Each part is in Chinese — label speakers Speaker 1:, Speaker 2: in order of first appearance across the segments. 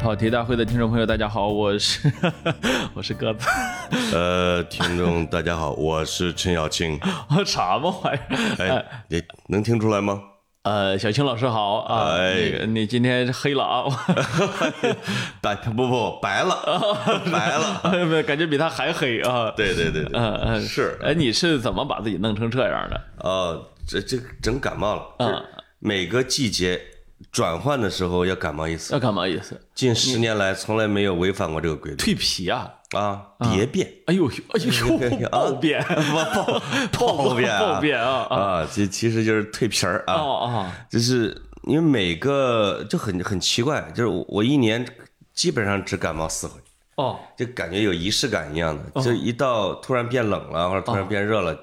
Speaker 1: 跑题大会的听众朋友，大家好，我是 我是鸽子，
Speaker 2: 呃，听众大家好，我是陈 小青。
Speaker 1: 什么玩意儿？
Speaker 2: 哎，你能听出来吗？
Speaker 1: 呃，小青老师好啊，
Speaker 2: 哎
Speaker 1: 那个你今天黑了啊，
Speaker 2: 白不不白 了，白了。
Speaker 1: 感觉比他还黑啊。
Speaker 2: 对对对对，
Speaker 1: 嗯嗯，
Speaker 2: 是
Speaker 1: 哎，你是怎么把自己弄成这样的？
Speaker 2: 啊，这这整感冒了。
Speaker 1: 啊
Speaker 2: 这每个季节转换的时候要感冒一次。
Speaker 1: 要干嘛意思？
Speaker 2: 近十年来从来没有违反过这个规律
Speaker 1: 蜕皮啊！
Speaker 2: 啊，蝶变
Speaker 1: 哎呦，哎呦，暴变， 暴暴
Speaker 2: 啊 暴变啊
Speaker 1: 暴变啊！啊
Speaker 2: 啊，这其实就是蜕皮儿啊，
Speaker 1: 哦
Speaker 2: 就是因为每个就很很奇怪，就是我我一年基本上只感冒四回。
Speaker 1: 哦哦，
Speaker 2: 就感觉有仪式感一样的，就一到突然变冷了，或者突然变热了，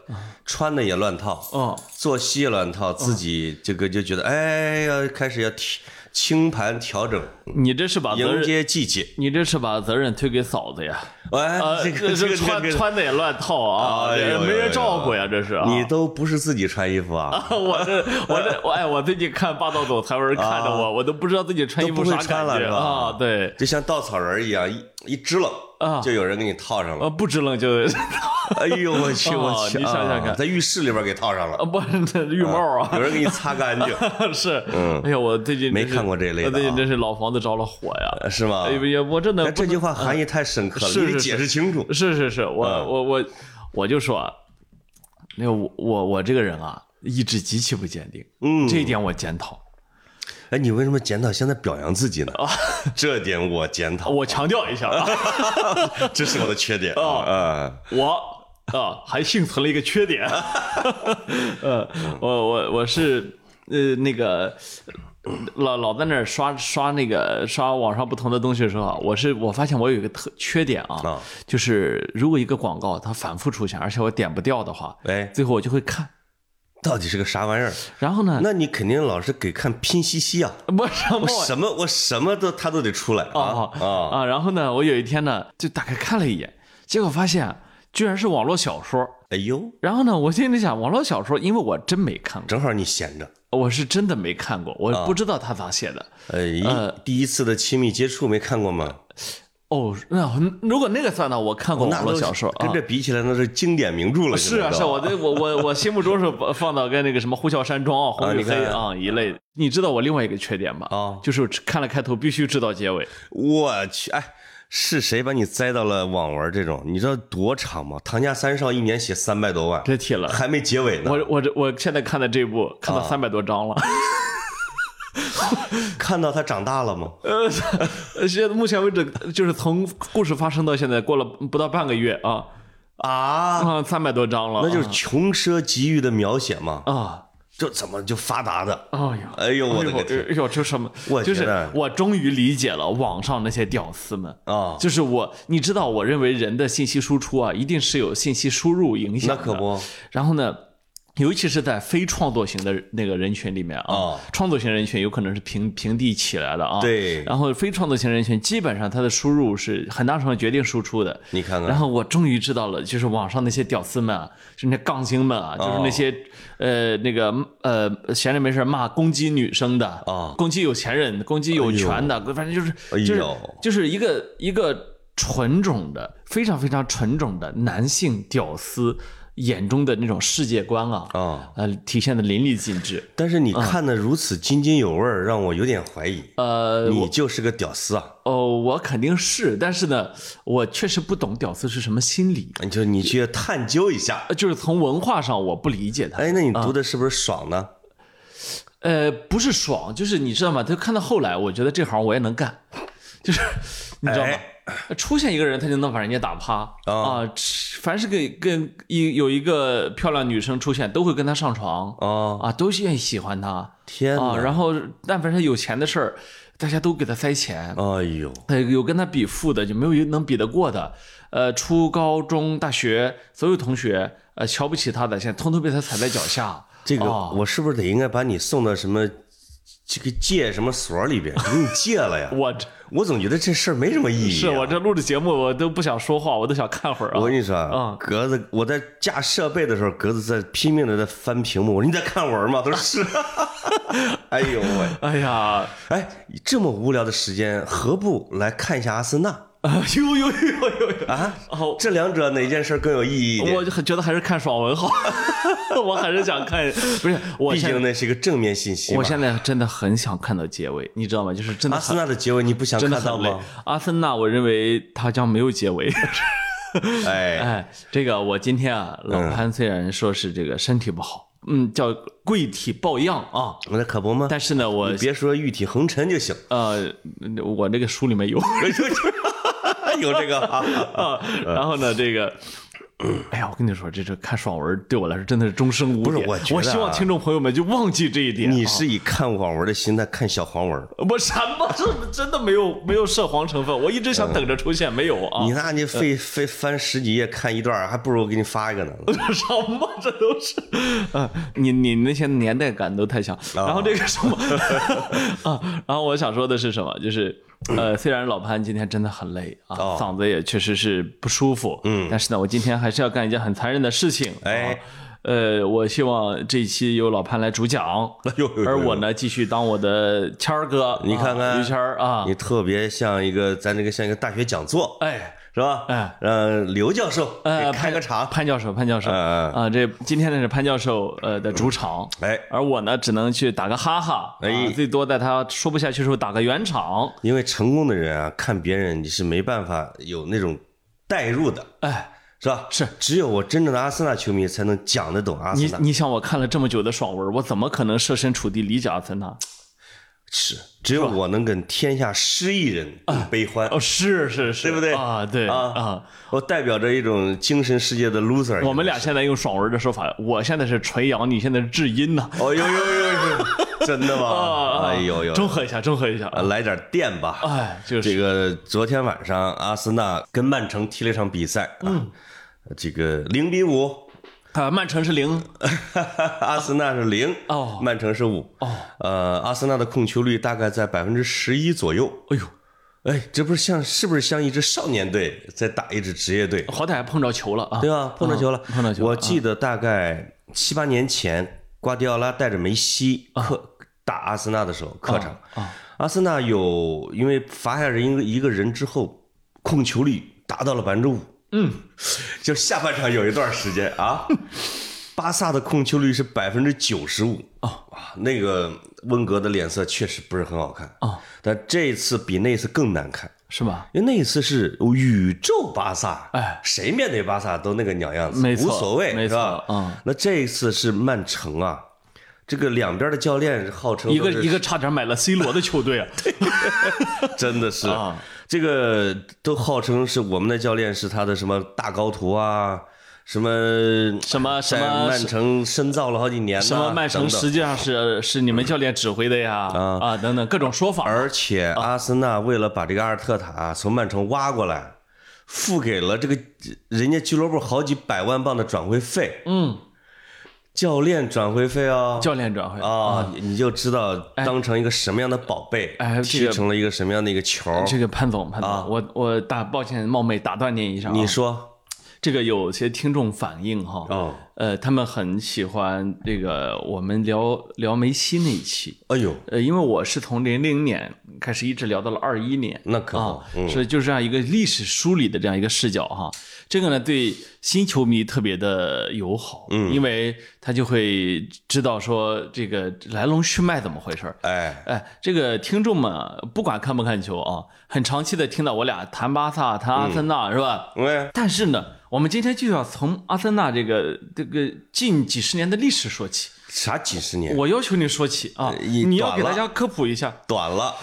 Speaker 2: 穿的也乱套，
Speaker 1: 哦
Speaker 2: 作息也乱套，自己这个就觉得，哎呀，开始要提清盘调整，
Speaker 1: 你这是把责
Speaker 2: 迎
Speaker 1: 任，
Speaker 2: 接季节。
Speaker 1: 你这是把责任推给嫂子呀？
Speaker 2: 哎
Speaker 1: 啊，，
Speaker 2: 这个这
Speaker 1: 这
Speaker 2: 个
Speaker 1: 穿
Speaker 2: 这个
Speaker 1: 穿的也乱套啊，
Speaker 2: 哎呦
Speaker 1: 没人照顾呀，这是啊。
Speaker 2: 你都不是自己穿衣服啊，
Speaker 1: 我这我这我哎，我最近看霸道总裁文看的我，我都不知道自己穿衣服啥
Speaker 2: 啊都不会
Speaker 1: 感
Speaker 2: 穿了
Speaker 1: 觉
Speaker 2: 是吧
Speaker 1: 啊。对，
Speaker 2: 就像稻草人一样，一一支棱
Speaker 1: 啊
Speaker 2: 就有人给你套上了。
Speaker 1: 呃，不支棱就
Speaker 2: 哎呦我去
Speaker 1: 哦
Speaker 2: 我去，
Speaker 1: 你想想看
Speaker 2: 啊在浴室里边给套上
Speaker 1: 啊
Speaker 2: 了，
Speaker 1: 不 这绿帽啊。
Speaker 2: 有人给你擦干净，
Speaker 1: 是，哎呀，我最近
Speaker 2: 嗯没
Speaker 1: 真是
Speaker 2: 看过这类的
Speaker 1: 我最近
Speaker 2: 啊
Speaker 1: 真是老房子着了火呀。
Speaker 2: 是吗
Speaker 1: 哎？呀，我真的
Speaker 2: 但
Speaker 1: 不啊
Speaker 2: 这句话含义太深刻了，
Speaker 1: 是
Speaker 2: 你得
Speaker 1: 是
Speaker 2: 解释清楚。
Speaker 1: 是是是，我
Speaker 2: 嗯
Speaker 1: 我我我就说啊，那个我我我这个人啊，意志极其不坚定，
Speaker 2: 嗯
Speaker 1: 这一点我检讨。
Speaker 2: 哎，你为什么检讨现在表扬自己呢？
Speaker 1: 啊
Speaker 2: 这点我检讨，
Speaker 1: 我强调一下啊，
Speaker 2: 这是我的缺点
Speaker 1: 哦
Speaker 2: 啊。
Speaker 1: 我啊还幸存了一个缺点， 呃，我我我是呃那个老老在那儿刷刷那个刷网上不同的东西的时候啊，我是我发现我有一个特缺点啊，
Speaker 2: 啊
Speaker 1: 就是如果一个广告它反复出现，而且我点不掉的话，
Speaker 2: 哎，
Speaker 1: 最后我就会看，
Speaker 2: 到底是个啥玩意儿？
Speaker 1: 然后呢，
Speaker 2: 那你肯定老是给看拼夕夕啊！
Speaker 1: 我什么
Speaker 2: 我
Speaker 1: 玩意
Speaker 2: 什么我什么都他都得出来啊
Speaker 1: 啊
Speaker 2: 啊！
Speaker 1: 啊！然后呢，我有一天呢，就打开看了一眼，结果发现啊居然是网络小说。
Speaker 2: 哎呦，
Speaker 1: 然后呢，我心里想，网络小说，因为我真没看
Speaker 2: 正好你闲着，
Speaker 1: 过，我是真的没看过，
Speaker 2: 啊
Speaker 1: 我不知道他咋写的。
Speaker 2: 呃，一第一次的亲密接触没看过吗？
Speaker 1: 哦，那如果那个算呢，我看过
Speaker 2: 哦那
Speaker 1: 网络
Speaker 2: 都
Speaker 1: 小说
Speaker 2: 跟
Speaker 1: 啊
Speaker 2: 这。比起来，那是经典名著了。
Speaker 1: 是啊，
Speaker 2: 现在
Speaker 1: 是啊，
Speaker 2: 都
Speaker 1: 我的我我我心目中是放 到跟那个什么《呼啸山庄》啊、《
Speaker 2: 啊
Speaker 1: 红与
Speaker 2: 你
Speaker 1: 黑
Speaker 2: 看》
Speaker 1: 啊一类的。你知道我另外一个缺点吗？
Speaker 2: 啊
Speaker 1: 就是看了开头必须知道结尾。
Speaker 2: 哦我去，哎，是谁把你栽到了网文这种？你知道多长吗？唐家三少一年写三百多万，
Speaker 1: 别提 了，
Speaker 2: 还没结尾呢。
Speaker 1: 我我这我现在看的这部看到
Speaker 2: 啊
Speaker 1: 三百多章了。
Speaker 2: 看到他长大了吗？
Speaker 1: 呃，现在目前为止，就是从故事发生到现在，过了不到半个月啊
Speaker 2: 啊，
Speaker 1: 啊，三百多章了啊，
Speaker 2: 那就是穷奢极欲的描写嘛，
Speaker 1: 啊，
Speaker 2: 这怎么就发达的？
Speaker 1: 哎呦，
Speaker 2: 哎呦，我的
Speaker 1: 哎
Speaker 2: 个
Speaker 1: 呦，
Speaker 2: 天
Speaker 1: 哎呦，这什么？
Speaker 2: 我
Speaker 1: 就
Speaker 2: 觉
Speaker 1: 是
Speaker 2: 得
Speaker 1: 我终于理解了网上那些屌丝们。
Speaker 2: 啊！
Speaker 1: 就是哎我，你知道，我认为人的信息输出啊，一定是有信息输入影响
Speaker 2: 那
Speaker 1: 的。
Speaker 2: 可。不，
Speaker 1: 然后呢，尤其是在非创作型的那个人群里面啊，
Speaker 2: 哦
Speaker 1: 创作型人群有可能是平平地起来的啊。。
Speaker 2: 对，
Speaker 1: 然后非创作型人群基本上它的输入是很大程度决定输出的。
Speaker 2: 你看
Speaker 1: 然
Speaker 2: 看，
Speaker 1: 后我终于知道了，就是网上那些屌丝们啊，就是那杠精们
Speaker 2: 哦
Speaker 1: 啊，就是那些、呃那个呃闲着没事骂攻击女生的
Speaker 2: 啊
Speaker 1: 攻击有钱人、攻击有权的，反正就是
Speaker 2: 哎
Speaker 1: 就是、
Speaker 2: 呦
Speaker 1: 就是一个一个纯种的非常非常纯种的男性屌丝眼中的那种世界观啊，
Speaker 2: 啊，
Speaker 1: 呃体现的淋漓尽致。
Speaker 2: 但是你看的如此津津有味儿，让我有点怀疑，
Speaker 1: 呃，
Speaker 2: 你就是个屌丝啊！
Speaker 1: 哦，我肯定是，但是呢，我确实不懂屌丝是什么心理，
Speaker 2: 你就你去探究一下。
Speaker 1: 呃就是从文化上我不理解他。
Speaker 2: 哎，那你读的是不是爽呢？
Speaker 1: 呃，不是爽，就是你知道吗？他看到后来，我觉得这行我也能干，就是你知道
Speaker 2: 哎
Speaker 1: 吗？出现一个人，他就能把人家打趴啊、凡是跟跟一有一个漂亮女生出现，都会跟他上床
Speaker 2: 哦，
Speaker 1: 啊，都愿意喜欢他
Speaker 2: 天
Speaker 1: 啊。
Speaker 2: 哪！
Speaker 1: 然后，但凡是有钱的事儿，大家都给他塞钱。
Speaker 2: 哎呦，
Speaker 1: 呃，有跟他比富的，就没有一个能比得过的。呃，初高中、大学，所有同学，呃，瞧不起他的，现在通通被他踩在脚下。
Speaker 2: 这个
Speaker 1: 哦？
Speaker 2: 我是不是得应该把你送到什么这个借什么所里边给你借了呀
Speaker 1: 我这
Speaker 2: 我总觉得这事儿没什么意义、啊
Speaker 1: 是我这录着节目，我都不想说话，我都想看会儿啊。
Speaker 2: 我跟你说，啊
Speaker 1: 嗯，
Speaker 2: 格子，我在架设备的时候，格子在拼命的在翻屏幕，我说你在看文吗？他 说是。 哎呦喂，
Speaker 1: 哎呀，
Speaker 2: 哎，这么无聊的时间，何不来看一下阿森纳
Speaker 1: 啊呦呦呦呦呦！
Speaker 2: 啊？
Speaker 1: 哦，
Speaker 2: 这两者哪件事更有意义一点？
Speaker 1: 我就很觉得还是看爽文好， 我还是想看，不是我
Speaker 2: 毕
Speaker 1: 现
Speaker 2: 竟那是一个正面信息嘛。
Speaker 1: 我现在真的很想看到结尾，你知道吗？就是真的
Speaker 2: 阿
Speaker 1: 很
Speaker 2: 森纳的结尾你不想
Speaker 1: 真
Speaker 2: 看
Speaker 1: 的
Speaker 2: 到
Speaker 1: 很累
Speaker 2: 吗？。
Speaker 1: 阿森纳，我认为他将没有结尾。
Speaker 2: 哎，
Speaker 1: 哎，这个我今天啊，老
Speaker 2: 嗯
Speaker 1: 潘虽然说是这个身体不好，嗯，叫贵体抱恙啊，
Speaker 2: 那可不吗？
Speaker 1: 但是呢，我
Speaker 2: 你别说玉体横陈就行，
Speaker 1: 呃，我那个书里面有。
Speaker 2: 有这个啊。
Speaker 1: 啊， 然后呢，这个。哎呀，我跟你说，这这看爽文对我来说真的是终生无解。
Speaker 2: 不是我觉得啊
Speaker 1: 希望听众朋友们就忘记这一点。
Speaker 2: 你
Speaker 1: 啊
Speaker 2: 是以看网文的心态看小黄文，
Speaker 1: 我什么？这真的没有没有涉黄成分，我一直想等着出现，没有啊
Speaker 2: 你。那你费费翻十几页看一段儿，还不如我给你发一个呢。
Speaker 1: 什么？这都是，啊，你你那些年代感都太
Speaker 2: 哦
Speaker 1: 强。然后这个什么 啊，然后我想说的是什么？就是呃，虽然老潘今天真的很累啊，
Speaker 2: 哦
Speaker 1: 嗓子也确实是不舒服，嗯，但是呢，我今天还是要干一件很残忍的事情。
Speaker 2: 哎
Speaker 1: 啊，呃，我希望这一期由老潘来主 讲，
Speaker 2: 哎呦呦呦
Speaker 1: 而我呢继续当我的谦儿哥，
Speaker 2: 你看看
Speaker 1: 啊于谦儿啊
Speaker 2: 你，特别像一个咱这个像一个大学讲座，
Speaker 1: 哎。
Speaker 2: 是吧？
Speaker 1: 哎，
Speaker 2: 让刘教授给
Speaker 1: 呃，
Speaker 2: 开个场，
Speaker 1: 潘教授，潘教授，
Speaker 2: 嗯嗯
Speaker 1: 啊，这今天呢是潘教授呃的主场，
Speaker 2: 哎，
Speaker 1: 而我呢只能去打个哈哈，
Speaker 2: 哎
Speaker 1: 啊，最多在他说不下去的时候打个圆场，
Speaker 2: 因为成功的人啊，看别人你是没办法有那种代入的，
Speaker 1: 哎，
Speaker 2: 是吧？
Speaker 1: 是，
Speaker 2: 只有我真正的阿森纳球迷才能讲得懂阿
Speaker 1: 你
Speaker 2: 森纳，
Speaker 1: 你想我看了这么久的爽文，我怎么可能设身处地理解阿森纳？
Speaker 2: 是，只有我能跟天下十亿人共悲欢。
Speaker 1: 哦，是是是，
Speaker 2: 对不对
Speaker 1: 啊，对
Speaker 2: 啊
Speaker 1: 啊，
Speaker 2: 我代表着一种精神世界的 loser。
Speaker 1: 我们俩现在用爽文的说法，我现在是垂杨，你现在是至阴呐，
Speaker 2: 哦呦呦呦呦，真的吗？
Speaker 1: 啊，
Speaker 2: 哎呦呦，
Speaker 1: 中和一下，中和一下，
Speaker 2: 啊来点电吧。
Speaker 1: 哎，就是
Speaker 2: 这个昨天晚上阿森纳跟曼城踢了一场比赛啊，
Speaker 1: 嗯
Speaker 2: 这个零比五，
Speaker 1: 啊，曼城是零，
Speaker 2: 阿森纳是零，
Speaker 1: 哦
Speaker 2: 曼城是五，
Speaker 1: 哦，
Speaker 2: 呃，阿森纳的控球率大概在百分之十一左右。
Speaker 1: 哎呦，
Speaker 2: 哎，这不是像是不是像一支少年队在打一支职业队，
Speaker 1: 好歹还碰着球了啊，
Speaker 2: 对吧？碰着球了，
Speaker 1: 碰着球了
Speaker 2: 我记得大概七八年前，瓜迪奥拉带着梅西客打阿森纳的时候，客场
Speaker 1: 啊，
Speaker 2: 阿森纳有因为罚下人一个一个人之后，控球率达到了百分之五。
Speaker 1: 嗯，
Speaker 2: 就下半场有一段时间啊，巴萨的控球率是百分之九十五
Speaker 1: 哦
Speaker 2: 啊，那个温格的脸色确实不是很好看
Speaker 1: 哦，
Speaker 2: 但这次比那次更难看。
Speaker 1: 是吧？
Speaker 2: 因为那一次是宇宙巴萨，
Speaker 1: 哎
Speaker 2: 谁面对巴萨都那个鸟样子，
Speaker 1: 没错
Speaker 2: 无所谓，
Speaker 1: 没错
Speaker 2: 是吧？
Speaker 1: 嗯
Speaker 2: 那这一次是曼城啊，这个两边的教练号称
Speaker 1: 一个
Speaker 2: 都是
Speaker 1: 一个差点买了 C 罗的球队 啊，
Speaker 2: 真的是
Speaker 1: 啊
Speaker 2: 这个都号称是我们的教练是他的什么大高徒啊，什么
Speaker 1: 什么什
Speaker 2: 在
Speaker 1: 么
Speaker 2: 曼城深造了好几年、呐
Speaker 1: 什么曼城
Speaker 2: 等等
Speaker 1: 实际上是是你们教练指挥的呀，啊等等各种说法，
Speaker 2: 而且
Speaker 1: 啊
Speaker 2: 阿森纳为了把这个阿尔特塔从曼城挖过来，付给了这个人家俱乐部好几百万镑的转会费，
Speaker 1: 嗯，
Speaker 2: 教练转会费哦。
Speaker 1: 教练转会
Speaker 2: 啊，你你就知道当成一个什么样的宝贝，
Speaker 1: 哎这
Speaker 2: 踢
Speaker 1: 个
Speaker 2: 成了一个什么样的一个球儿。
Speaker 1: 这个潘总，潘总，我我大抱歉冒昧打断您一下、啊，
Speaker 2: 啊你说
Speaker 1: 这个有些听众反映哈，
Speaker 2: 哦，
Speaker 1: 呃，他们很喜欢这个我们聊聊梅西那一期，
Speaker 2: 哎呦，
Speaker 1: 呃，因为我是从零零年开始一直聊到了二一年，
Speaker 2: 那可不
Speaker 1: 啊，所以就是这样一个历史梳理的这样一个视角哈。这个呢，对新球迷特别的友好，嗯，因为他就会知道说这个来龙去脉怎么回事儿。
Speaker 2: 哎，
Speaker 1: 哎，这个听众们啊不管看不看球啊，很长期的听到我俩谈巴萨、谈阿森
Speaker 2: 嗯
Speaker 1: 纳、是吧？
Speaker 2: 喂，
Speaker 1: 但是呢，我们今天就要从阿森纳这个这个近几十年的历史说起。
Speaker 2: 啥几十年？
Speaker 1: 我要求你说起啊，
Speaker 2: 一
Speaker 1: 你要
Speaker 2: 呃短
Speaker 1: 给大
Speaker 2: 了
Speaker 1: 家科普一下。
Speaker 2: 短了。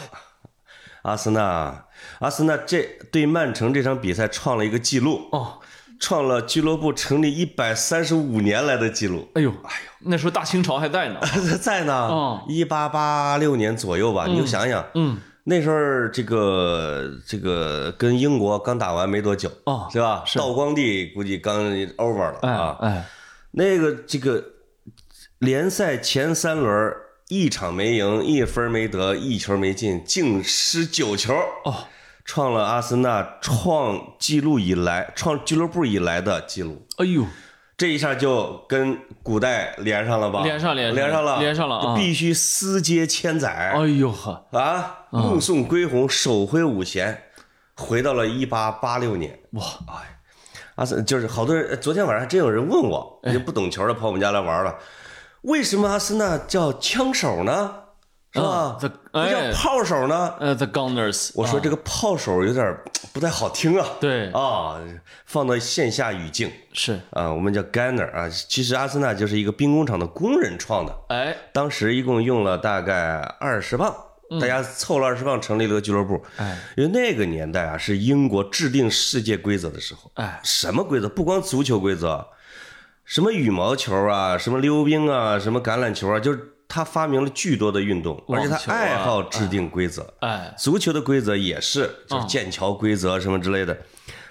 Speaker 2: 阿森纳，阿森纳这对曼城这场比赛创了一个记录，
Speaker 1: 哦，
Speaker 2: 创了俱乐部成立一百三十五年来的记录。
Speaker 1: 哎呦，哎呦，那时候大清朝还在呢。
Speaker 2: 啊在呢
Speaker 1: 哦，
Speaker 2: 一八八六年左右吧，你就想想，
Speaker 1: 嗯，
Speaker 2: 那时候这个这个跟英国刚打完没多久，
Speaker 1: 哦
Speaker 2: 是吧？道光帝估计刚 over 了
Speaker 1: 哎
Speaker 2: 啊。
Speaker 1: 哎，
Speaker 2: 那个这个联赛前三轮一场没赢，一分没得，一球没进，净失九球，
Speaker 1: 哦，
Speaker 2: 创了阿森纳创纪录以来创俱乐部以来的记录。
Speaker 1: 哎呦，
Speaker 2: 这一下就跟古代连上了吧？
Speaker 1: 连上连上
Speaker 2: 连上了，
Speaker 1: 连上了啊
Speaker 2: 就必须私接千载
Speaker 1: 哎呦呵，
Speaker 2: 啊！
Speaker 1: 嗯
Speaker 2: 目送归鸿，手挥五弦，回到了一八八六年。
Speaker 1: 哇，
Speaker 2: 哎，阿森就是好多人，呃昨天晚上还真有人问我，
Speaker 1: 哎
Speaker 2: 就不懂球的跑我们家来玩了，为什么阿森纳叫枪手呢？是吧？
Speaker 1: 这
Speaker 2: 不叫
Speaker 1: 哎
Speaker 2: 炮手呢？
Speaker 1: 呃，The Gunners，
Speaker 2: 我说这个炮手有点儿不太好听啊。
Speaker 1: 对
Speaker 2: 啊，放到线下语境
Speaker 1: 是，
Speaker 2: 啊，我们叫 Ganner 啊。其实阿森纳就是一个兵工厂的工人创的，
Speaker 1: 哎，
Speaker 2: 当时一共用了大概二十磅，大家凑了二十磅成立了个俱乐部。
Speaker 1: 嗯哎，
Speaker 2: 因为那个年代啊，是英国制定世界规则的时候。
Speaker 1: 哎，
Speaker 2: 什么规则？不光足球规则，什么羽毛球啊，什么溜冰啊，什么橄榄球啊，就是他发明了巨多的运动，而且他
Speaker 1: 网球啊
Speaker 2: 爱好制定规则。
Speaker 1: 哎，
Speaker 2: 足球的规则也是，
Speaker 1: 嗯
Speaker 2: 就是剑桥规则什么之类的。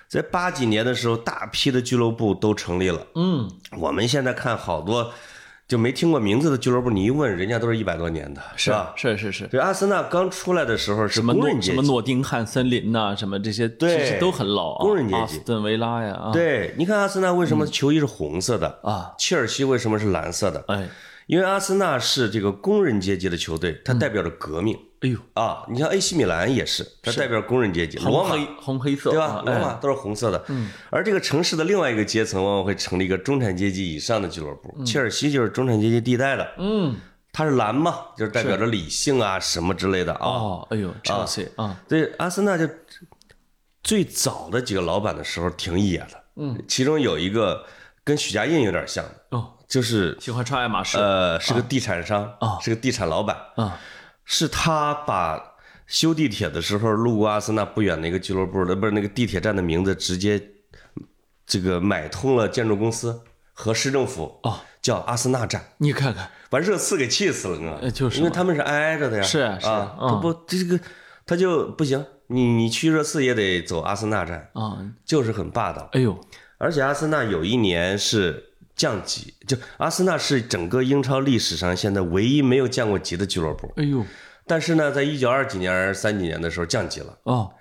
Speaker 2: 在八几年的时候，大批的俱乐部都成立了。
Speaker 1: 嗯，
Speaker 2: 我们现在看好多就没听过名字的俱乐部，你一问，人家都是一百多年的，是吧？
Speaker 1: 是是是，
Speaker 2: 这阿森纳刚出来的时候是
Speaker 1: 什么
Speaker 2: 工人
Speaker 1: 诺
Speaker 2: 阶
Speaker 1: 什么
Speaker 2: 级，
Speaker 1: 诺丁汉森林呐，什么这些其
Speaker 2: 对
Speaker 1: 实都很老啊，
Speaker 2: 工人阶级
Speaker 1: 阿斯顿维拉呀，啊，嗯
Speaker 2: 对，你看阿森纳为什么球衣是红色的，
Speaker 1: 啊，
Speaker 2: 切尔西为什么是蓝色的？
Speaker 1: 哎，
Speaker 2: 因为阿森纳是这个工人阶级的球队，它代表着革命
Speaker 1: 哎呦，
Speaker 2: 啊！你像 AC 米兰也是，它代表工人阶级，罗
Speaker 1: 红
Speaker 2: 马
Speaker 1: 黑红黑色，
Speaker 2: 对
Speaker 1: 啊
Speaker 2: 吧？罗
Speaker 1: 哎
Speaker 2: 马都是红色的。而这个城市的另外一个阶层往往会成立一个中产阶级以上的俱乐部，切尔西就是中产阶级地带的，
Speaker 1: 嗯，
Speaker 2: 它是蓝嘛，就是代表着理性啊什么之类的啊。
Speaker 1: 哦，哎呦，Chelsea 啊，
Speaker 2: 所以阿森纳就最早的几个老板的时候挺野的，嗯，其中有一个跟许家印有点像，
Speaker 1: 哦，
Speaker 2: 就是
Speaker 1: 喜欢穿爱马仕
Speaker 2: 呃是个地产商
Speaker 1: 啊
Speaker 2: 是个地产老板，
Speaker 1: 啊，
Speaker 2: 是他把修地铁的时候路过阿森纳不远的一个俱乐部的，不是那个地铁站的名字，直接这个买通了建筑公司和市政府，
Speaker 1: 哦，
Speaker 2: 叫阿森纳站，
Speaker 1: 你看看，
Speaker 2: 把热刺给气死了，你知道吗
Speaker 1: 呃就是
Speaker 2: 因为他们是挨着的呀，
Speaker 1: 是啊是啊
Speaker 2: 啊，
Speaker 1: 嗯
Speaker 2: 不不，这个他就不行，你你去热刺也得走阿森纳站，
Speaker 1: 啊，
Speaker 2: 就是很霸道。
Speaker 1: 哎呦，
Speaker 2: 而且阿森纳有一年是降级，就阿森纳是整个英超历史上现在唯一没有降过级的俱乐部。
Speaker 1: 哎呦，
Speaker 2: 但是呢，在一九二几年、二三几年的时候降级了，
Speaker 1: 哦，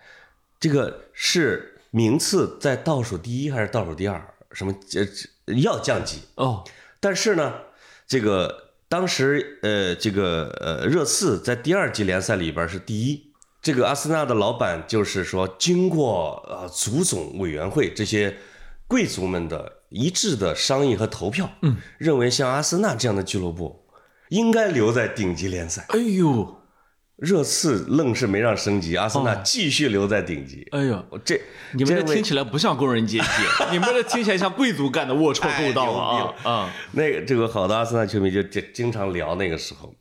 Speaker 2: 这个是名次在倒数第一还是倒数第二？什么呃要降级？
Speaker 1: 哦，
Speaker 2: 但是呢，这个当时呃这个呃热刺在第二级联赛里边是第一。这个阿森纳的老板就是说，经过呃足总委员会这些贵族们的一致的商议和投票，嗯，认为像阿森纳这样的俱乐部应该留在顶级联赛。
Speaker 1: 哎呦，
Speaker 2: 热刺愣是没让升级，阿森纳继续留在顶级。
Speaker 1: 哎呦，
Speaker 2: 我这
Speaker 1: 你哦们这
Speaker 2: 这位
Speaker 1: 听起来不像工人 阶级，你们这听起来像贵族干的龌龊
Speaker 2: 哎
Speaker 1: 勾当啊啊！
Speaker 2: 那个这个好的阿森纳球迷就经经常聊那个时候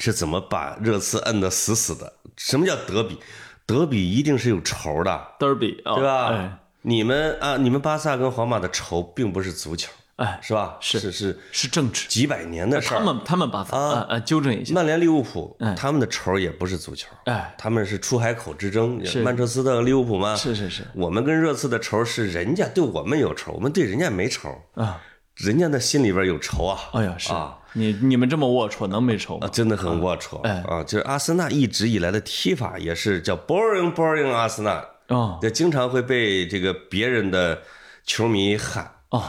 Speaker 2: 是怎么把热刺摁得死死的。什么叫德比？德比一定是有仇的，
Speaker 1: 德比啊，
Speaker 2: 对吧？
Speaker 1: 哎
Speaker 2: 你们啊，你们巴萨跟皇马的仇并不是足球，
Speaker 1: 哎，
Speaker 2: 是吧？
Speaker 1: 是
Speaker 2: 是是
Speaker 1: 是政治，
Speaker 2: 几百年的事
Speaker 1: 他
Speaker 2: 儿。
Speaker 1: 们他哎们把啊啊纠正一下，
Speaker 2: 曼联、利物浦，他们的仇也不是足球，
Speaker 1: 哎，
Speaker 2: 他们是出海口之争，曼彻斯特、利物浦嘛。
Speaker 1: 是是是
Speaker 2: 我们跟热刺的仇是人家对我们有仇，我们对人家没仇，
Speaker 1: 啊，
Speaker 2: 人家的心里边有仇啊。
Speaker 1: 哎呀是
Speaker 2: 啊，
Speaker 1: 你你们这么龌龊能没仇
Speaker 2: 啊，
Speaker 1: 吗？
Speaker 2: 真的很龌龊
Speaker 1: 哎
Speaker 2: 啊！就是阿森纳一直以来的踢法也是叫 boring boring 阿森纳，
Speaker 1: 哦
Speaker 2: 也经常会被这个别人的球迷喊，
Speaker 1: 哦，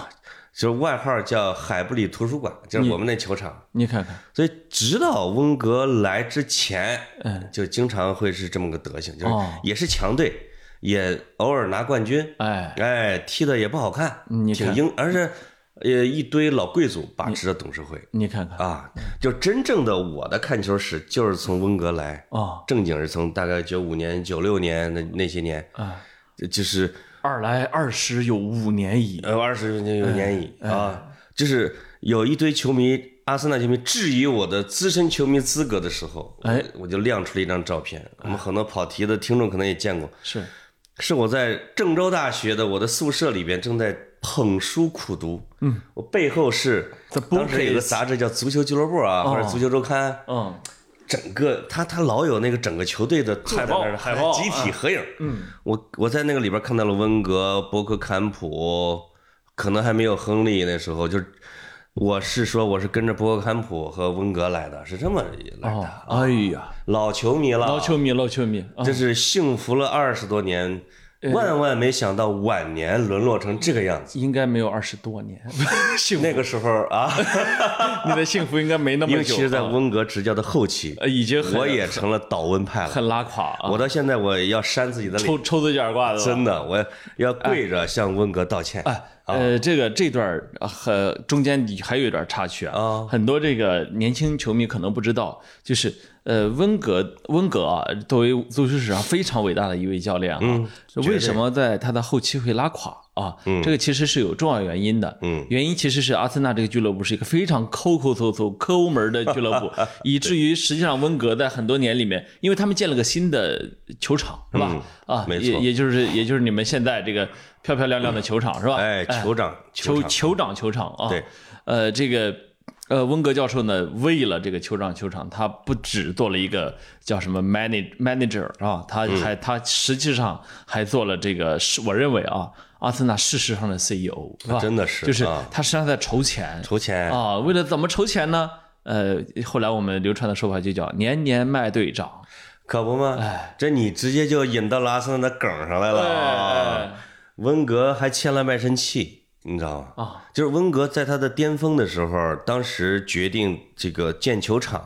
Speaker 2: 就是外号叫海布里图书馆，就是我们那球场。
Speaker 1: 你看看，
Speaker 2: 所以直到温格来之前，就经常会是这么个德行，就是
Speaker 1: 哎哦
Speaker 2: 也是强队，也偶尔拿冠军，
Speaker 1: 哎，
Speaker 2: 哎，踢的也不好看，
Speaker 1: 嗯你
Speaker 2: 挺
Speaker 1: 看
Speaker 2: 英，而且呃一堆老贵族把持着董事会
Speaker 1: 你看看
Speaker 2: 啊，就真正的我的看球史就是从温格来，
Speaker 1: 哦，
Speaker 2: 正经是从大概九五年、九六年那那些年，
Speaker 1: 啊，
Speaker 2: 就就是
Speaker 1: 二来二十有五年矣，
Speaker 2: 呃二十年有
Speaker 1: 哎
Speaker 2: 年矣啊，就是有一堆球迷。阿森纳球迷质疑我的资深球迷资格的时候，
Speaker 1: 哎，
Speaker 2: 我就亮出了一张照片。我们很多跑题的听众可能也见过，
Speaker 1: 是
Speaker 2: 是我在郑州大学的我的宿舍里边正在捧书苦读。嗯，我背后是
Speaker 1: The
Speaker 2: 当时
Speaker 1: bookcase
Speaker 2: 有
Speaker 1: 哦
Speaker 2: 个杂志叫《足球俱乐部》啊，或者《足球周刊》，
Speaker 1: 嗯，
Speaker 2: 整个他他老有那个整个球队的坐在那儿
Speaker 1: 海报海报啊
Speaker 2: 集体合影。嗯，我我在那个里边看到了温格、博克坎普，可能还没有亨利那时候，就是我是说我是跟着博格坎普和温格来的，是这么来的。
Speaker 1: 哦，哎呀，
Speaker 2: 老球迷了，
Speaker 1: 老球迷，老球迷，啊
Speaker 2: 真是幸福了二十多年，
Speaker 1: 呃
Speaker 2: 万万没想到晚年沦落成这个样子。
Speaker 1: 应该没有二十多 年，幸
Speaker 2: 那个时候 啊，
Speaker 1: 福你的幸福应该没那
Speaker 2: 尤
Speaker 1: 么久
Speaker 2: 其
Speaker 1: 啊，
Speaker 2: 是在温格执教的后期，
Speaker 1: 呃已经很
Speaker 2: 我也成了倒温派了。
Speaker 1: 很拉垮啊，
Speaker 2: 我到现在我要扇自己的脸，
Speaker 1: 抽抽啊哎自己耳刮子吧。
Speaker 2: 真的，啊我要跪着向温格道歉。
Speaker 1: 呃，这个这段儿呃和中间你还有一段插曲
Speaker 2: 啊
Speaker 1: 啊，很多这个年轻球迷可能不知道，就是呃，温格温格啊，作为足球史上非常伟大的一位教练啊，
Speaker 2: 嗯绝对
Speaker 1: 为什么在他的后期会拉垮啊？这个其实是有重要原因的。
Speaker 2: 嗯
Speaker 1: 原因其实是阿森纳这个俱乐部是一个非常抠抠搜搜、抠门儿的俱 乐部，以至于实际上温格在很多年里面，因为他们建了个新的球场，是吧？啊，
Speaker 2: 嗯没
Speaker 1: 也
Speaker 2: 错
Speaker 1: 也就是也就是你们现在这个漂漂亮亮的球场，是吧？
Speaker 2: 哎，酋长，酋
Speaker 1: 啊酋
Speaker 2: 长，
Speaker 1: 酋长球场啊，
Speaker 2: 对，
Speaker 1: 呃，这个呃，温格教授呢，为了这个酋长球场，他不只做了一个叫什么 manage manager 啊，他
Speaker 2: 嗯
Speaker 1: 还、他实际上还做了这个，是我认为啊，阿森纳事实上的 CEO 是吧？
Speaker 2: 真的是
Speaker 1: 就是
Speaker 2: 啊
Speaker 1: 他实际上在筹钱
Speaker 2: 筹钱，
Speaker 1: 啊，为了怎么筹钱呢？呃，后来我们流传的说法就叫年年卖队长，
Speaker 2: 可不嘛。
Speaker 1: 哎
Speaker 2: 这你直接就引到了阿森纳的梗上来了
Speaker 1: 哎
Speaker 2: 啊！温格还签了卖身契，你知道吗？
Speaker 1: 啊，
Speaker 2: 就是温格在他的巅峰的时候，当时决定这个建球场，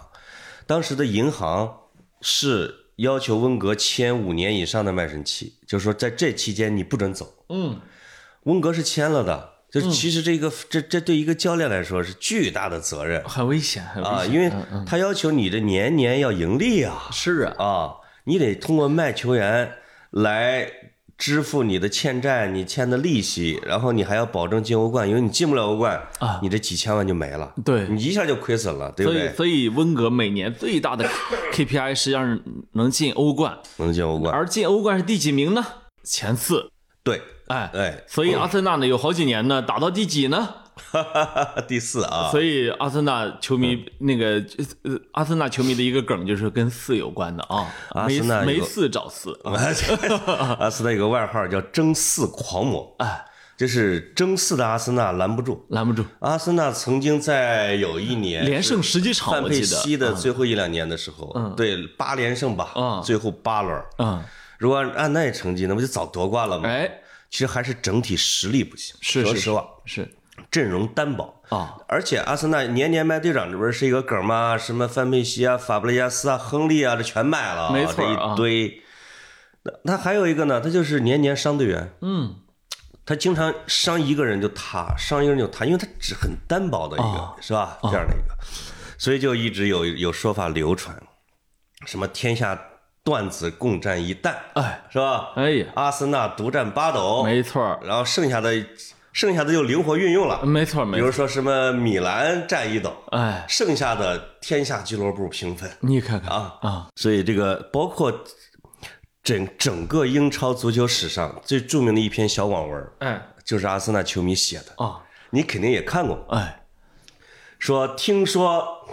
Speaker 2: 当时的银行是要求温格签五年以上的卖身契，就是说在这期间你不准走。
Speaker 1: 嗯，
Speaker 2: 温格是签了的，就是其实这个、这这对一个教练来说是巨大的责任
Speaker 1: 很嗯危险，很危险。
Speaker 2: 啊，因为他要求你这年年要盈利啊
Speaker 1: 是啊，
Speaker 2: 啊，你得通过卖球员来支付你的欠债，你欠的利息，然后你还要保证进欧冠，因为你进不了欧冠
Speaker 1: 啊
Speaker 2: 你这几千万就没了，
Speaker 1: 对，
Speaker 2: 你一下就亏损了，对不
Speaker 1: 所以，
Speaker 2: 对？
Speaker 1: 所以温格每年最大的 KPI 实际上是能进欧冠，
Speaker 2: 能进欧冠，
Speaker 1: 而进欧冠是第几名呢？前四。
Speaker 2: 对，
Speaker 1: 哎，
Speaker 2: 哎，
Speaker 1: 所以阿森纳呢有好几年呢打到第几呢？
Speaker 2: 第四啊，
Speaker 1: 所以阿森纳球迷那个呃阿森纳球迷的一个梗就是跟四有关的啊，
Speaker 2: 阿
Speaker 1: 没
Speaker 2: 森纳有啊
Speaker 1: 没四找四。
Speaker 2: 阿森纳有个外号叫“争四狂魔”，
Speaker 1: 哎，
Speaker 2: 这是争四的阿森纳拦不住。
Speaker 1: 拦不住，
Speaker 2: 阿森纳曾经在有一年
Speaker 1: 连胜十几场，
Speaker 2: 范
Speaker 1: 我
Speaker 2: 佩
Speaker 1: 记得。
Speaker 2: 西的最后一两年的时候，对八连胜吧，
Speaker 1: 嗯
Speaker 2: 最后八轮儿，
Speaker 1: 嗯，
Speaker 2: 如果按那成绩，那不就早夺冠了吗？
Speaker 1: 哎，
Speaker 2: 其实还是整体实力不行，
Speaker 1: 是
Speaker 2: 说
Speaker 1: 是
Speaker 2: 实话，
Speaker 1: 是
Speaker 2: 阵容单薄。
Speaker 1: 啊，
Speaker 2: 而且阿森纳年年卖队长，这不是是一个梗吗？什么范佩西啊、法布雷加斯啊、亨利啊，这全卖了啊，
Speaker 1: 没错
Speaker 2: 这
Speaker 1: 啊
Speaker 2: 一堆。那他还有一个呢，他就是年年伤队员，
Speaker 1: 嗯，
Speaker 2: 他经常伤一个人就塌，伤一个人就塌，因为他只很单薄的一个，
Speaker 1: 啊
Speaker 2: 是吧？这样的一个，所以就一直有有说法流传，什么天下段子共占一旦，
Speaker 1: 哎，
Speaker 2: 是吧？
Speaker 1: 哎呀，
Speaker 2: 阿森纳独占八斗，
Speaker 1: 没错儿，
Speaker 2: 然后剩下的剩下的就灵活运用了，
Speaker 1: 没错儿，
Speaker 2: 哦比
Speaker 1: 嗯没错
Speaker 2: 如
Speaker 1: 儿，
Speaker 2: 说什么米兰占一斗，
Speaker 1: 哎，
Speaker 2: 剩下的天下俱乐部平分
Speaker 1: 你看看
Speaker 2: 啊，
Speaker 1: 啊，
Speaker 2: 所以这个包括整整个英超足球史上最著名的一篇小网文儿，
Speaker 1: 哎
Speaker 2: 就是阿森纳球迷写的，
Speaker 1: 啊，
Speaker 2: 你肯定也看过，
Speaker 1: 哎，
Speaker 2: 说听说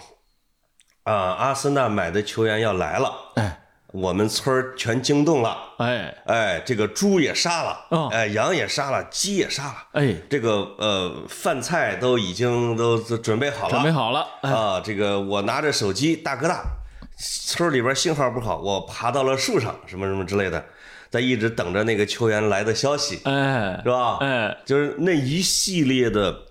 Speaker 2: 啊、阿森纳买的球员要来了，
Speaker 1: 哎，
Speaker 2: 我们村儿全惊动了。
Speaker 1: 哎，
Speaker 2: 哎，这个猪也杀了，
Speaker 1: 哦
Speaker 2: 哎，羊也杀了，鸡也杀了，
Speaker 1: 哎，
Speaker 2: 这个呃饭菜都已经都都准备好了，
Speaker 1: 准备好了，哎
Speaker 2: 啊，这个我拿着手机大哥大，村儿里边信号不好，我爬到了树上，什么什么之类的，在一直等着那个球员来的消息，
Speaker 1: 哎
Speaker 2: 是，吧？
Speaker 1: 哎，
Speaker 2: 就是那一系列的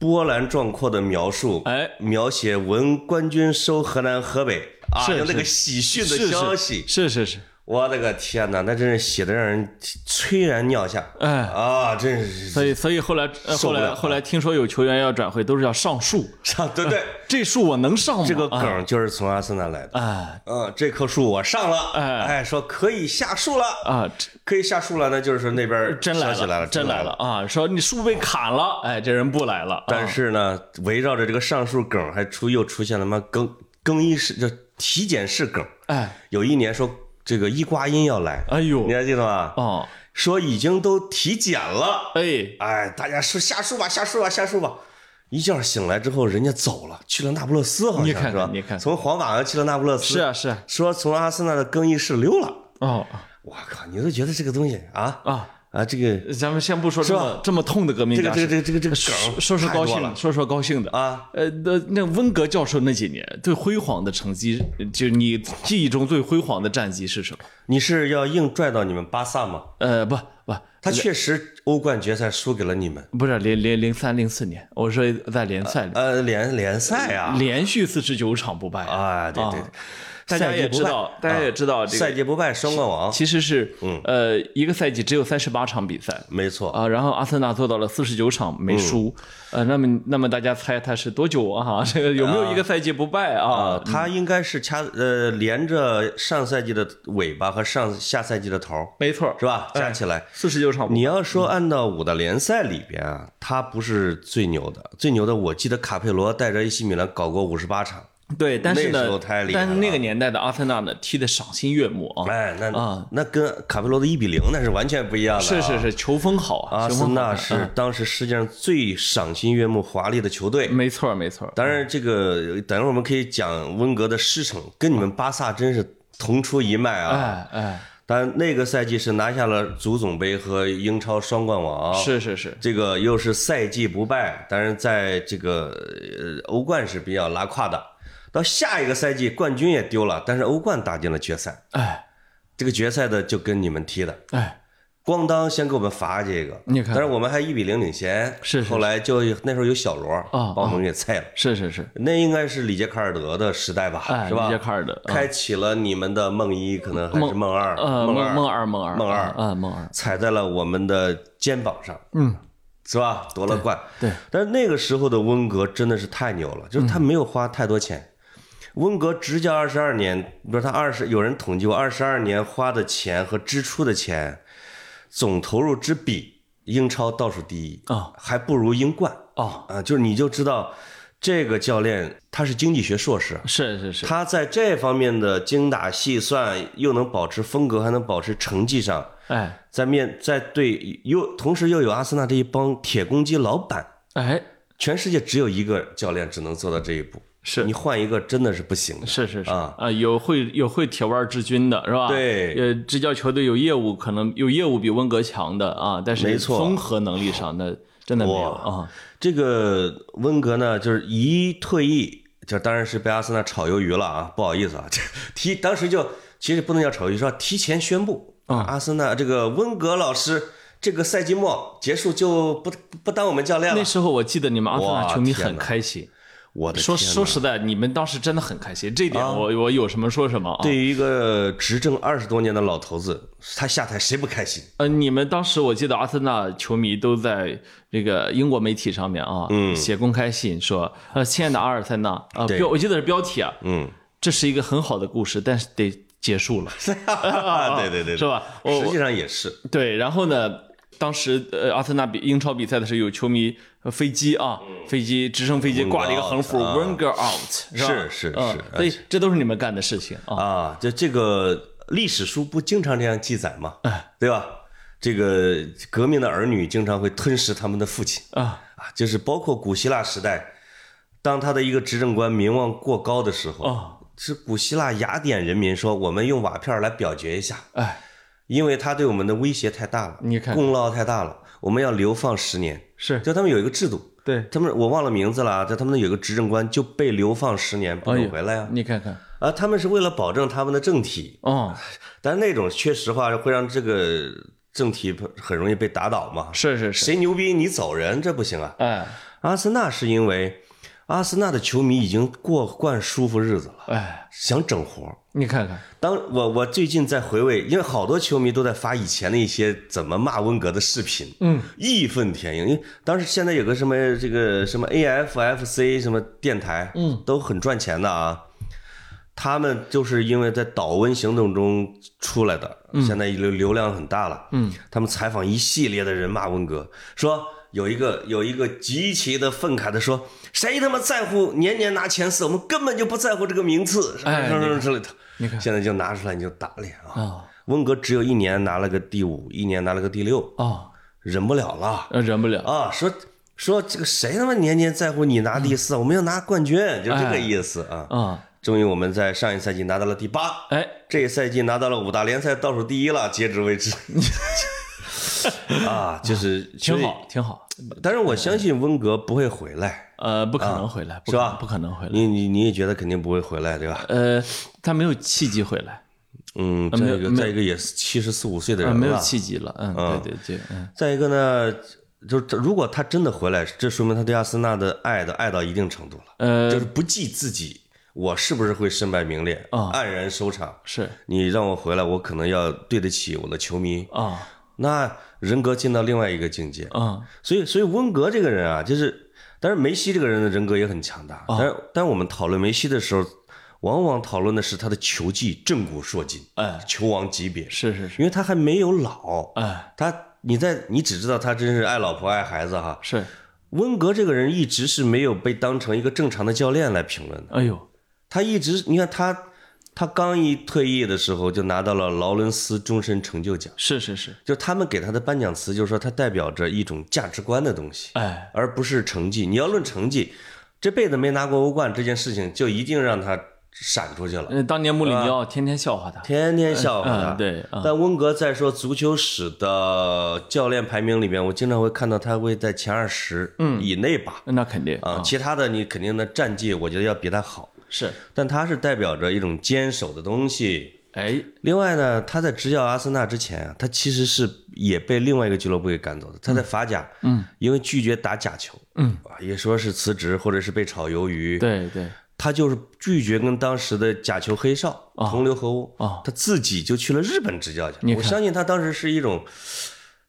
Speaker 2: 波澜壮阔的描述，
Speaker 1: 哎
Speaker 2: 描写文官军收河南河北啊，
Speaker 1: 是
Speaker 2: 有那
Speaker 1: 是
Speaker 2: 个喜讯
Speaker 1: 是
Speaker 2: 的消息，
Speaker 1: 是是是，
Speaker 2: 我的个天哪，那真是写的让人催然尿下
Speaker 1: 哎，
Speaker 2: 啊！真是
Speaker 1: 所以所以后来呃
Speaker 2: 受
Speaker 1: 后
Speaker 2: 不了
Speaker 1: 来
Speaker 2: 啊
Speaker 1: 后来听说有球员要转会，都是要上树，
Speaker 2: 上对 对，
Speaker 1: 这树我能上吗？
Speaker 2: 这个
Speaker 1: 啊
Speaker 2: 梗就是从阿森纳来的。
Speaker 1: 哎
Speaker 2: 嗯，这棵树我上了，
Speaker 1: 哎
Speaker 2: 哎，说可以下树了，
Speaker 1: 啊，这
Speaker 2: 可以下树了，那就是说那边
Speaker 1: 真
Speaker 2: 消
Speaker 1: 来
Speaker 2: 息来了，
Speaker 1: 真
Speaker 2: 来
Speaker 1: 来了。啊！说你树被砍了，哎，这人不来了，
Speaker 2: 但
Speaker 1: 啊
Speaker 2: 是呢，围绕着这个上树梗，还出又出现了妈更更衣室就体检室梗。
Speaker 1: 哎，
Speaker 2: 有一年说这个伊瓜因要来，
Speaker 1: 哎呦
Speaker 2: 你，还记得吗？
Speaker 1: 哦，
Speaker 2: 说已经都体检了，
Speaker 1: 哎，
Speaker 2: 哎，大家说下树吧，下树吧，下树吧。一觉醒来之后，人家走了，去了那不勒斯，好像
Speaker 1: 你看看
Speaker 2: 是吧？
Speaker 1: 你看
Speaker 2: 从皇马要去了那不勒斯，
Speaker 1: 是啊是啊，
Speaker 2: 说从阿森纳的更衣室溜了。
Speaker 1: 哦
Speaker 2: 我靠，你都觉得这个东西啊，
Speaker 1: 啊，
Speaker 2: 啊，这个
Speaker 1: 咱们先不说这么这么痛的革命
Speaker 2: 这个
Speaker 1: 家
Speaker 2: 这
Speaker 1: 史，
Speaker 2: 个这个这个这个
Speaker 1: 说
Speaker 2: 梗
Speaker 1: 说说
Speaker 2: 太
Speaker 1: 高
Speaker 2: 多
Speaker 1: 兴
Speaker 2: 了
Speaker 1: 的，说说高兴的。
Speaker 2: 啊！
Speaker 1: 呃，那那温格教授那几年最辉煌的成绩，就你记忆中最辉煌的战绩是什么？
Speaker 2: 你是要硬拽到你们巴萨吗？
Speaker 1: 呃，不不，
Speaker 2: 他确实欧冠决赛输给了你们，
Speaker 1: 不是零零零三零四年，我说在联赛里、
Speaker 2: 呃，联联赛啊，
Speaker 1: 连续四十九场不败
Speaker 2: 啊，对对
Speaker 1: 啊
Speaker 2: 对，
Speaker 1: 大家也知道，大家也知道这
Speaker 2: 啊赛
Speaker 1: 个
Speaker 2: 季不败，双冠王，
Speaker 1: 啊其实是呃一个赛季只有三十八场比赛。
Speaker 2: 嗯没错，嗯
Speaker 1: 啊，然后阿森纳做到了四十九场没输，呃，那么那么大家猜他是多久啊？ 这个有没有一个赛季不败
Speaker 2: 啊，
Speaker 1: 啊？
Speaker 2: 他应该是掐呃连着上赛季的尾巴和上下赛季的头儿
Speaker 1: 没错，
Speaker 2: 是吧？加起来，
Speaker 1: 四十九场不败
Speaker 2: 你要说按照五大联赛里边啊，他不是最牛的，最牛的我记得卡佩罗带着 AC 米兰搞过五十八场，
Speaker 1: 对，但是
Speaker 2: 那时
Speaker 1: 呢
Speaker 2: 候太厉，害
Speaker 1: 但是那
Speaker 2: 了
Speaker 1: 个年代的阿森纳呢，踢得赏心悦目啊，
Speaker 2: 哎，那
Speaker 1: 啊
Speaker 2: 那跟卡佩罗的一比零那是完全不一样的啊，
Speaker 1: 是是是，球风好啊，
Speaker 2: 阿
Speaker 1: 球风
Speaker 2: 森
Speaker 1: 好
Speaker 2: 纳是当时世界上最赏心悦目、华丽的球队。
Speaker 1: 没错没错，
Speaker 2: 当然，这个等一会儿我们可以讲温格的师承，跟你们巴萨真是同出一脉啊。
Speaker 1: 哎哎，
Speaker 2: 但那个赛季是拿下了足总杯和英超双冠王，
Speaker 1: 是是是，
Speaker 2: 这个又是赛季不败，当然在这个呃欧冠是比较拉胯的。到下一个赛季冠军也丢了，但是欧冠打进了决赛，
Speaker 1: 哎
Speaker 2: 这个决赛的就跟你们踢的，
Speaker 1: 哎，
Speaker 2: 咣当先给我们罚这个，
Speaker 1: 你看
Speaker 2: 但是我们还一比零领先，
Speaker 1: 是是
Speaker 2: 后来就那时候有小罗
Speaker 1: 啊
Speaker 2: 把我们给菜了，
Speaker 1: 是是是，
Speaker 2: 那应该是里杰卡尔德的时代吧，嗯
Speaker 1: 哎，
Speaker 2: 是
Speaker 1: 里杰
Speaker 2: 吧？
Speaker 1: 卡尔的，
Speaker 2: 开启了你们的梦一，可能还是梦二，
Speaker 1: 呃，
Speaker 2: 梦
Speaker 1: 梦
Speaker 2: 二
Speaker 1: 梦二梦二
Speaker 2: 梦二
Speaker 1: 啊啊梦二，
Speaker 2: 踩在了我们的肩膀上，
Speaker 1: 嗯，
Speaker 2: 是吧？夺了冠，
Speaker 1: 对，嗯
Speaker 2: 但是那个时候的温格真的是太牛了，就是他没有花太多钱。温格执教二十二年，不是他二十，有人统计过，二十二年花的钱和支出的钱，总投入之比，英超倒数第一
Speaker 1: 啊，
Speaker 2: 还不如英冠
Speaker 1: 哦，
Speaker 2: 啊。就是你就知道，这个教练他是经济学硕士，
Speaker 1: 是是是，
Speaker 2: 他在这方面的精打细算，又能保持风格，还能保持成绩上，
Speaker 1: 哎
Speaker 2: 在面在对又同时又有阿森纳这一帮铁公鸡老板。
Speaker 1: 哎，
Speaker 2: 全世界只有一个教练只能做到这一步，
Speaker 1: 是
Speaker 2: 你换一个真的是不行的。
Speaker 1: 是是是
Speaker 2: 啊
Speaker 1: 有会有会铁腕治军的是吧？
Speaker 2: 对
Speaker 1: 呃，执教球队有业务，可能有业务比温格强的啊，但
Speaker 2: 没
Speaker 1: 是
Speaker 2: 错
Speaker 1: 综合能力上那真的没有
Speaker 2: 哇
Speaker 1: 啊。
Speaker 2: 这个温格呢，就是一退役，就当然是被阿森纳炒鱿鱼了啊，不好意思啊，这提当时就其实不能叫炒鱿鱼，是吧？提前宣布，
Speaker 1: 啊
Speaker 2: 阿森纳这个温格老师这个赛季末结束就不不当我们教练了
Speaker 1: 那。时候我记得你们阿森纳
Speaker 2: 哇
Speaker 1: 球迷
Speaker 2: 天
Speaker 1: 很
Speaker 2: 哪
Speaker 1: 开心，
Speaker 2: 我的
Speaker 1: 说
Speaker 2: 天哪啊
Speaker 1: 说实在，你们当时真的很开心，这一点我、我有什么说什么啊。
Speaker 2: 对于一个执政二十多年的老头子，他下台谁不开心？
Speaker 1: 呃，你们当时我记得阿森纳球迷都在这个英国媒体上面啊，写公开信说，呃，亲爱的阿尔塞纳，呃，
Speaker 2: 嗯对
Speaker 1: 标我记得是标题啊，
Speaker 2: 嗯，
Speaker 1: 这是一个很好的故事，但是得结束 了，
Speaker 2: 啊
Speaker 1: 啊
Speaker 2: 对对对，
Speaker 1: 是吧？我
Speaker 2: 实际上也是，
Speaker 1: 对，然后呢，当时呃，阿森纳比英超比赛的时候，有球迷呃飞机啊，飞机直升飞机挂了一个横幅
Speaker 2: 嗯 out，啊
Speaker 1: “Wenger out”，吧
Speaker 2: 是是啊
Speaker 1: 嗯
Speaker 2: 是
Speaker 1: 所以这都是你们干的事情啊。
Speaker 2: 啊，就这个历史书不经常这样记载吗？
Speaker 1: 哎
Speaker 2: 对吧？这个革命的儿女经常会吞食他们的父亲
Speaker 1: 啊
Speaker 2: 啊，就是包括古希腊时代，当他的一个执政官名望过高的时候，
Speaker 1: 啊
Speaker 2: 是古希腊雅典人民说我们用瓦片儿来表决一下，
Speaker 1: 哎，
Speaker 2: 因为他对我们的威胁太大了，
Speaker 1: 你看
Speaker 2: 功劳太大了，我们要流放十年。
Speaker 1: 是
Speaker 2: 就他们有一个制度，
Speaker 1: 对，
Speaker 2: 他们我忘了名字了啊，在他们有一个执政官就被流放十年不
Speaker 1: 哎
Speaker 2: 能
Speaker 1: 呦
Speaker 2: 回来呀、
Speaker 1: 你看看，
Speaker 2: 啊，他们是为了保证他们的政体，
Speaker 1: 哦，
Speaker 2: 但是那种缺实话会让这个政体很容易被打倒嘛。
Speaker 1: 是是是，
Speaker 2: 谁牛逼你走人，这不行啊！
Speaker 1: 哎
Speaker 2: 阿森纳是因为阿森纳的球迷已经过惯舒服日子了，
Speaker 1: 哎，
Speaker 2: 想整活儿。
Speaker 1: 你看看，
Speaker 2: 当我我最近在回味，因为好多球迷都在发以前的一些怎么骂温格的视频，嗯，义愤填膺。因为当时现在有个什么这个什么 AFFC 什么电台，嗯，都很赚钱的啊。他们就是因为在倒温行动中出来的，现在流流量很大了。嗯，他们采访一系列的人骂温格，说有一个有一个极其的愤慨的说，谁他妈在乎年年拿前四，我们根本就不在乎这个名次，什么
Speaker 1: 哎
Speaker 2: 什么什么之类的。
Speaker 1: 你看
Speaker 2: 现在就拿出来你就打脸啊！
Speaker 1: 啊
Speaker 2: 温格只有一年拿了个第五，一年拿了个第六，
Speaker 1: 哦，
Speaker 2: 忍不了了
Speaker 1: 呃忍不了，
Speaker 2: 啊！说说这个谁他妈年年在乎你拿第四，我们要拿冠军，就这个
Speaker 1: 嗯哎
Speaker 2: 意思啊！
Speaker 1: 啊，
Speaker 2: 终于我们在上一赛季拿到了第八，
Speaker 1: 哎，
Speaker 2: 这一赛季拿到了五大联赛倒数第一了，截止为止。啊，就是
Speaker 1: 挺好，挺好。
Speaker 2: 但是我相信温格不会回来，
Speaker 1: 呃，不可能回来，不可
Speaker 2: 啊是吧
Speaker 1: 不可能回来。
Speaker 2: 你你你也觉得肯定不会回来，对吧？
Speaker 1: 呃，他没有契机回来，
Speaker 2: 嗯，再
Speaker 1: 啊没有
Speaker 2: 一个，
Speaker 1: 没有
Speaker 2: 再一个也是七十四五岁的
Speaker 1: 呃，
Speaker 2: 人
Speaker 1: 没有
Speaker 2: 了，
Speaker 1: 契机了。嗯，对对对，嗯，
Speaker 2: 再一个呢，就是如果他真的回来，这说明他对阿森纳的爱的爱到一定程度了，
Speaker 1: 呃，
Speaker 2: 就是不计自己我是不是会身败名裂，
Speaker 1: 啊
Speaker 2: 黯然收场。
Speaker 1: 是
Speaker 2: 你让我回来，我可能要对得起我的球迷。
Speaker 1: 啊
Speaker 2: 那人格进到另外一个境界，
Speaker 1: 啊，
Speaker 2: 所以所以温格这个人啊，就是，但是梅西这个人的人格也很强
Speaker 1: 啊
Speaker 2: 大，但但我们讨论梅西的时候，往往讨论的是他的球技震古烁今，
Speaker 1: 哎，
Speaker 2: 球王级别，
Speaker 1: 是是是，
Speaker 2: 因为他还没有老，
Speaker 1: 哎，
Speaker 2: 他你在你只知道他真是爱老婆爱孩子哈。
Speaker 1: 是，
Speaker 2: 温格这个人一直是没有被当成一个正常的教练来评论的，
Speaker 1: 哎呦，
Speaker 2: 他一直你看他，他刚一退役的时候就拿到了劳伦斯终身成就奖，
Speaker 1: 是是是，
Speaker 2: 就他们给他的颁奖词就是说他代表着一种价值观的东西，
Speaker 1: 哎，
Speaker 2: 而不是成绩。你要论成绩，这辈子没拿过欧冠这件事情就一定让他闪出去了，
Speaker 1: 呃，当年穆里尼奥天天笑话他，
Speaker 2: 天天笑话他。
Speaker 1: 嗯，对啊，
Speaker 2: 但温格在说足球史的教练排名里面，我经常会看到他会在前二十以内吧，
Speaker 1: 那肯定
Speaker 2: 嗯啊，其他的你肯定的战绩，我觉得要比他好。
Speaker 1: 是，
Speaker 2: 但他是代表着一种坚守的东西。
Speaker 1: 哎，
Speaker 2: 另外呢，他在执教阿森纳之前啊，他其实是也被另外一个俱乐部给赶走的。他在法甲，嗯，因为拒绝打假球，嗯，啊，也说是辞职或者是被炒鱿鱼，
Speaker 1: 对对，
Speaker 2: 他就是拒绝跟当时的假球黑哨同流合污
Speaker 1: 啊
Speaker 2: 他自己就去了日本执教去
Speaker 1: 你
Speaker 2: 了。
Speaker 1: 看
Speaker 2: 我相信他当时是一种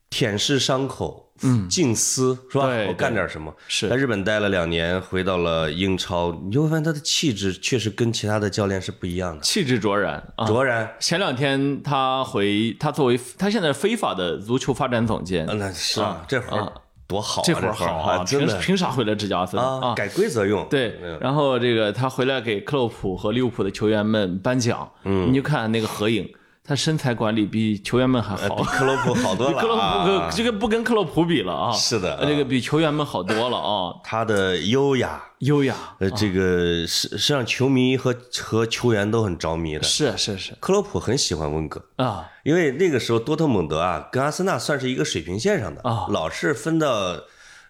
Speaker 2: 舔舐伤口，嗯，静思是吧
Speaker 1: 对？
Speaker 2: 我干点什么？
Speaker 1: 是
Speaker 2: 在日本待了两年，回到了英超，你就会发现他的气质确实跟其他的教练是不一样的，
Speaker 1: 气质卓然啊。
Speaker 2: 卓然。
Speaker 1: 前两天他回，他作为他现在是非法的足球发展总监，
Speaker 2: 啊，那是啊，这会儿多好啊，
Speaker 1: 这
Speaker 2: 会
Speaker 1: 会儿嗯好
Speaker 2: 啊，真
Speaker 1: 凭
Speaker 2: 的
Speaker 1: 凭啥回来执教阿森纳
Speaker 2: 啊，
Speaker 1: 啊？
Speaker 2: 改规则用。
Speaker 1: 对，然后这个他回来给克洛普和利物浦的球员们颁奖，嗯，你就看那个合影，他身材管理比球员们还好
Speaker 2: 比，克洛普好多
Speaker 1: 比克
Speaker 2: 了
Speaker 1: 洛普
Speaker 2: 啊
Speaker 1: 可，这个不跟克洛普比了啊，
Speaker 2: 是的啊
Speaker 1: 这个比球员们好多了啊，
Speaker 2: 他的优雅。
Speaker 1: 优雅，
Speaker 2: 呃，这个是是让球迷和和球员都很着迷的。
Speaker 1: 是是是
Speaker 2: 克洛普很喜欢温格，
Speaker 1: 啊，
Speaker 2: 因为那个时候多特蒙德啊跟阿森纳算是一个水平线上的，
Speaker 1: 啊
Speaker 2: 老是分到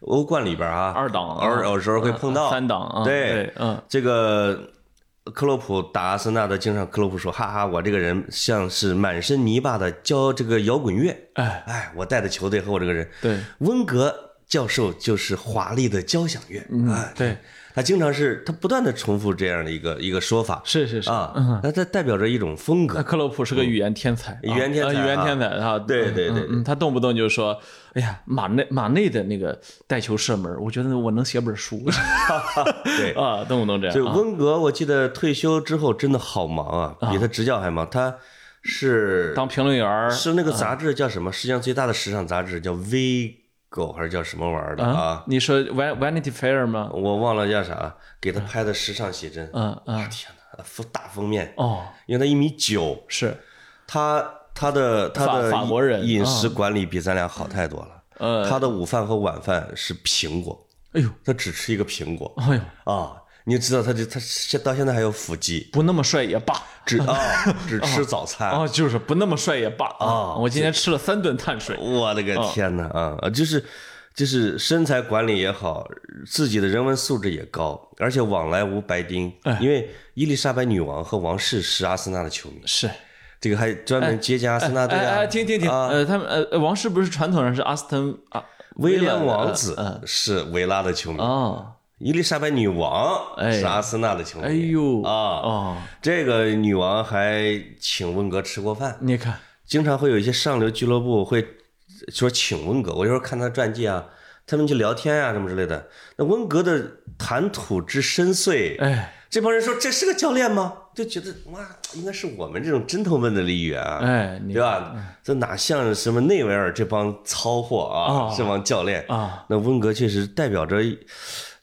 Speaker 2: 欧冠里边啊，
Speaker 1: 二档
Speaker 2: 偶尔
Speaker 1: 啊
Speaker 2: 有时候会碰到
Speaker 1: 三档啊，
Speaker 2: 对
Speaker 1: 对，嗯，
Speaker 2: 这个克洛普打阿森纳的，经常克洛普说：“哈哈，我这个人像是满身泥巴的教这个摇滚乐，
Speaker 1: 哎，
Speaker 2: 哎，我带的球队和我这个人。”
Speaker 1: 对，
Speaker 2: 温格教授就是华丽的交响乐，哎，
Speaker 1: 嗯对，
Speaker 2: 他经常是他不断的重复这样的一个一个说法
Speaker 1: 是是是。嗯
Speaker 2: 啊，那它代表着一种风
Speaker 1: 那
Speaker 2: 格，
Speaker 1: 克洛普是个语言天才啊，
Speaker 2: 嗯语言天才
Speaker 1: 呃语言
Speaker 2: 啊
Speaker 1: 天才啊！
Speaker 2: 对对
Speaker 1: 嗯
Speaker 2: 对
Speaker 1: 嗯，他动不动就说：“哎呀，马内马内的那个带球射门，我觉得我能写本书。
Speaker 2: 对”。
Speaker 1: 啊，动不动这
Speaker 2: 所以
Speaker 1: 样啊。
Speaker 2: 温格，我记得退休之后真的好忙啊，比他执教还忙。他是
Speaker 1: 当评论员儿啊
Speaker 2: 是那个杂志叫什么？世界上最大的时尚杂志叫《V 狗》还是叫什么玩意儿的啊？
Speaker 1: 你说 Van Vanity Fair 吗？
Speaker 2: 我忘了叫啥，给他
Speaker 1: 啊
Speaker 2: 拍的时尚写真。哎
Speaker 1: 嗯嗯，
Speaker 2: 天哪，封大封面，
Speaker 1: 哦，
Speaker 2: 因为他一米九，
Speaker 1: 是，
Speaker 2: 他他的他的
Speaker 1: 法法国人啊
Speaker 2: 饮食管理比咱俩好太多了。
Speaker 1: 呃，
Speaker 2: 他的午饭和晚饭是苹果，
Speaker 1: 哎呦，
Speaker 2: 他只吃一个苹果
Speaker 1: 哎呦，
Speaker 2: 啊。你知道他这他现到现在还有腹肌，
Speaker 1: 不那么帅也罢
Speaker 2: 只啊只吃早餐，
Speaker 1: 啊，就是不那么帅也罢啊。
Speaker 2: 啊
Speaker 1: 我今天吃了三顿碳水，
Speaker 2: 我的个
Speaker 1: 哦
Speaker 2: 天哪啊！啊就是就是身材管理也好，自己的人文素质也高，而且往来无白丁。
Speaker 1: 哎
Speaker 2: 因为伊丽莎白女王和王室是阿森纳的球迷，
Speaker 1: 是。
Speaker 2: 这个还专门接见阿森纳队
Speaker 1: 哎
Speaker 2: 啊。
Speaker 1: 哎，听听听，呃，他们呃，王室不是传统上是阿斯顿啊，
Speaker 2: 威
Speaker 1: 廉呃的
Speaker 2: 廉王子是维拉的球迷，
Speaker 1: 哦，
Speaker 2: 伊丽莎白女王
Speaker 1: 哎
Speaker 2: 是阿森纳的球迷。
Speaker 1: 哎呦
Speaker 2: 嗯啊，
Speaker 1: 哦，
Speaker 2: 这个女王还请温格吃过饭，
Speaker 1: 你看，
Speaker 2: 经常会有一些上流俱乐部会说请温格，我有时候看他传记啊，他们去聊天啊什么之类的。那温格的谈吐之深邃，
Speaker 1: 哎
Speaker 2: 这帮人说这是个教练吗？就觉得哇，应该是我们这种针头们的一员啊，
Speaker 1: 哎，你
Speaker 2: 对吧？这哪像什么内维尔这帮糙货啊
Speaker 1: 哦，
Speaker 2: 这帮教练
Speaker 1: 啊，
Speaker 2: 那温格确实代表着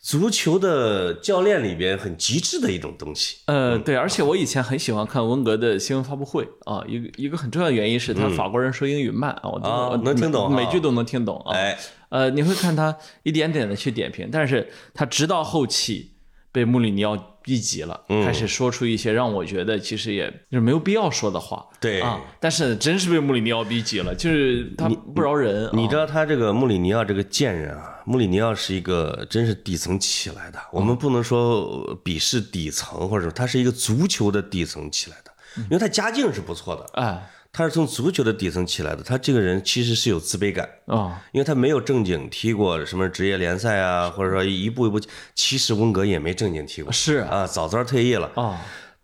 Speaker 2: 足球的教练里边很极致的一种东西。
Speaker 1: 呃，对，而且我以前很喜欢看温格的新闻发布会啊，一个一个很重要的原因是他法国人说英语慢啊，我都
Speaker 2: 嗯啊
Speaker 1: 我
Speaker 2: 能听懂
Speaker 1: 每
Speaker 2: 啊
Speaker 1: 每句都能听懂啊。
Speaker 2: 哎，
Speaker 1: 呃，你会看他一点点的去点评，但是他直到后期，被穆里尼奥逼急了，
Speaker 2: 嗯
Speaker 1: 开始说出一些让我觉得其实也就是没有必要说的话。
Speaker 2: 对
Speaker 1: 啊，但是真是被穆里尼奥逼急了，就是他不饶人。
Speaker 2: 你
Speaker 1: 啊
Speaker 2: 知道他这个穆里尼奥这个贱人啊，穆里尼奥是一个真是底层起来的，我们
Speaker 1: 嗯
Speaker 2: 不能说鄙视底层，或者说他是一个足球的底层起来的，
Speaker 1: 嗯
Speaker 2: 因为他家境是不错的，
Speaker 1: 哎
Speaker 2: 他是从足球的底层起来的，他这个人其实是有自卑感，
Speaker 1: 啊
Speaker 2: 因为他没有正经踢过什么职业联赛啊，或者说一步一步，其实温格也没正经踢过，
Speaker 1: 是
Speaker 2: 啊，早早退役了。
Speaker 1: 啊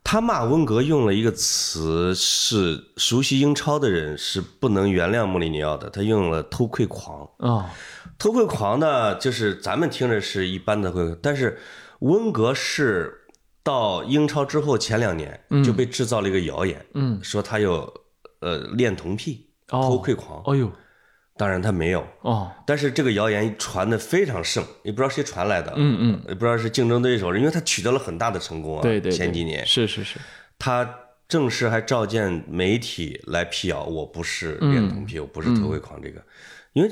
Speaker 2: 他骂温格用了一个词是熟悉英超的人是不能原谅穆里尼奥的，他用了偷窥狂。
Speaker 1: 啊
Speaker 2: 偷窥狂呢，就是咱们听着是一般的偷窥，但是温格是到英超之后前两年就被制造了一个谣言，
Speaker 1: 嗯，
Speaker 2: 说他有呃恋童癖、
Speaker 1: 哦
Speaker 2: 偷窥狂，
Speaker 1: 哎呦
Speaker 2: 当然他没有。
Speaker 1: 哦
Speaker 2: 但是这个谣言传的非常盛，也不知道谁传来的，
Speaker 1: 嗯嗯，
Speaker 2: 也不知道是竞争对手，因为他取得了很大的成功啊。
Speaker 1: 对对对
Speaker 2: 前几年
Speaker 1: 是是是
Speaker 2: 他正式还召见媒体来辟谣，我不是恋童癖，我不是偷窥狂这个，因为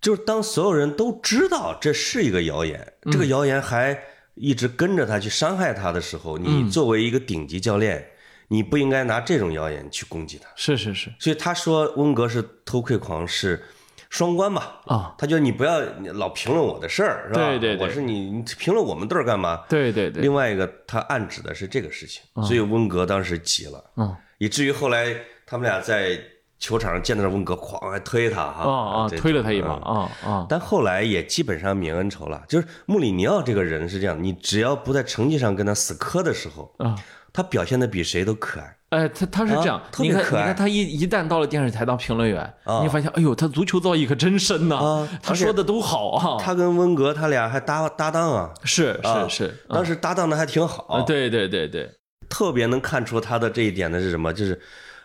Speaker 2: 就是当所有人都知道这是一个谣言，这个谣言还一直跟着他去伤害他的时候，
Speaker 1: 嗯
Speaker 2: 你作为一个顶级教练，你不应该拿这种谣言去攻击他。
Speaker 1: 是是是
Speaker 2: 所以他说温格是偷窥狂是双关吧？
Speaker 1: 啊，
Speaker 2: 他觉得你不要老评论我的事儿，是吧？
Speaker 1: 对对对
Speaker 2: 我是你，你评论我们队儿干嘛？
Speaker 1: 对对对，
Speaker 2: 另外一个，他暗指的是这个事情，所以温格当时急了，
Speaker 1: 嗯
Speaker 2: 以至于后来他们俩在球场上见到温格，狂还推他哈，
Speaker 1: 啊啊，
Speaker 2: 这
Speaker 1: 推了他一把。
Speaker 2: 嗯
Speaker 1: 啊啊，
Speaker 2: 但后来也基本上泯恩仇了，就是穆里尼奥这个人是这样，你只要不在成绩上跟他死磕的时候，
Speaker 1: 啊
Speaker 2: 他表现的比谁都可爱。
Speaker 1: 哎，他他是这样
Speaker 2: 啊，特
Speaker 1: 你
Speaker 2: 别
Speaker 1: 看，你
Speaker 2: 可爱
Speaker 1: 看他一一旦到了电视台当评论员，
Speaker 2: 啊
Speaker 1: 你会发现，哎呦，他足球造诣可真深呐
Speaker 2: 啊，
Speaker 1: 他说的都好啊，
Speaker 2: 他跟温格他俩还搭搭档啊，
Speaker 1: 是
Speaker 2: 啊哦
Speaker 1: 是是，
Speaker 2: 当时搭档的还挺
Speaker 1: 啊，
Speaker 2: 好，
Speaker 1: 对对对对，
Speaker 2: 特别能看出他的这一点的是什么？就是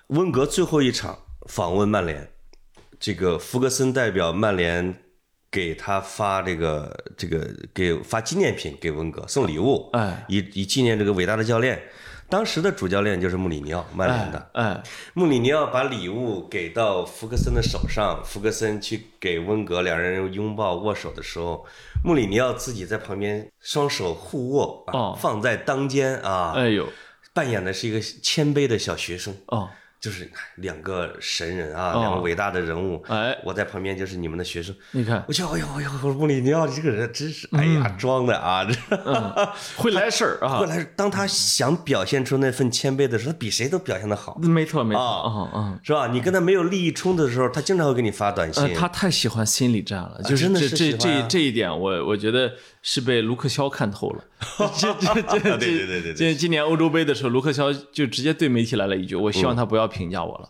Speaker 2: 温格最后一场访问曼联，这个福格森代表曼联给他发这个这个给发纪念品给温格送礼物，
Speaker 1: 哎
Speaker 2: 以以纪念这个伟大的教练。当时的主教练就是穆里尼奥，曼联的。
Speaker 1: 哎哎
Speaker 2: 穆里尼奥把礼物给到福格森的手上，福格森去给温格两人拥抱握手的时候，穆里尼奥自己在旁边双手互握，啊
Speaker 1: 哦
Speaker 2: 放在当间啊，
Speaker 1: 哎呦
Speaker 2: 扮演的是一个谦卑的小学生，
Speaker 1: 哦
Speaker 2: 就是哎两个神人啊，
Speaker 1: 哦
Speaker 2: 两个伟大的人物。
Speaker 1: 哎，
Speaker 2: 我在旁边就是你们的学生，
Speaker 1: 你看
Speaker 2: 我就哎呦哎呦，我说穆里尼奥你这个人真是，哎呀，
Speaker 1: 嗯
Speaker 2: 装的啊！这
Speaker 1: 会来事儿
Speaker 2: 后
Speaker 1: 啊，
Speaker 2: 来当他想表现出那份谦卑的时候，他比谁都表现的好，
Speaker 1: 没错没错
Speaker 2: 啊
Speaker 1: 啊啊。
Speaker 2: 是吧？你跟他没有利益冲突的时候，他经常会给你发短
Speaker 1: 呃
Speaker 2: 信，，
Speaker 1: 他太喜欢心理战了，就
Speaker 2: 真的
Speaker 1: 这
Speaker 2: 是
Speaker 1: 这
Speaker 2: 喜欢啊
Speaker 1: 这这一点我，我觉得是被卢克肖看 透了。这这这这，
Speaker 2: 对对对对对
Speaker 1: 今今年欧洲杯的时候，卢克肖就直接对媒体来了一句：“我希
Speaker 2: 嗯
Speaker 1: 望他不要评价我了。”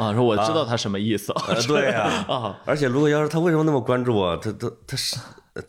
Speaker 1: 啊，说我知道他什么意思。
Speaker 2: 呃 对啊，
Speaker 1: 啊，
Speaker 2: 而且卢克要是他为什么那么关注我？他他他是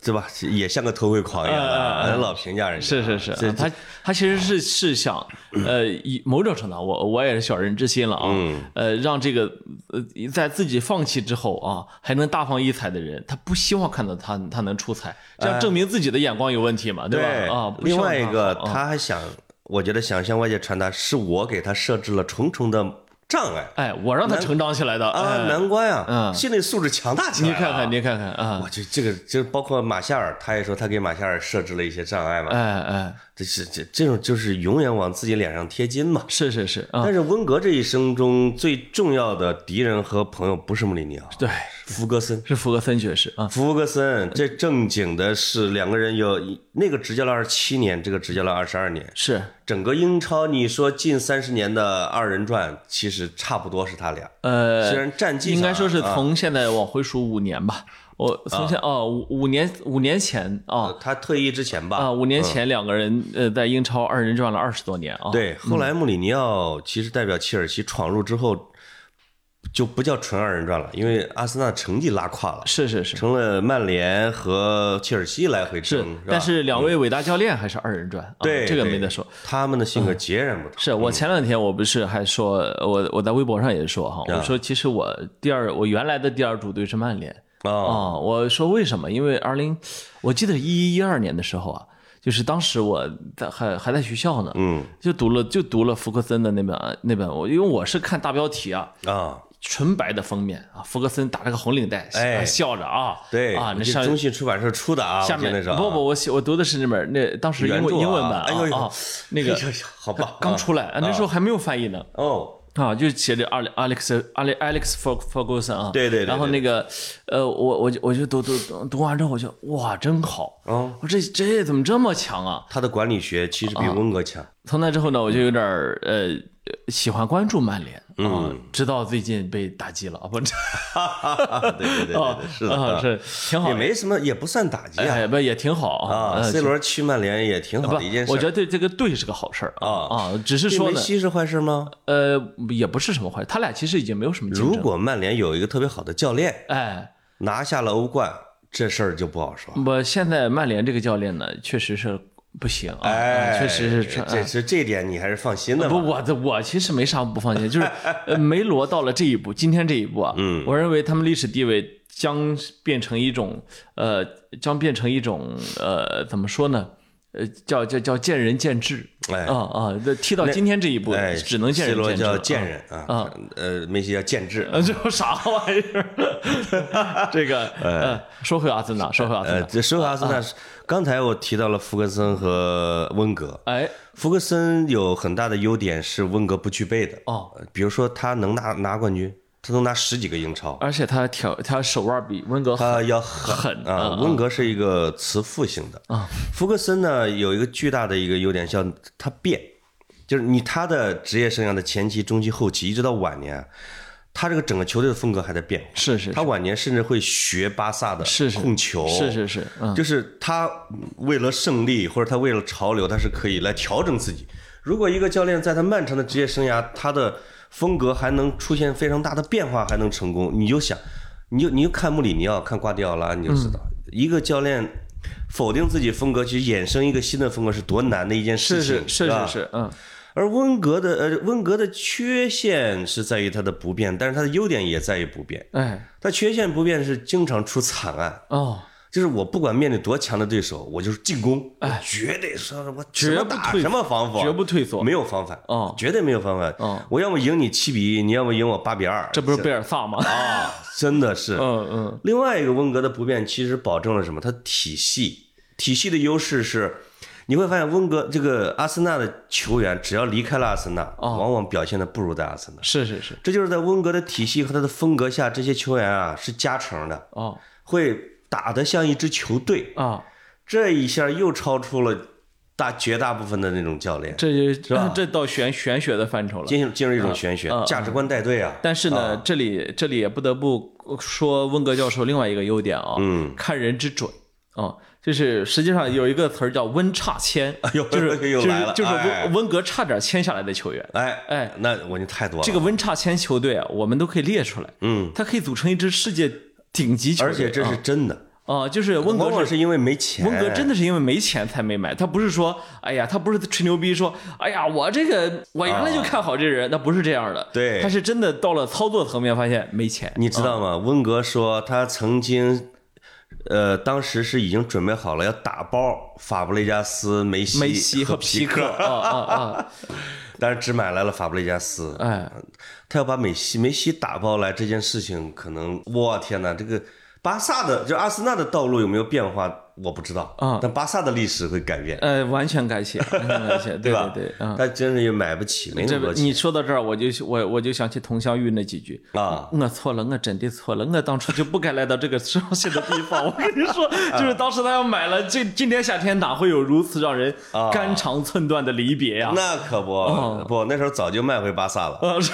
Speaker 2: 对吧？也像个偷窥狂一样啊
Speaker 1: 哎哎哎
Speaker 2: 的，老评价人家。
Speaker 1: 是是是，
Speaker 2: 这
Speaker 1: 啊他他其实是是想，呃，以某种程度，我我也是小人之心了啊，
Speaker 2: 嗯
Speaker 1: 呃，让这个呃在自己放弃之后啊，还能大放异彩的人，他不希望看到他他能出彩，这样证明自己的眼光有问题嘛，对吧？啊，不希
Speaker 2: 哎另
Speaker 1: 望
Speaker 2: 外一个
Speaker 1: 好啊
Speaker 2: 他还想，我觉得想向外界传达是我给他设置了重重的障碍
Speaker 1: 哎，我让他成长起来的，
Speaker 2: 啊，
Speaker 1: 哎
Speaker 2: 难怪啊，
Speaker 1: 嗯
Speaker 2: 心理素质强大起来
Speaker 1: 你
Speaker 2: 了啊。
Speaker 1: 看看，你看看啊
Speaker 2: 我，就这个，就包括马夏尔，他也说他给马夏尔设置了一些障碍嘛，
Speaker 1: 哎哎，
Speaker 2: 这是这这种就是永远往自己脸上贴金嘛。
Speaker 1: 是是是啊，
Speaker 2: 但是温格这一生中最重要的敌人和朋友不是穆里尼奥，
Speaker 1: 对，
Speaker 2: 福格森。
Speaker 1: 是福格森爵士啊，
Speaker 2: 福格森这正经的是两个人有那个执教了二十七年，这个执教了二十二年，
Speaker 1: 是
Speaker 2: 整个英超，你说近三十年的二人转，其实差不多是他俩。
Speaker 1: 呃，
Speaker 2: 虽然战绩上
Speaker 1: 应该说是
Speaker 2: 啊
Speaker 1: 从现在往回数五年吧。我从现哦五五年五年前啊
Speaker 2: 呃他退役之前吧，
Speaker 1: 啊五年前两个人呃在英超二人转了二十多年啊。
Speaker 2: 嗯对，后来穆里尼奥其实代表切尔西闯入之后，就不叫纯二人转了，因为阿森纳成绩拉胯了，
Speaker 1: 是是是
Speaker 2: 成了曼联和切尔西来回
Speaker 1: 是
Speaker 2: 争，吧嗯
Speaker 1: 但是两位伟大教练还是二人转，啊
Speaker 2: 对
Speaker 1: 这个没
Speaker 2: 对
Speaker 1: 得说。
Speaker 2: 他们的性格截然不同。
Speaker 1: 嗯
Speaker 2: 嗯
Speaker 1: 是我前两天我不是还说，我我在微博上也说哈，我说其实我第二我原来的第二主队是曼联，
Speaker 2: 啊，
Speaker 1: 啊、我说为什么？因为二零，我记得一一一二年的时候啊，就是当时我在还还在学校呢，
Speaker 2: 嗯
Speaker 1: 就读了就读了福克森的那本那本，我因为我是看大标题啊，
Speaker 2: 啊，
Speaker 1: 纯白的封面啊，福格森打了个红领带，
Speaker 2: 哎
Speaker 1: 笑着啊，
Speaker 2: 对
Speaker 1: 啊，那
Speaker 2: 这
Speaker 1: 上
Speaker 2: 中信出版社出的啊，
Speaker 1: 下
Speaker 2: 我记
Speaker 1: 面
Speaker 2: 得那是啊
Speaker 1: 不不，我写我读的是那本那当时英
Speaker 2: 原
Speaker 1: 文
Speaker 2: 著啊
Speaker 1: 英文版啊
Speaker 2: 哎呦呦
Speaker 1: 啊，那 个
Speaker 2: 哎呦呦好吧，
Speaker 1: 刚
Speaker 2: 啊
Speaker 1: 出来啊，那时候还没有翻译呢
Speaker 2: 哦，
Speaker 1: 啊，就写的 Alex Alex Alex Alex Fer- Ferguson 啊，
Speaker 2: 对对对
Speaker 1: 然后那个呃，我我就我就读读读读完之后，我就哇，真好，
Speaker 2: 哦，
Speaker 1: 我这这怎么这么强啊？
Speaker 2: 他的管理学其实
Speaker 1: 哦
Speaker 2: 比温格强，
Speaker 1: 从那之后呢，我就有点儿呃喜欢关注曼联
Speaker 2: 嗯
Speaker 1: 啊，直到最近被打击了啊，不，
Speaker 2: 啊对对对对对，哦是
Speaker 1: 啊
Speaker 2: 的，嗯
Speaker 1: 是挺好
Speaker 2: 也
Speaker 1: 的，
Speaker 2: 没什么，也不算打击啊
Speaker 1: 哎不也挺好
Speaker 2: 啊
Speaker 1: 呃
Speaker 2: ，C 罗去曼联也挺好
Speaker 1: 不
Speaker 2: 的一件，事。
Speaker 1: 我觉得对这个队是个好事儿
Speaker 2: 啊
Speaker 1: 啊，只是
Speaker 2: 对
Speaker 1: 说
Speaker 2: 梅
Speaker 1: 呢，
Speaker 2: 西是坏事吗？
Speaker 1: 呃，也不是什么坏，他俩其实已经没有什么竞
Speaker 2: 如
Speaker 1: 争。
Speaker 2: 果曼联有一个特别好的教练，
Speaker 1: 哎，
Speaker 2: 拿下了欧冠，这事儿就不好说。
Speaker 1: 我现在曼联这个教练呢，确实是不行啊，
Speaker 2: 哎，
Speaker 1: 确实是
Speaker 2: 这
Speaker 1: 穿。
Speaker 2: 这这这点你还是放心的
Speaker 1: 不，
Speaker 2: 吧？
Speaker 1: 我这我其实没啥不放心，就是呃梅罗到了这一步，今天这一步啊，
Speaker 2: 嗯
Speaker 1: 我认为他们历史地位将变成一种呃，将变成一种呃，怎么说呢？呃，叫叫叫见仁见智
Speaker 2: 哎
Speaker 1: 啊啊！这踢到今天这一步
Speaker 2: 哎，，
Speaker 1: 只能见
Speaker 2: C
Speaker 1: 仁
Speaker 2: 罗
Speaker 1: 见智
Speaker 2: 叫
Speaker 1: 了。
Speaker 2: 贱人啊，呃，梅西叫贱智。
Speaker 1: 呃，这有啥玩意儿？ 这个
Speaker 2: 哎
Speaker 1: 呃，说回阿森纳，说回阿森
Speaker 2: 呃，
Speaker 1: 纳，
Speaker 2: 这说回阿
Speaker 1: 啊
Speaker 2: 森纳，刚才我提到了福格森和温格，
Speaker 1: 哎，
Speaker 2: 福格森有很大的优点是温格不具备的
Speaker 1: 哦，
Speaker 2: 呃比如说他能拿拿冠军，他能拿十几个英超，
Speaker 1: 而且他挑他手腕比温格好，
Speaker 2: 他要狠
Speaker 1: 狠嗯
Speaker 2: 啊。温格是一个慈父型的啊，福格森呢有一个巨大的一个优点，叫他变，就是你他的职业生涯的前期、中期、后期，一直到晚年啊，他这个整个球队的风格还在变。
Speaker 1: 是是
Speaker 2: 他晚年甚至会学巴萨的
Speaker 1: 是是
Speaker 2: 控球，
Speaker 1: 是是是，嗯，
Speaker 2: 就是他为了胜利或者他为了潮流，他是可以来调整自己。如果一个教练在他漫长的职业生涯，他的风格还能出现非常大的变化，还能成功，你就想，你就你就看穆里尼奥、看瓜迪奥拉，你就知道，
Speaker 1: 嗯
Speaker 2: 一个教练否定自己风格去衍生一个新的风格是多难的一件事
Speaker 1: 是
Speaker 2: 情，
Speaker 1: 是是
Speaker 2: 吧
Speaker 1: 是是，嗯，
Speaker 2: 而温格的呃，温格的缺陷是在于他的不变，但是他的优点也在于不变。
Speaker 1: 哎，
Speaker 2: 他缺陷不变是经常出惨案，
Speaker 1: 哦。
Speaker 2: 就是我不管面对多强的对手，我就是进攻，我绝对说我
Speaker 1: 哎绝
Speaker 2: 什么
Speaker 1: 不
Speaker 2: 打
Speaker 1: 退
Speaker 2: 什么防守，
Speaker 1: 绝不退缩
Speaker 2: 没有防范，
Speaker 1: 哦
Speaker 2: 绝对没有防范。
Speaker 1: 哦
Speaker 2: 我要么赢你七比一，你要么赢我八比二，
Speaker 1: 这不是贝尔萨 吗？
Speaker 2: 啊，真的是。
Speaker 1: 嗯嗯，
Speaker 2: 另外一个温格的不变，其实保证了什么？他体系体系的优势是，你会发现温格这个阿森纳的球员，只要离开了阿森纳，
Speaker 1: 哦
Speaker 2: 往往表现的不如在阿森纳。
Speaker 1: 是是是，
Speaker 2: 这就是在温格的体系和他的风格下，这些球员啊是加成的，
Speaker 1: 哦
Speaker 2: 会打得像一支球队。
Speaker 1: 啊，
Speaker 2: 这一下又超出了大绝大部分的那种教练，
Speaker 1: 这就是
Speaker 2: 吧
Speaker 1: 这到玄玄学的范畴了。
Speaker 2: 进入进入一种玄学
Speaker 1: 嗯嗯，
Speaker 2: 价值观带队啊。
Speaker 1: 但是呢，这里这里也不得不说温格教授另外一个优点啊，
Speaker 2: 嗯，
Speaker 1: 看人之准啊，就是实际上有一个词儿叫温差签，
Speaker 2: 哎呦
Speaker 1: 就是就
Speaker 2: 又
Speaker 1: 是
Speaker 2: 来了
Speaker 1: 就是
Speaker 2: 哎
Speaker 1: 温温格差点签下来的球员，
Speaker 2: 哎
Speaker 1: 哎，
Speaker 2: 那我就太多了。
Speaker 1: 这个温差签球队啊，我们都可以列出来，
Speaker 2: 嗯，
Speaker 1: 它可以组成一支世界顶级球队，
Speaker 2: 而且这是真的，
Speaker 1: 啊，啊就是温格
Speaker 2: 往
Speaker 1: 是
Speaker 2: 往是因为没钱。
Speaker 1: 温格真的是因为没钱才没买，他不是说，哎呀，他不是吹牛逼说，哎呀，我这个我原来就看好这人，那不是这样的，
Speaker 2: 对
Speaker 1: 他是真的到了操作层面发现没钱，
Speaker 2: 你知道
Speaker 1: 啊
Speaker 2: 吗？温格说他曾经，呃，当时是已经准备好了要打包法布雷加斯、梅西、
Speaker 1: 梅西和
Speaker 2: 皮
Speaker 1: 皮克，啊啊
Speaker 2: 但是只买来了法布雷加斯。
Speaker 1: 啊，哎，
Speaker 2: 他要把梅西梅西打包来这件事情，可能我天哪，这个巴萨的就阿森纳的道路有没有变化，我不知道
Speaker 1: 啊
Speaker 2: 但巴萨的历史会改变，
Speaker 1: 呃，完全感谢，完全感 谢，对
Speaker 2: 吧？
Speaker 1: 对对，嗯，
Speaker 2: 他真是也买不起，没那
Speaker 1: 这
Speaker 2: 么多
Speaker 1: 个
Speaker 2: 钱
Speaker 1: 你说到这儿，我就我我就想起佟湘玉那几句。
Speaker 2: 啊。
Speaker 1: 我错了，我真的错了，我当初就不该来到这个伤心的地方。我 跟你说，就是当时他要买了，这今天夏天哪会有如此让人
Speaker 2: 啊
Speaker 1: 肝肠寸断的离别呀、
Speaker 2: 那可不、
Speaker 1: 哦
Speaker 2: 不，那时候早就卖回巴萨了。
Speaker 1: 啊，是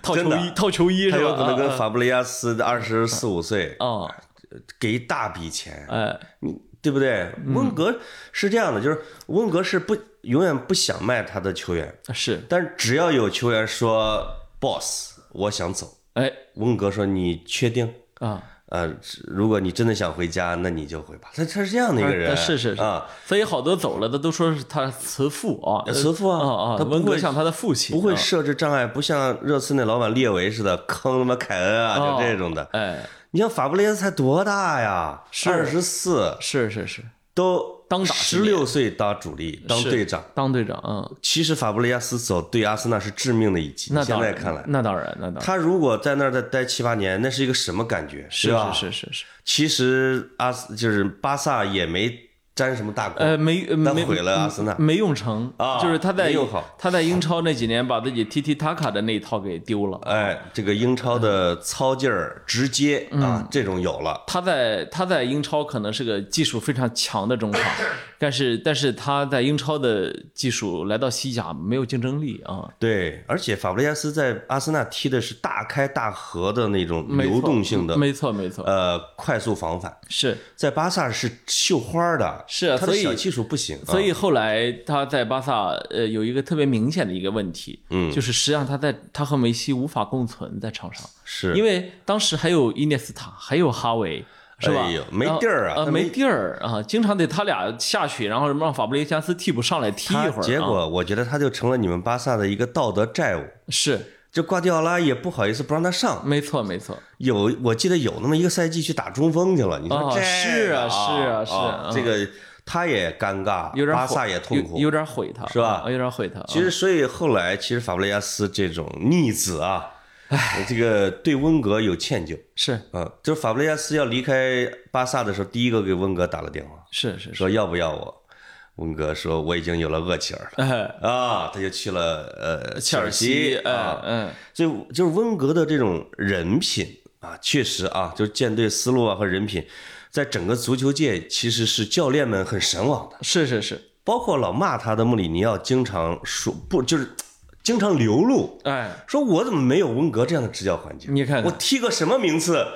Speaker 1: 套
Speaker 2: 真
Speaker 1: 球
Speaker 2: 的啊
Speaker 1: 衣，套球衣
Speaker 2: 他
Speaker 1: 是
Speaker 2: 有
Speaker 1: 吧？
Speaker 2: 可能
Speaker 1: 啊
Speaker 2: 跟法布雷加斯二十四五岁，
Speaker 1: 哦，
Speaker 2: 给一大笔钱，
Speaker 1: 哎，
Speaker 2: 你对不对？
Speaker 1: 嗯
Speaker 2: 温格是这样的，就是温格是不永远不想卖他的球员，
Speaker 1: 是，
Speaker 2: 但是只要有球员说 “boss，我想走”，
Speaker 1: 哎
Speaker 2: 温格说：“你确定？
Speaker 1: 啊，
Speaker 2: 呃，如果你真的想回家，那你就回吧。”他他是这样的一个人，
Speaker 1: 啊是是是
Speaker 2: 啊，
Speaker 1: 所以好多走了的都说是他慈父啊，
Speaker 2: 慈父啊
Speaker 1: 啊啊，
Speaker 2: 他不
Speaker 1: 温格
Speaker 2: 会
Speaker 1: 像他的父亲，
Speaker 2: 不会
Speaker 1: 啊，
Speaker 2: 设置障碍，不像热刺那老板列维似的坑他妈凯恩啊，
Speaker 1: 哦
Speaker 2: 就这种的。
Speaker 1: 哎，
Speaker 2: 你像法布雷斯才多大呀？二十四
Speaker 1: 是是是，
Speaker 2: 都
Speaker 1: 当打
Speaker 2: 十六岁当主力，当队长，
Speaker 1: 当队长。嗯，
Speaker 2: 其实法布雷加斯走对阿森纳是致命的一击。
Speaker 1: 那
Speaker 2: 现在看来，
Speaker 1: 那当然，那当然。
Speaker 2: 他如果在那儿再待七八年，那是一个什么感觉？
Speaker 1: 是
Speaker 2: 吧？
Speaker 1: 是是是是。
Speaker 2: 其实阿就是巴萨也没沾什么大锅，
Speaker 1: 呃，没
Speaker 2: 但
Speaker 1: 没嗯
Speaker 2: 毁哦了阿森纳，
Speaker 1: 没用成
Speaker 2: 啊
Speaker 1: 就是他在
Speaker 2: 没用好
Speaker 1: 他在英超那几年把自己踢踢塔卡的那一套给丢 了。
Speaker 2: 哎，这个英超的操劲儿、直接
Speaker 1: 嗯
Speaker 2: 啊，这种有了。
Speaker 1: 他在他在英超可能是个技术非常强的中 场，但是但是他在英超的技术来到西甲没有竞争力啊。
Speaker 2: 对，而且法布雷加斯在阿森纳踢的是大开大合的那种
Speaker 1: 没错嗯
Speaker 2: 流动性的，
Speaker 1: 没错没错，
Speaker 2: 呃，快速防反，
Speaker 1: 是。
Speaker 2: 在巴萨是绣花儿的，
Speaker 1: 是啊
Speaker 2: 他的
Speaker 1: 所以
Speaker 2: 小技术不行啊，
Speaker 1: 所以后来他在巴萨，呃，有一个特别明显的一个问题，
Speaker 2: 嗯
Speaker 1: 就是实际上他在他和梅西无法共存在场上，
Speaker 2: 是哎
Speaker 1: 因为当时还有伊涅斯塔，还有哈维，是吧？
Speaker 2: 哎呦没地儿啊
Speaker 1: 然后呃，
Speaker 2: 他没
Speaker 1: 没地儿啊，经常得他俩下去，然后让法布雷加斯替补上来踢一
Speaker 2: 他
Speaker 1: 会儿啊，
Speaker 2: 结果我觉得他就成了你们巴萨的一个道德债务。
Speaker 1: 是
Speaker 2: 这瓜迪奥拉也不好意思不让他上，
Speaker 1: 没错没错，
Speaker 2: 有我记得有那么一个赛季去打中锋去了，你说
Speaker 1: 哦
Speaker 2: 这
Speaker 1: 是
Speaker 2: 个
Speaker 1: 啊是啊
Speaker 2: 啊
Speaker 1: 是啊
Speaker 2: 这个他也尴尬，
Speaker 1: 有点
Speaker 2: 巴
Speaker 1: 毁
Speaker 2: 啊萨也痛苦
Speaker 1: 有，有点毁他，
Speaker 2: 是吧
Speaker 1: 啊有点毁他，
Speaker 2: 其
Speaker 1: 啊
Speaker 2: 实，所以后来其实法布雷加斯这种逆子啊，这个对温格有歉疚。
Speaker 1: 是
Speaker 2: 嗯，就是法布雷加斯要离开巴萨的时候，第一个给温格打了电话，
Speaker 1: 是是是，
Speaker 2: 说要不要我。温格说我已经有了厄齐尔
Speaker 1: 哎，
Speaker 2: 了啊，他就去了呃切
Speaker 1: 切
Speaker 2: 尔
Speaker 1: 尔
Speaker 2: 西
Speaker 1: 西，
Speaker 2: 啊
Speaker 1: 哎，嗯，
Speaker 2: 所以就是温格的这种人品啊，确实啊，就是舰队思路啊和人品，在整个足球界其实是教练们很神往的。
Speaker 1: 是是是，
Speaker 2: 包括老骂他的穆里尼奥，经常说不就是经常流露，
Speaker 1: 哎，
Speaker 2: 说我怎么没有温格这样的执教环境？
Speaker 1: 你看
Speaker 2: 我
Speaker 1: 看，
Speaker 2: 踢个什么名次，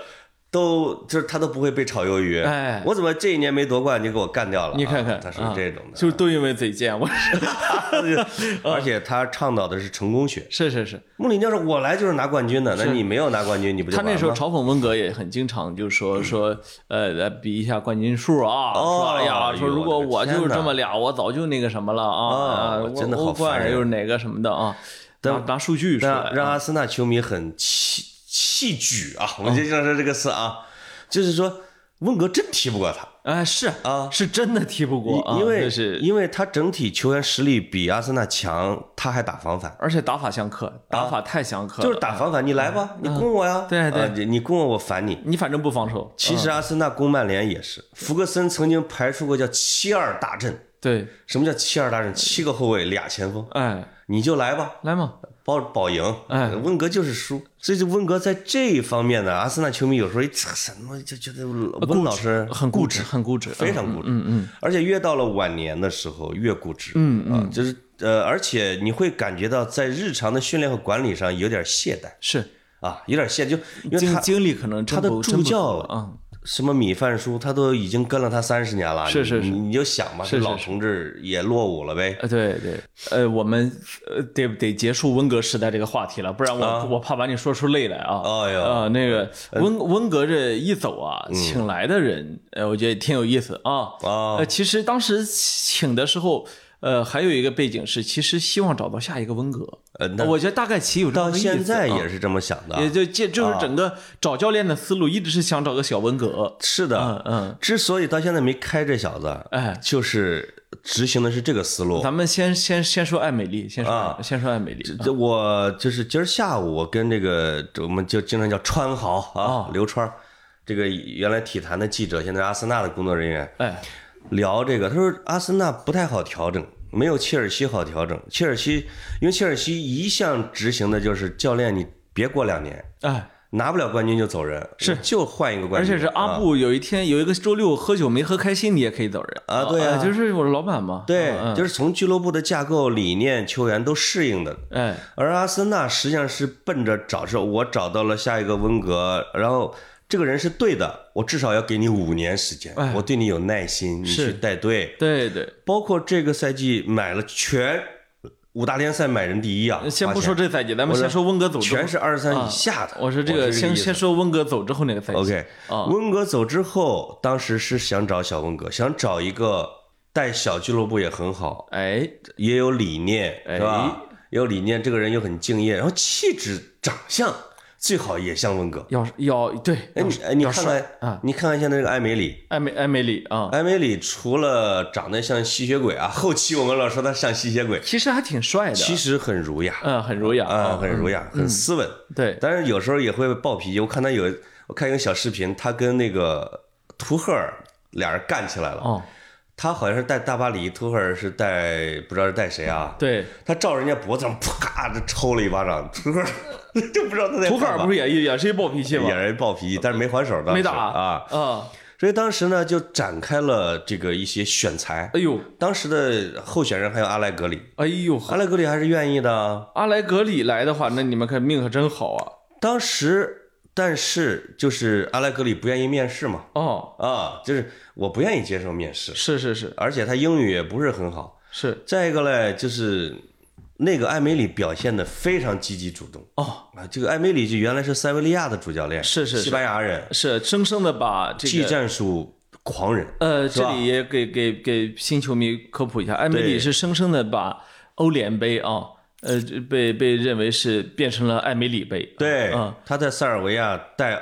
Speaker 2: 都就是他都不会被炒鱿鱼。
Speaker 1: 哎
Speaker 2: 我怎么这一年没夺冠就给我干掉了啊？
Speaker 1: 你看看，
Speaker 2: 他是
Speaker 1: 啊
Speaker 2: 这种的，
Speaker 1: 就是都因为嘴贱，我是
Speaker 2: 而且他倡导的是成功学。
Speaker 1: 是是是，
Speaker 2: 穆里尼奥说：“我来就是拿冠军的，那你没有拿冠军，你不就
Speaker 1: 他
Speaker 2: 完了
Speaker 1: 那
Speaker 2: 吗？”
Speaker 1: 时候嘲讽温格也很经常，就说说呃来比一下冠军数啊，
Speaker 2: 哦
Speaker 1: 说哎
Speaker 2: 哎
Speaker 1: 呀，
Speaker 2: 呦
Speaker 1: 说如果
Speaker 2: 我
Speaker 1: 我
Speaker 2: 的天
Speaker 1: 就是这
Speaker 2: 哪
Speaker 1: 么俩，我早就那个什么了啊，
Speaker 2: 哦
Speaker 1: 啊
Speaker 2: 真的好
Speaker 1: 欧
Speaker 2: 烦
Speaker 1: 冠
Speaker 2: 人
Speaker 1: 又是哪个什么的啊，拿拿数据出
Speaker 2: 让
Speaker 1: 来，
Speaker 2: 让阿森纳球迷很气气举啊！
Speaker 1: 哦
Speaker 2: 我们就经常说这个词啊，就是说温格真踢不过他。
Speaker 1: 哎是
Speaker 2: 啊
Speaker 1: 是真的踢不过啊，
Speaker 2: 因因为
Speaker 1: 这是
Speaker 2: 因为他整体球员实力比阿森纳强，他还打防反，
Speaker 1: 而且打法相克，打法太相克了，
Speaker 2: 啊就是打防反，你来吧，你攻我呀，
Speaker 1: 嗯对嗯对
Speaker 2: 啊你你攻我，我反你。
Speaker 1: 你反正不防守，
Speaker 2: 其实阿森纳攻曼联也是，福格森曾经排出过叫七二大阵。
Speaker 1: 对，
Speaker 2: 什么叫七二大阵？七个后卫，俩前锋，
Speaker 1: 哎
Speaker 2: 你就来吧，
Speaker 1: 来嘛，
Speaker 2: 保保赢。
Speaker 1: 哎
Speaker 2: 温格就是输，所以就温格在这一方面呢，阿森纳球迷有时候一这什么就觉得温老师
Speaker 1: 呃很固执，很固执，
Speaker 2: 非常固执，嗯嗯，而且越到了晚年的时候越固执，嗯嗯，啊、就是呃，而且你会感觉到在日常的训练和管理上有点懈怠
Speaker 1: 是
Speaker 2: 啊，有点懈，就因为
Speaker 1: 精
Speaker 2: 他
Speaker 1: 精力可能真
Speaker 2: 他的
Speaker 1: 不
Speaker 2: 助
Speaker 1: 真不足
Speaker 2: 教
Speaker 1: 了啊。
Speaker 2: 什么米饭叔，他都已经跟了他三十年了，
Speaker 1: 是是
Speaker 2: 你
Speaker 1: 是
Speaker 2: 你你就想吧，
Speaker 1: 是
Speaker 2: 这
Speaker 1: 是
Speaker 2: 老
Speaker 1: 是
Speaker 2: 同志也落伍了呗，
Speaker 1: 呃，对对，呃，我们呃得得结束温格时代这个话题了，不然我、我怕把你说出泪来啊。
Speaker 2: 啊哎呦呃嗯
Speaker 1: 啊、那个温温格这一走啊，请来的人，呃，我觉得挺有意思啊。
Speaker 2: 啊
Speaker 1: 呃，其实当时请的时候，呃，还有一个背景是，其实希望找到下一个温格。
Speaker 2: 呃那
Speaker 1: 我觉得大概其有这
Speaker 2: 到
Speaker 1: 么个意思啊
Speaker 2: 现在也是这么想的啊，
Speaker 1: 也就这就是整个找教练的思路一直是想找个小温格。
Speaker 2: 是的，
Speaker 1: 嗯
Speaker 2: 之所以到现在没开这小子，
Speaker 1: 哎
Speaker 2: 就是执行的是这个思路，
Speaker 1: 咱们嗯先先先说艾美丽，先说、
Speaker 2: 啊
Speaker 1: 先说艾美丽。
Speaker 2: 这我就是今儿下午，我跟这个这我们就经常叫川豪啊
Speaker 1: 哦，
Speaker 2: 刘川儿，这个原来体坛的记者，现在阿森纳的工作人员
Speaker 1: 哎，
Speaker 2: 聊这个，他说阿森纳不太好调整，没有切尔西好调整。切尔西因为切尔西一向执行的就是教练，你别过两年
Speaker 1: 哎。
Speaker 2: 拿不了冠军就走人，是就换一个冠
Speaker 1: 而
Speaker 2: 军，
Speaker 1: 且是阿
Speaker 2: 啊
Speaker 1: 布有一天有一个周六喝酒没喝开心，你也可以走人
Speaker 2: 啊对啊
Speaker 1: 哎就是我是老板嘛。
Speaker 2: 对
Speaker 1: 嗯，
Speaker 2: 就是从俱乐部的架构、理念、球员都适应的。
Speaker 1: 嗯哎，
Speaker 2: 而阿森纳实际上是奔着找是，我找到了下一个温格，然后这个人是对的，我至少要给你五年时间，
Speaker 1: 哎
Speaker 2: 我对你有耐心，你去
Speaker 1: 是
Speaker 2: 带队。
Speaker 1: 对对，
Speaker 2: 包括这个赛季买了全五大联赛买人第一啊，
Speaker 1: 呃先不
Speaker 2: 花钱
Speaker 1: 说这赛季，咱们先说温格走之后
Speaker 2: 全。是二十三
Speaker 1: 啊
Speaker 2: 以下的，
Speaker 1: 我说这
Speaker 2: 个
Speaker 1: 个先
Speaker 2: 意思
Speaker 1: 先说温格走之后那个赛季。
Speaker 2: OK，
Speaker 1: 啊
Speaker 2: 温格走之后，当时是想找小温格，想找一个带小俱乐部也很好，
Speaker 1: 哎，
Speaker 2: 也有理念，
Speaker 1: 哎
Speaker 2: 是吧？也有理念，这个人又很敬业，然后气质、长相最好也像温格。
Speaker 1: 要要对，
Speaker 2: 哎，你哎，你看看
Speaker 1: 啊
Speaker 2: 你看看现在这个艾梅里，
Speaker 1: 艾梅艾梅里啊，
Speaker 2: 艾梅里除了长得像吸血鬼啊，后期我们老说他像吸血鬼，
Speaker 1: 其实还挺帅的，
Speaker 2: 其实很儒雅嗯
Speaker 1: 嗯，很儒雅
Speaker 2: 啊，
Speaker 1: 啊，
Speaker 2: 很儒雅，很斯文。
Speaker 1: 对，
Speaker 2: 但是有时候也会暴脾气。我看他有，我看一个小视频，他跟那个图赫尔俩人干起来了。
Speaker 1: 哦，
Speaker 2: 他好像是带大巴黎，图赫尔是带不知道是带谁啊？
Speaker 1: 对，
Speaker 2: 他照人家脖子上啪就抽了一巴掌， 图赫尔就不知道他在
Speaker 1: 图
Speaker 2: 干
Speaker 1: 赫
Speaker 2: 嘛。
Speaker 1: 尔不是也也是一暴脾气吗
Speaker 2: 也？是暴脾气，但是没还手的，
Speaker 1: 没打
Speaker 2: 啊。
Speaker 1: 啊，
Speaker 2: 所以当时呢，就展开了这个一些选材。
Speaker 1: 哎呦，
Speaker 2: 当时的候选人还有阿莱格里，
Speaker 1: 哎呦，
Speaker 2: 阿莱格里还是愿意的啊。
Speaker 1: 阿莱格里来的话，那你们可命可真好啊！
Speaker 2: 当时，但是就是阿莱格里不愿意面试嘛，
Speaker 1: 哦，
Speaker 2: 啊，就是我不愿意接受面试，
Speaker 1: 是是是
Speaker 2: 而且他英语也不是很好。
Speaker 1: 是，
Speaker 2: 再一个嘞，就是那个艾梅里表现的非常积极主动
Speaker 1: 哦，
Speaker 2: 啊。这个艾梅里就原来是塞维利亚的主教练，
Speaker 1: 是是是
Speaker 2: 西班牙人，
Speaker 1: 是生生的把这
Speaker 2: 技
Speaker 1: 个
Speaker 2: 战术狂人。
Speaker 1: 呃，
Speaker 2: 是
Speaker 1: 这
Speaker 2: 吧
Speaker 1: 里也给给给新球迷科普一下，艾梅
Speaker 2: 对
Speaker 1: 里是生生的把欧联杯啊，呃，被被认为是变成了艾梅里杯，
Speaker 2: 对
Speaker 1: 嗯，
Speaker 2: 他在塞尔维亚带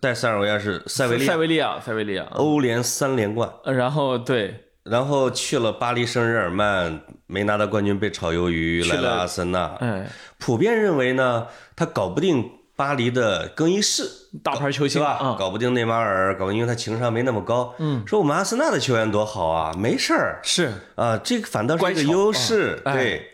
Speaker 2: 带塞尔维亚是塞维利
Speaker 1: 塞
Speaker 2: 亚
Speaker 1: 维利亚，塞维利亚，嗯
Speaker 2: 欧联三连冠，
Speaker 1: 呃然后对
Speaker 2: 然后去了巴黎圣日耳曼没拿到冠军被炒鱿鱼，
Speaker 1: 去
Speaker 2: 来了
Speaker 1: 了
Speaker 2: 阿森纳。
Speaker 1: 哎，
Speaker 2: 普遍认为呢，他搞不定巴黎的更衣室，
Speaker 1: 大牌球
Speaker 2: 是
Speaker 1: 星
Speaker 2: 吧？
Speaker 1: 啊，
Speaker 2: 搞不定内马尔，搞不定，因为他情商没那么高。嗯，说我们阿森纳的球员多好啊，没事儿
Speaker 1: 是
Speaker 2: 啊，这个反倒是一个
Speaker 1: 乖巧
Speaker 2: 优势。
Speaker 1: 哎
Speaker 2: 对，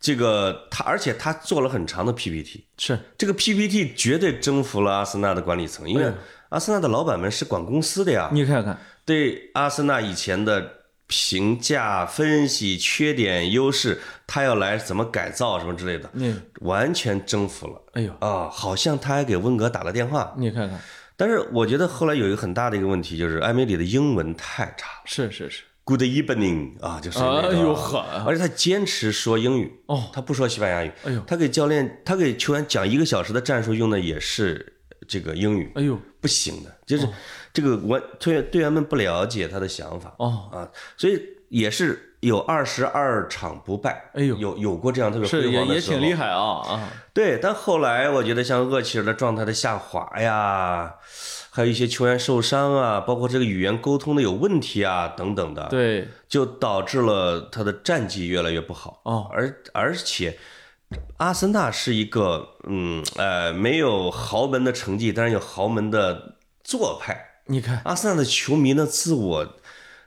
Speaker 2: 这个他，而且他做了很长的 PPT，
Speaker 1: 是，
Speaker 2: 这个 PPT 绝对征服了阿森纳的管理层，
Speaker 1: 嗯
Speaker 2: 因为阿森纳的老板们是管公司的呀，
Speaker 1: 你看看，
Speaker 2: 对阿森纳以前的。评价、分析、缺点、优势，他要来怎么改造什么之类的，
Speaker 1: 你
Speaker 2: 完全征服了。
Speaker 1: 哎呦，
Speaker 2: 啊，好像他还给温格打了电话。
Speaker 1: 你看看，
Speaker 2: 但是我觉得后来有一个很大的一个问题，就是艾梅里的英文太差了。
Speaker 1: 是是是，
Speaker 2: Good evening 啊，就是那个，
Speaker 1: 哎呦呵，
Speaker 2: 而且他坚持说英语
Speaker 1: 哦，
Speaker 2: 他不说西班牙语。
Speaker 1: 哎呦
Speaker 2: 他给教练，他给球员讲一个小时的战术用的也是这个英语，
Speaker 1: 哎呦，
Speaker 2: 不行的，
Speaker 1: 哦
Speaker 2: 就是这个完队队员们不了解他的想法
Speaker 1: 哦，
Speaker 2: 啊，所以也是有二十二场不败，
Speaker 1: 哎呦
Speaker 2: 有有过这样特别
Speaker 1: 是
Speaker 2: 辉
Speaker 1: 也
Speaker 2: 煌的
Speaker 1: 也
Speaker 2: 时候
Speaker 1: 挺。厉害啊啊，
Speaker 2: 对，但后来我觉得像厄齐尔的状态的下滑呀，还有一些球员受伤啊，包括这个语言沟通的有问题啊等等的，
Speaker 1: 对，
Speaker 2: 就导致了他的战绩越来越不好。
Speaker 1: 哦，
Speaker 2: 而而且，阿森纳是一个嗯呃没有豪门的成绩，但是有豪门的做派。
Speaker 1: 你看，
Speaker 2: 阿森纳的球迷呢，自我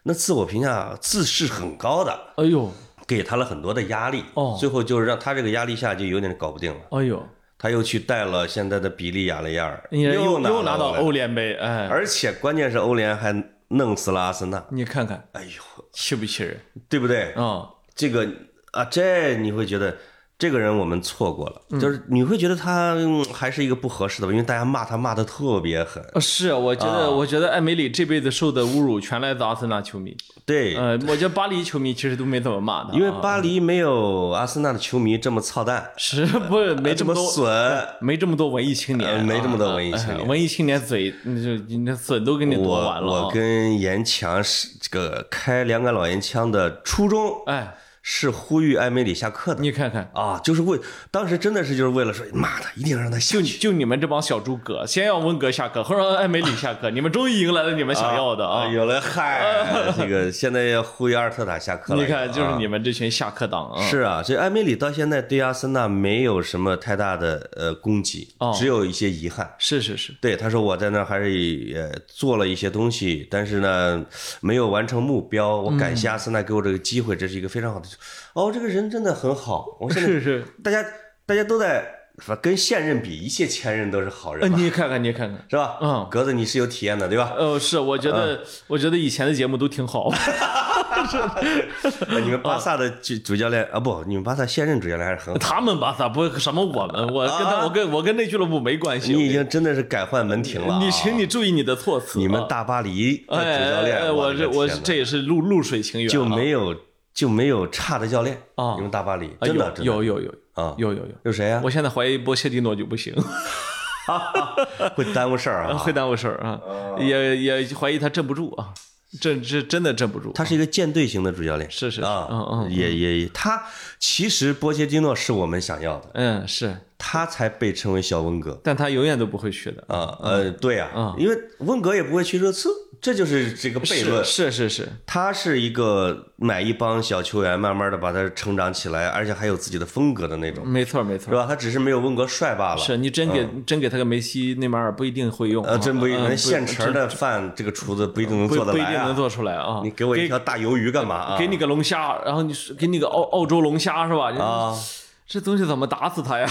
Speaker 2: 那自我评价自视很高的，
Speaker 1: 哎呦，
Speaker 2: 给他了很多的压力。
Speaker 1: 哦
Speaker 2: 最后就是让他这个压力下就有点搞不定了。
Speaker 1: 哎呦，
Speaker 2: 他又去带了现在的比利亚雷亚尔，
Speaker 1: 你又
Speaker 2: 拿
Speaker 1: 又拿到
Speaker 2: 了欧
Speaker 1: 欧联杯，哎，
Speaker 2: 而且关键是欧联还弄死了阿森纳。
Speaker 1: 你看看
Speaker 2: 哎呦，
Speaker 1: 气不气人
Speaker 2: 对不对？
Speaker 1: 啊？
Speaker 2: 这个啊，这你会觉得这个人我们错过
Speaker 1: 嗯
Speaker 2: 了，就是你会觉得他嗯还是一个不合适的吧，因为大家骂他骂的特别狠。
Speaker 1: 呃是，我觉得，我觉得艾梅里这辈子受的侮辱全来自阿森纳球迷。
Speaker 2: 对，
Speaker 1: 呃，我觉得巴黎球迷其实都没怎么骂他啊，
Speaker 2: 因为巴黎没有阿森纳的球迷这么操蛋，
Speaker 1: 是不是没
Speaker 2: 这
Speaker 1: 这
Speaker 2: 么
Speaker 1: 哎么多
Speaker 2: 损。
Speaker 1: 没这么多文艺青年啊，
Speaker 2: 呃没这么多文艺青年
Speaker 1: 哎文艺青年嘴，你就你那损都给你夺完了
Speaker 2: 我
Speaker 1: 啊
Speaker 2: 我！跟严强是这个开两杆老烟枪的初衷
Speaker 1: 哎，
Speaker 2: 是呼吁艾梅里下课的。
Speaker 1: 你看看，
Speaker 2: 啊，就是为当时真的是就是为了说，妈的，一定让他
Speaker 1: 就
Speaker 2: 休
Speaker 1: 你
Speaker 2: 息。
Speaker 1: 就你们这帮小诸葛，先要温格下课，后让艾梅里下课，你们终于迎来了你们想要的啊！
Speaker 2: 哎有了嗨，这个现在要呼吁阿尔特塔下课了。
Speaker 1: 你看，就是
Speaker 2: 啊
Speaker 1: 你们这群下课党啊！
Speaker 2: 是啊，所以艾梅里到现在对阿森纳没有什么太大的呃攻击
Speaker 1: 哦，
Speaker 2: 只有一些遗憾。
Speaker 1: 是是是，
Speaker 2: 对，他说我在那儿还是呃做了一些东西，但是呢没有完成目标。我感谢阿森纳给我这个机会，这是一个非常好的。哦，这个人真的很好。我现 在
Speaker 1: 是是，
Speaker 2: 大家大家都在跟现任比，一切前任都是好
Speaker 1: 呃
Speaker 2: 人嘛，
Speaker 1: 你看看，你看看，
Speaker 2: 是吧？
Speaker 1: 嗯
Speaker 2: 格子你是有体验的，对 吧？
Speaker 1: 呃，是，我觉得，我觉得以前的节目都挺好，
Speaker 2: 呃你们巴萨的主主教练啊，不，你们巴萨现任主教练还是很好。
Speaker 1: 他们巴萨不什么我们，我跟他，我跟我跟那俱乐部没关系。
Speaker 2: 你已
Speaker 1: 我
Speaker 2: 经真的是改换门庭了、啊。
Speaker 1: 你请你注意你的措辞啊。
Speaker 2: 你们大巴黎的
Speaker 1: 哎
Speaker 2: 主教
Speaker 1: 哎，
Speaker 2: 练，
Speaker 1: 哎我这
Speaker 2: 的
Speaker 1: 我
Speaker 2: 天
Speaker 1: 是
Speaker 2: 哪
Speaker 1: 这也是露露水情缘啊，
Speaker 2: 就没有就没有差的教练
Speaker 1: 啊
Speaker 2: 你们大巴黎
Speaker 1: 啊
Speaker 2: 真
Speaker 1: 有
Speaker 2: 的真的
Speaker 1: 有有有
Speaker 2: 啊
Speaker 1: 有有有，
Speaker 2: 有谁呀
Speaker 1: 我？现在怀疑波切蒂诺就不行，
Speaker 2: 会耽误事儿 啊
Speaker 1: 会。耽误事儿啊，也也怀疑他镇不住啊，镇这真的镇不住。
Speaker 2: 他是一个舰队型的主教练，
Speaker 1: 是是是
Speaker 2: 啊，
Speaker 1: 嗯嗯
Speaker 2: 也也也他其实波切蒂诺是我们想要的，
Speaker 1: 嗯，是
Speaker 2: 他才被称为小温格
Speaker 1: 但他永远都不会去的。
Speaker 2: 啊，呃，对呀、
Speaker 1: 嗯
Speaker 2: 因为温格也不会去热刺，这就是这个悖论
Speaker 1: 是。是是是，
Speaker 2: 他是一个买一帮小球员，慢慢的把他成长起来，而且还有自己的风格的那种，
Speaker 1: 没错没错
Speaker 2: 是。吧？他只是没有温格帅罢了。
Speaker 1: 嗯是你真给、真给他个梅西、内马尔，不一定会用。
Speaker 2: 呃，真不一
Speaker 1: 嗯
Speaker 2: 定，现成的饭这个厨子不一定能
Speaker 1: 不
Speaker 2: 做得
Speaker 1: 不一定
Speaker 2: 来
Speaker 1: 能
Speaker 2: 啊。
Speaker 1: 做出来啊。
Speaker 2: 你给我一条大鱿鱼干嘛啊？
Speaker 1: 给你个龙虾，然后你是给你个澳澳洲龙虾是吧？你
Speaker 2: 啊，
Speaker 1: 这东西怎么打死 它呀？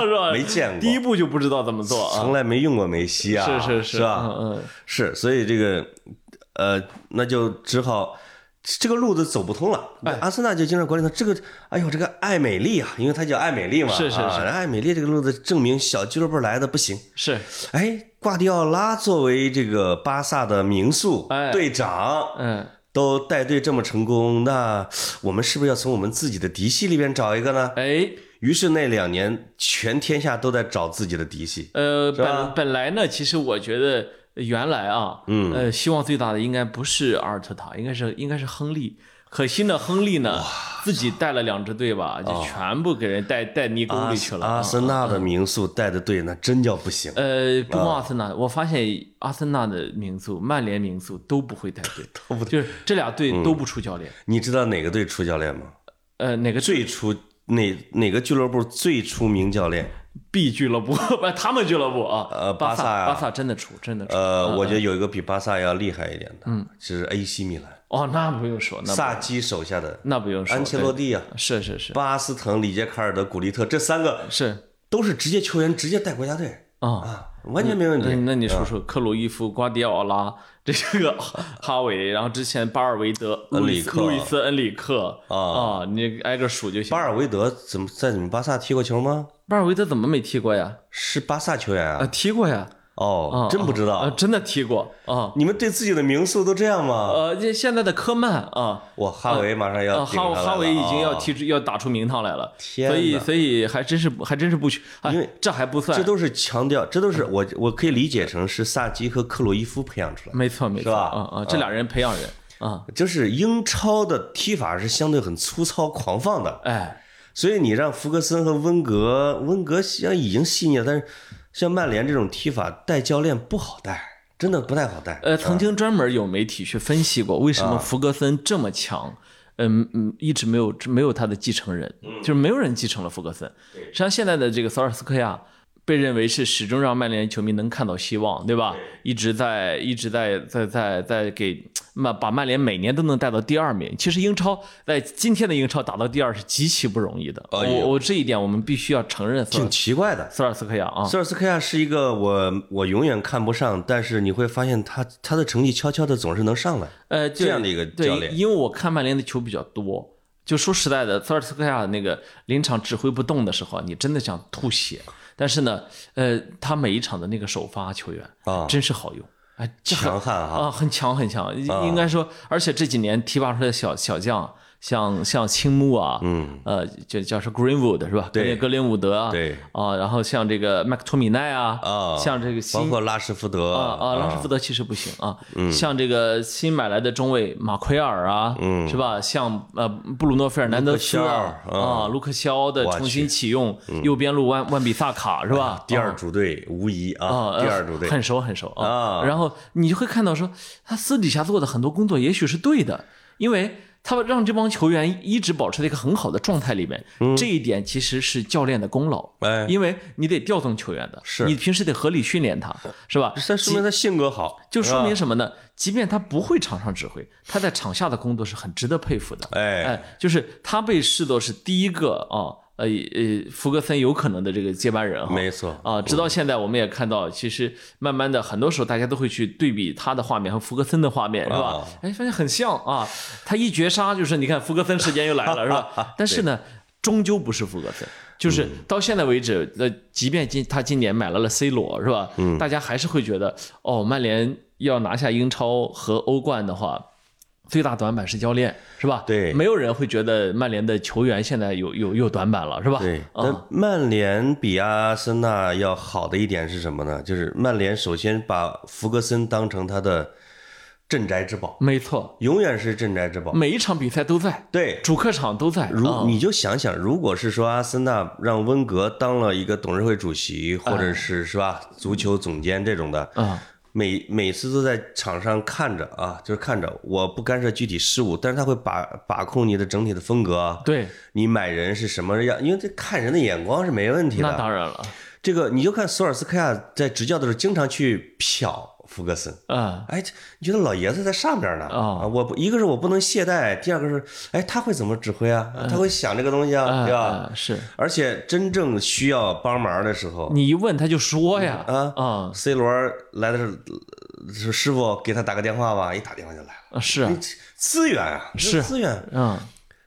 Speaker 1: 是吧？
Speaker 2: 没见
Speaker 1: 呃第一
Speaker 2: 过，
Speaker 1: 步就不知道怎么做啊。
Speaker 2: 从来没用过梅西啊，
Speaker 1: 是是
Speaker 2: 是
Speaker 1: 是
Speaker 2: 吧？
Speaker 1: 嗯嗯，
Speaker 2: 是，所以这个，呃，那就只好这个路子走不通了。
Speaker 1: 哎
Speaker 2: 阿森纳就经常管理层这个，哎呦，这个艾美丽啊，因为他叫艾美丽嘛，
Speaker 1: 是是
Speaker 2: 啊
Speaker 1: 是
Speaker 2: 艾美丽这个路子证明小俱乐部来的不行。
Speaker 1: 是
Speaker 2: 哎，瓜迪奥拉作为这个巴萨的名宿、
Speaker 1: 哎
Speaker 2: 队长，
Speaker 1: 嗯，
Speaker 2: 都带队这么成功，那我们是不是要从我们自己的嫡系里边找一个呢？
Speaker 1: 哎，
Speaker 2: 于是那两年，全天下都在找自己的嫡系。
Speaker 1: 呃，
Speaker 2: 是吧
Speaker 1: 本本来呢，其实我觉得原来啊，
Speaker 2: 嗯
Speaker 1: 呃，希望最大的应该不是阿尔特塔，应该是应该是亨利。可惜呢，亨利呢自己带了两支队吧，就全部给人带带泥沟里去了。
Speaker 2: 哦阿
Speaker 1: 啊
Speaker 2: 森纳的名宿带的队那真叫不行。
Speaker 1: 呃，不
Speaker 2: 啊
Speaker 1: 光阿森纳，我发现阿森纳的名宿、曼联名宿都不会带 队，就是这俩队
Speaker 2: 嗯
Speaker 1: 都不出教练。
Speaker 2: 你知道哪个队出教练吗？
Speaker 1: 呃，哪个
Speaker 2: 最出哪哪个俱乐部最出名教练？
Speaker 1: B 俱乐部不，他们俱乐部啊，
Speaker 2: 呃巴
Speaker 1: 巴
Speaker 2: 萨呀
Speaker 1: 巴萨真的出，真的出。
Speaker 2: 呃，我觉得有一个比巴萨要厉害一点的，嗯，是 AC 米兰，
Speaker 1: 哦，那不用说，那不
Speaker 2: 萨基手下的
Speaker 1: 那不用说，
Speaker 2: 安切洛蒂啊，
Speaker 1: 对是是是
Speaker 2: 巴斯滕、里杰卡尔德、古利特这三个
Speaker 1: 是
Speaker 2: 都是职业球员，直接带国家队
Speaker 1: 啊。
Speaker 2: 啊，完全没问
Speaker 1: 那
Speaker 2: 题。
Speaker 1: 那你说说，克鲁伊夫、瓜迪奥拉，这个哈维，然后之前巴尔维德、
Speaker 2: 恩
Speaker 1: 路
Speaker 2: 里
Speaker 1: 易斯
Speaker 2: 克
Speaker 1: 路易斯、恩里克
Speaker 2: 啊
Speaker 1: 啊，你挨个数就行
Speaker 2: 巴。尔韦德怎么在你们巴萨踢过球吗？
Speaker 1: 巴尔维德怎么没踢过呀？
Speaker 2: 是巴萨球员
Speaker 1: 啊，
Speaker 2: 啊？
Speaker 1: 踢过呀。
Speaker 2: 哦，
Speaker 1: 啊
Speaker 2: 真不知
Speaker 1: 啊，
Speaker 2: 道，
Speaker 1: 真的踢过啊。
Speaker 2: 你们对自己的名宿都这样吗？
Speaker 1: 呃，这现在的科曼啊，
Speaker 2: 哇，哈维马上要
Speaker 1: 呃，
Speaker 2: 顶
Speaker 1: 哈
Speaker 2: 上来了
Speaker 1: 哈维已经要
Speaker 2: 啊
Speaker 1: 踢出要打出名堂来了，
Speaker 2: 天
Speaker 1: 所以
Speaker 2: 哪
Speaker 1: 所以还真是还真是不屈，哎
Speaker 2: 因为
Speaker 1: 这还不算，嗯
Speaker 2: 这都是强调，这都是我我可以理解成是萨基和克洛伊夫培养出来的，
Speaker 1: 没错没错，
Speaker 2: 吧嗯
Speaker 1: 啊啊，这俩人培养人啊，
Speaker 2: 就是英超的踢法是相对很粗糙狂放的，
Speaker 1: 哎，
Speaker 2: 所以你让福格森和温格，温格像已经细腻了，但是像曼联这种踢法带教练不好带，真的不太好带。
Speaker 1: 呃，曾经专门有媒体去分析过为什
Speaker 2: 啊
Speaker 1: 么福格森这么强。嗯嗯，一直没有没有他的继承人，
Speaker 2: 嗯
Speaker 1: 就是没有人继承了福格森。实际上，现在的这个索尔斯克亚被认为是始终让曼联球迷能看到希望，对吧？一直在一直在在在在给曼把曼联每年都能带到第二名。其实英超在今天的英超打到第二是极其不容易的，
Speaker 2: 哎呦
Speaker 1: 我我这一点我们必须要承认索
Speaker 2: 挺
Speaker 1: 尔。
Speaker 2: 奇怪的。
Speaker 1: 索尔斯克亚啊，
Speaker 2: 索尔斯克亚是一个我我永远看不上，但是你会发现他他的成绩悄悄的总是能上来。
Speaker 1: 呃，就
Speaker 2: 这样的一个
Speaker 1: 对
Speaker 2: 教练
Speaker 1: 因为我看曼联的球比较多，就说实在的，索尔斯克亚那个临场指挥不动的时候，你真的想吐血。但是呢，呃，他每一场的那个首发球员
Speaker 2: 啊
Speaker 1: 真是好用，哎，这很
Speaker 2: 强悍哈
Speaker 1: 啊，很强很强，应应该说，而且这几年提拔出来的小小将，像像青木啊，嗯，呃，就叫是 Greenwood 是吧？
Speaker 2: 对
Speaker 1: 格林伍德啊，
Speaker 2: 对
Speaker 1: 啊，然后像这个麦克托米奈啊，
Speaker 2: 啊
Speaker 1: 像这个
Speaker 2: 包
Speaker 1: 新
Speaker 2: 括拉什福德
Speaker 1: 啊啊，拉什福德其实不行啊，像这个新买来的中卫马奎尔啊，是吧？像呃布鲁诺费尔南德斯啊，
Speaker 2: 嗯卢克肖
Speaker 1: 啊卢克肖的
Speaker 2: 我嗯哎
Speaker 1: 重新启用右边路万万比萨卡是吧？
Speaker 2: 第二主队无疑
Speaker 1: 啊，
Speaker 2: 啊，
Speaker 1: 呃
Speaker 2: 第二主队
Speaker 1: 很熟很熟
Speaker 2: 啊
Speaker 1: 然后你就会看到说，他私底下做的很多工作也许是对的，因为他让这帮球员一直保持在一个很好的状态里面，这一点其实是教练的功劳。
Speaker 2: 嗯哎
Speaker 1: 因为你得调动球员的，
Speaker 2: 是
Speaker 1: 你平时得合理训练他，是吧？
Speaker 2: 这说明他性格好，
Speaker 1: 就说明什么呢？即便他不会场上指挥，他在场下的工作是很值得佩服的。
Speaker 2: 哎，
Speaker 1: 哎，就是他被视作是第一个啊，呃呃，福格森有可能的这个接班人哈。
Speaker 2: 没错，
Speaker 1: 啊，直到现在我们也看到，其实慢慢的，很多时候大家都会去对比他的画面和福格森的画面，是吧
Speaker 2: 啊？
Speaker 1: 哎，发现很像啊。他一绝杀，就是你看福格森时间又来了，是 吧？但是呢，终究不是福格森。
Speaker 2: 嗯
Speaker 1: 就是到现在为止，呃，即便今他今年买来了 C 罗，是吧？
Speaker 2: 嗯
Speaker 1: 大家还是会觉得，哦，曼联要拿下英超和欧冠的话，最大短板是教练，是吧？
Speaker 2: 对
Speaker 1: 没有人会觉得曼联的球员现在有有有短板了，是吧？
Speaker 2: 对。
Speaker 1: 啊
Speaker 2: 但曼联比阿森纳要好的一点是什么呢？就是曼联首先把福格森当成他的镇宅之宝，
Speaker 1: 没错，
Speaker 2: 永远是镇宅之宝。
Speaker 1: 每一场比赛都在，
Speaker 2: 对，
Speaker 1: 主客场都在。
Speaker 2: 如
Speaker 1: 啊
Speaker 2: 你就想想，如果是说阿森纳让温格当了一个董事会主席，或者是是吧，
Speaker 1: 嗯
Speaker 2: 足球总监这种的，
Speaker 1: 啊，
Speaker 2: 每每次都在场上看着啊，就是看着，我不干涉具体事务，但是他会把把控你的整体的风格啊，
Speaker 1: 对，
Speaker 2: 你买人是什么样，因为这看人的眼光是没问题
Speaker 1: 那
Speaker 2: 的。
Speaker 1: 当然了，
Speaker 2: 这个你就看索尔斯克亚在执教的时候，经常去瞟福格森。
Speaker 1: 嗯，
Speaker 2: 哎，这你觉得老爷子在上边呢？
Speaker 1: 哦
Speaker 2: 啊，我不一个是我不能懈怠，第二个是，哎，他会怎么指挥啊？
Speaker 1: 嗯
Speaker 2: 他会想这个东西啊，
Speaker 1: 啊
Speaker 2: 对吧？
Speaker 1: 啊是
Speaker 2: 而且真正需要帮忙的时候
Speaker 1: 你一问他就说呀，
Speaker 2: 啊
Speaker 1: 啊
Speaker 2: ，C 罗来的时候，说师傅给他打个电话吧，一打电话就来了。
Speaker 1: 啊是啊
Speaker 2: 你，这资源啊，这
Speaker 1: 是
Speaker 2: 资源，
Speaker 1: 嗯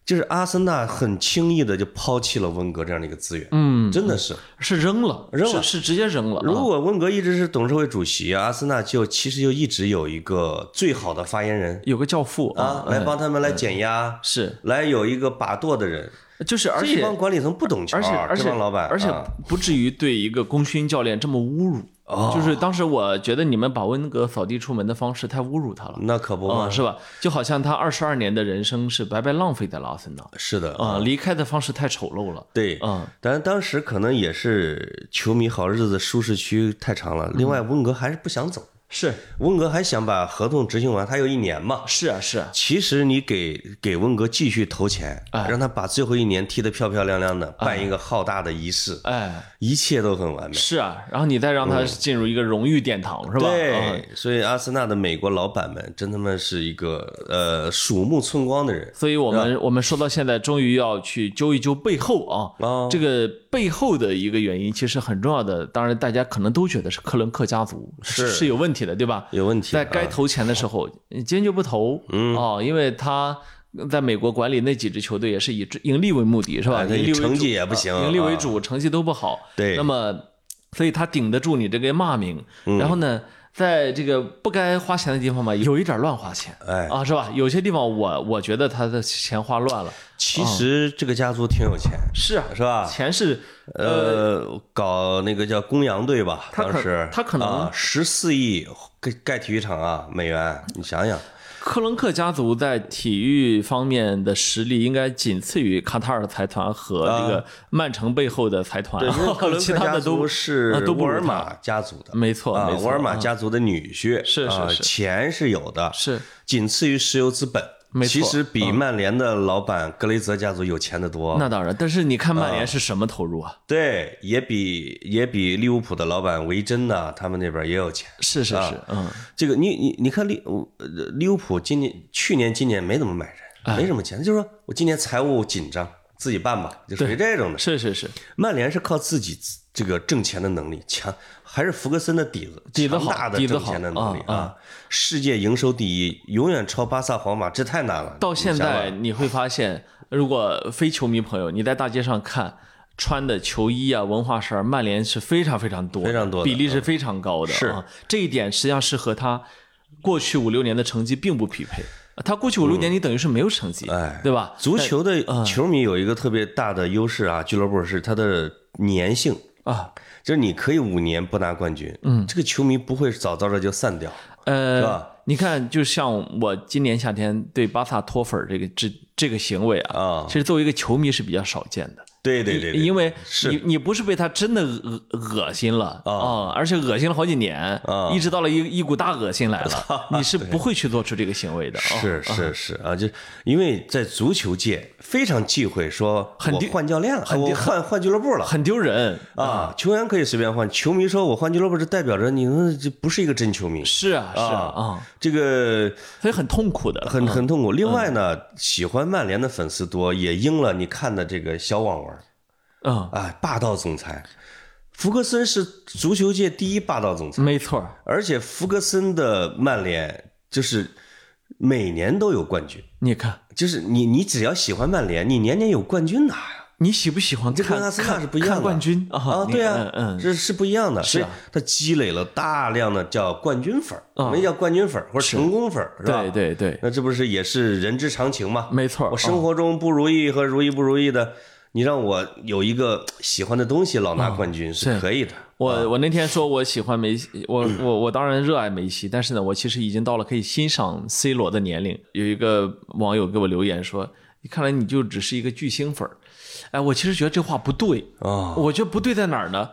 Speaker 2: 就是阿森纳很轻易的就抛弃了温格这样的一个资源，
Speaker 1: 嗯，
Speaker 2: 真的是。
Speaker 1: 是扔了，
Speaker 2: 扔了
Speaker 1: 是是直接扔了啊。
Speaker 2: 如果温格一直是董事会主席，阿森纳就其实就一直有一个最好的发言人
Speaker 1: 有个教父嗯
Speaker 2: 啊，来帮他们来减压，
Speaker 1: 是
Speaker 2: 来有一个把舵的人。
Speaker 1: 就是而
Speaker 2: 这
Speaker 1: 且
Speaker 2: 帮管理层不懂球，
Speaker 1: 而且而
Speaker 2: 这
Speaker 1: 且
Speaker 2: 帮老板，
Speaker 1: 而且
Speaker 2: 啊
Speaker 1: 不至于对一个功勋教练这么侮辱。
Speaker 2: 哦
Speaker 1: 就是当时我觉得你们把温格扫地出门的方式太侮辱他了，
Speaker 2: 那可不
Speaker 1: 啊、
Speaker 2: 嘛，
Speaker 1: 是吧？就好像他二十二年的人生是白白浪费在了阿森纳
Speaker 2: 是的
Speaker 1: 啊、离开的方式太丑陋了。
Speaker 2: 对，
Speaker 1: 嗯
Speaker 2: 但当时可能也是球迷好日子舒适区太长
Speaker 1: 嗯
Speaker 2: 了。另外，温格还是不想走，
Speaker 1: 是
Speaker 2: 温格还想把合同执行完，他有一年嘛。
Speaker 1: 是啊是啊，
Speaker 2: 其实你给给温格继续投钱，
Speaker 1: 哎
Speaker 2: 让他把最后一年踢得漂漂亮亮的，办一个浩大的仪式，
Speaker 1: 哎
Speaker 2: 一切都很完美。
Speaker 1: 是啊，然后你再让他进入一个荣誉殿堂、是吧？嗯
Speaker 2: 对，所以阿森纳的美国老板们真他妈是一个呃鼠目寸光的人
Speaker 1: 所以我们我们说到现在，终于要去揪一揪背后啊，
Speaker 2: 啊。
Speaker 1: 这个背后的一个原因其实很重要的。当然，大家可能都觉得是克伦克家族
Speaker 2: 是
Speaker 1: 是有问题的，对吧？
Speaker 2: 有问题啊
Speaker 1: 在该投钱的时候，你坚决不投，嗯哦，因为他在美国管理那几支球队也是以盈利为目的，是吧？
Speaker 2: 哎那
Speaker 1: 盈利为主啊
Speaker 2: 成绩也不行啊
Speaker 1: 盈利为主，成绩都不好。
Speaker 2: 对
Speaker 1: 那么所以他顶得住你这个骂名，
Speaker 2: 嗯
Speaker 1: 然后呢，在这个不该花钱的地方嘛，有一点乱花钱。
Speaker 2: 哎，
Speaker 1: 啊，是吧？有些地方我我觉得他的钱花乱了，
Speaker 2: 其实这个家族挺有钱，
Speaker 1: 是啊，
Speaker 2: 是吧？
Speaker 1: 钱是
Speaker 2: 呃，搞那个叫公羊队吧，
Speaker 1: 他可
Speaker 2: 当时啊
Speaker 1: 他可能
Speaker 2: 十四亿盖盖体育场啊，美元，你想想，
Speaker 1: 克伦克家族在体育方面的实力应该仅次于卡塔尔财团和这个曼城背后的财团，
Speaker 2: 啊因为克伦
Speaker 1: 其
Speaker 2: 克
Speaker 1: 他
Speaker 2: 家
Speaker 1: 的都
Speaker 2: 族
Speaker 1: 啊
Speaker 2: 是
Speaker 1: 都不
Speaker 2: 沃
Speaker 1: 如
Speaker 2: 尔
Speaker 1: 他
Speaker 2: 玛家族的，
Speaker 1: 没错，
Speaker 2: 啊
Speaker 1: 没，错，嗯
Speaker 2: 沃尔玛家族的女婿
Speaker 1: 是是
Speaker 2: 啊
Speaker 1: 是
Speaker 2: 钱是有的，
Speaker 1: 是
Speaker 2: 仅次于石油资本，
Speaker 1: 没
Speaker 2: 其
Speaker 1: 错嗯
Speaker 2: 实比曼联的老板格雷泽家族有钱的多，
Speaker 1: 那当然。但是你看曼联是什么投入啊？
Speaker 2: 对，也比也比利物浦的老板维珍呐、他们那边也有钱。
Speaker 1: 是是是
Speaker 2: 啊，
Speaker 1: 嗯，
Speaker 2: 这个你你你看利呃利物浦今年去年今年没怎么买
Speaker 1: 哎
Speaker 2: 人，没什么钱，就是说我今年财务紧张，自己办吧，就属于这种的。
Speaker 1: 是是是，
Speaker 2: 曼联是靠自己这个挣钱的能力强，还是福格森的底子，
Speaker 1: 底子好
Speaker 2: 强大的
Speaker 1: 底子
Speaker 2: 挣
Speaker 1: 好
Speaker 2: 钱的能力
Speaker 1: 啊
Speaker 2: 啊！世界营收第一，永远超巴萨、皇马，这太难了。
Speaker 1: 到现
Speaker 2: 你想
Speaker 1: 在
Speaker 2: 想，
Speaker 1: 你会发现，如果非球迷朋友，你在大街上看穿的球衣啊、文化衫儿，曼联是非常非常多的，
Speaker 2: 非常多的
Speaker 1: 比例是非常高的。
Speaker 2: 是
Speaker 1: 啊，这一点实际上是和他过去五六年的成绩并不匹配。他过去五六年，你等于是没有成绩，
Speaker 2: 嗯哎
Speaker 1: 对吧？
Speaker 2: 足球的
Speaker 1: 嗯
Speaker 2: 球迷有一个特别大的优势啊，俱乐部是它的粘性。
Speaker 1: 啊，
Speaker 2: 就是你可以五年不拿冠军，嗯，这个球迷不会早早的就散掉，是
Speaker 1: 呃
Speaker 2: 吧，
Speaker 1: 你看，就像我今年夏天对巴萨脱粉儿这个这这个行为啊，
Speaker 2: 啊
Speaker 1: 其实作为一个球迷是比较少见的。
Speaker 2: 对对对对，
Speaker 1: 因为
Speaker 2: 是
Speaker 1: 你你不是被他真的恶恶心了
Speaker 2: 啊
Speaker 1: 啊，而且恶心了好几年
Speaker 2: 啊，
Speaker 1: 一直到了一一股大恶心来了，你是不会去做出这个行为的。啊
Speaker 2: 是是是啊，就因为在足球界非常忌讳说，
Speaker 1: 很
Speaker 2: 我
Speaker 1: 丢
Speaker 2: 换教练了，我换换俱乐部了
Speaker 1: 很嗯丢人，
Speaker 2: 啊，球员可以随便换，球迷说我换俱乐部，这代表着你们这不是一个真球迷，
Speaker 1: 是啊是啊
Speaker 2: 啊
Speaker 1: 啊，
Speaker 2: 这个
Speaker 1: 所以很痛苦的。
Speaker 2: 很很
Speaker 1: 嗯
Speaker 2: 痛苦。另外呢，喜欢曼联的粉丝多，也应了你看的这个小网文
Speaker 1: 嗯，
Speaker 2: 啊，霸道总裁，福格森是足球界第一霸道总裁。
Speaker 1: 没错儿，
Speaker 2: 而且福格森的曼联就是每年都有冠军，
Speaker 1: 你看
Speaker 2: 就是你你只要喜欢曼联，你年年有冠军拿呀。
Speaker 1: 你喜不喜欢
Speaker 2: 这跟阿
Speaker 1: 看
Speaker 2: 森纳是
Speaker 1: 看
Speaker 2: 不一样的
Speaker 1: 看冠军
Speaker 2: 啊，
Speaker 1: 啊？你
Speaker 2: 对
Speaker 1: 嗯
Speaker 2: 啊，
Speaker 1: 嗯，
Speaker 2: 这是不一样的，
Speaker 1: 是啊嗯
Speaker 2: 所以他积累了大量的叫冠军粉儿，我们叫冠军粉儿或者成功粉儿，是吧？
Speaker 1: 对对对，
Speaker 2: 那这不是也是人之常情吗？
Speaker 1: 没错儿。
Speaker 2: 我
Speaker 1: 啊
Speaker 2: 生活中不如意和如意不如意的，你让我有一个喜欢的东西，老拿
Speaker 1: 嗯
Speaker 2: 冠军是可以的。
Speaker 1: 我我那天说我喜欢 梅西，我我我当然热爱梅西，但是呢，我其实已经到了可以欣赏 C 罗的年龄。有一个网友给我留言说：“看来你就只是一个巨星粉儿。”哎，我其实觉得这话不对
Speaker 2: 啊，
Speaker 1: 我觉得不对在哪儿呢？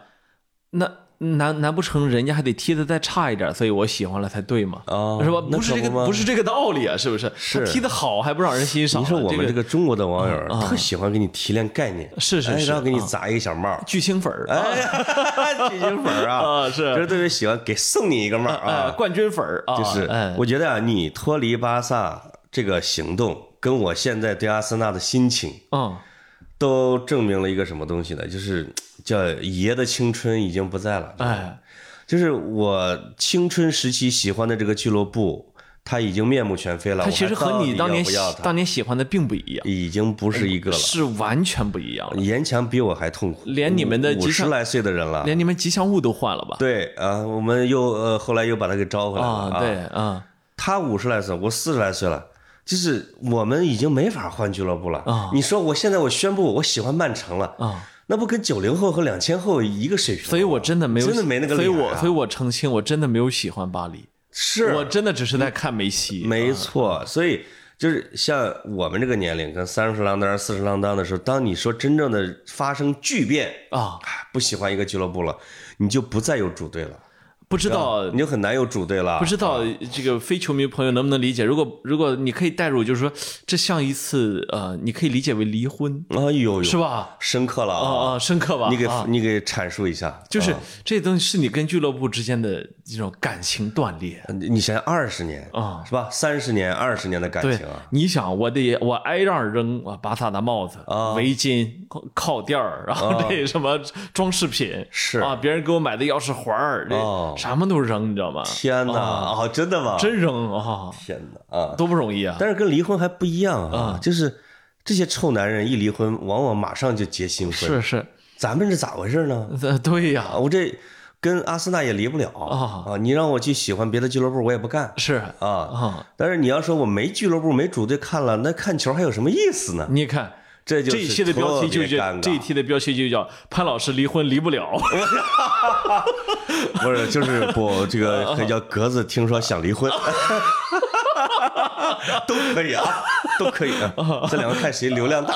Speaker 1: 那难难不成人家还得踢得再差一点，所以我喜欢了才对吗？
Speaker 2: 啊，
Speaker 1: 是吧？
Speaker 2: 那
Speaker 1: 不是
Speaker 2: 可
Speaker 1: 这个，
Speaker 2: 吗
Speaker 1: 不是这个道理啊，是不是？
Speaker 2: 是
Speaker 1: 他踢得好还不让人欣赏？啊
Speaker 2: 你说我们这
Speaker 1: 这个嗯
Speaker 2: 个中国的网友特喜欢给你提炼概念，
Speaker 1: 是是嗯
Speaker 2: 哎
Speaker 1: 是
Speaker 2: 然后给你砸一个小帽儿，
Speaker 1: 巨星粉儿啊
Speaker 2: 哎 呀，巨星粉儿啊，
Speaker 1: 啊是
Speaker 2: 就是特别喜欢给送你一个帽儿
Speaker 1: 哎
Speaker 2: 啊，
Speaker 1: 冠军粉儿啊，
Speaker 2: 就是
Speaker 1: 哎
Speaker 2: 我觉得啊，你脱离巴萨这个行动，跟我现在对阿森纳的心情，
Speaker 1: 嗯
Speaker 2: 都证明了一个什么东西呢？就是叫爷的青春已经不在了，
Speaker 1: 哎
Speaker 2: 就是我青春时期喜欢的这个俱乐部，它已经面目全非了。
Speaker 1: 他其实和你当年喜
Speaker 2: 我还到底要不要它
Speaker 1: 当年喜欢的并不一样，
Speaker 2: 已经不是一个了。
Speaker 1: 是完全不一样的，
Speaker 2: 严强比我还痛苦，
Speaker 1: 连你们的
Speaker 2: 五
Speaker 1: 吉
Speaker 2: 十
Speaker 1: 祥
Speaker 2: 来岁的人了。
Speaker 1: 连你们吉祥物都换了吧？
Speaker 2: 对啊，我们又呃后来又把他给招回来了
Speaker 1: 啊，对，啊，
Speaker 2: 他五十来岁，我四十来岁了，就是我们已经没法换俱乐部了。你说我现在我宣布我喜欢曼城了，
Speaker 1: 啊
Speaker 2: 那不跟九零后和两千后一个水平吗？
Speaker 1: 所以我真的没有，
Speaker 2: 真的没那个
Speaker 1: 所以
Speaker 2: 脸啊
Speaker 1: 我所以我澄清，我真的没有喜欢巴黎，
Speaker 2: 是
Speaker 1: 我啊真的只是在看梅西，
Speaker 2: 没错，所以就是像我们这个年龄，跟三十郎当、四十郎当的时候，当你说真正的发生巨变，
Speaker 1: 啊，
Speaker 2: 哎不喜欢一个俱乐部了，你就不再有主队了，
Speaker 1: 不知道
Speaker 2: 你就很难有主队了。
Speaker 1: 呃不知道这个非球迷朋友能不能理解？如果如果你可以代入，就是说这像一次呃，你可以理解为离婚，
Speaker 2: 哎呦
Speaker 1: 是
Speaker 2: 呦，
Speaker 1: 吧？
Speaker 2: 深刻了
Speaker 1: 啊
Speaker 2: 啊！
Speaker 1: 啊，深刻吧？
Speaker 2: 你给
Speaker 1: 啊
Speaker 2: 你给阐述一下，
Speaker 1: 就是
Speaker 2: 啊
Speaker 1: 这东西是你跟俱乐部之间的这种感情断裂。
Speaker 2: 你你想想二十年
Speaker 1: 啊
Speaker 2: 是吧？三十年、二十年的感
Speaker 1: 对
Speaker 2: 情啊，，
Speaker 1: 你想，我得我挨让扔我巴萨的帽子、
Speaker 2: 啊
Speaker 1: 围巾、靠靠垫儿，然后这什么装饰品
Speaker 2: 是
Speaker 1: 啊，别人给我买的钥匙环儿，
Speaker 2: 哦
Speaker 1: 这什么都扔，你知道吗？
Speaker 2: 天哪啊，真的吗？
Speaker 1: 真扔啊，
Speaker 2: 天哪啊！
Speaker 1: 多不容易啊！
Speaker 2: 但是跟离婚还不一样啊，就是这些臭男人一离婚，往往马上就结新婚，
Speaker 1: 是是，
Speaker 2: 咱们是咋回事呢？
Speaker 1: 呃对呀、
Speaker 2: 啊，我这跟阿森纳也离不了
Speaker 1: 啊
Speaker 2: 啊！你让我去喜欢别的俱乐部，我也不干
Speaker 1: 是
Speaker 2: 啊。
Speaker 1: 啊，
Speaker 2: 但是你要说我没俱乐部、没主队看了，那看球还有什么意思呢？
Speaker 1: 你看
Speaker 2: 这就
Speaker 1: 这
Speaker 2: 是
Speaker 1: 一期的标题就
Speaker 2: 特别
Speaker 1: 叫
Speaker 2: 尴
Speaker 1: 这一
Speaker 2: 尬，
Speaker 1: 期的标题就叫潘老师离婚离不了，
Speaker 2: 不是就是不这 个可以叫格子，听说想离婚， 都可以 啊，都可以啊，这两个看谁流量 大，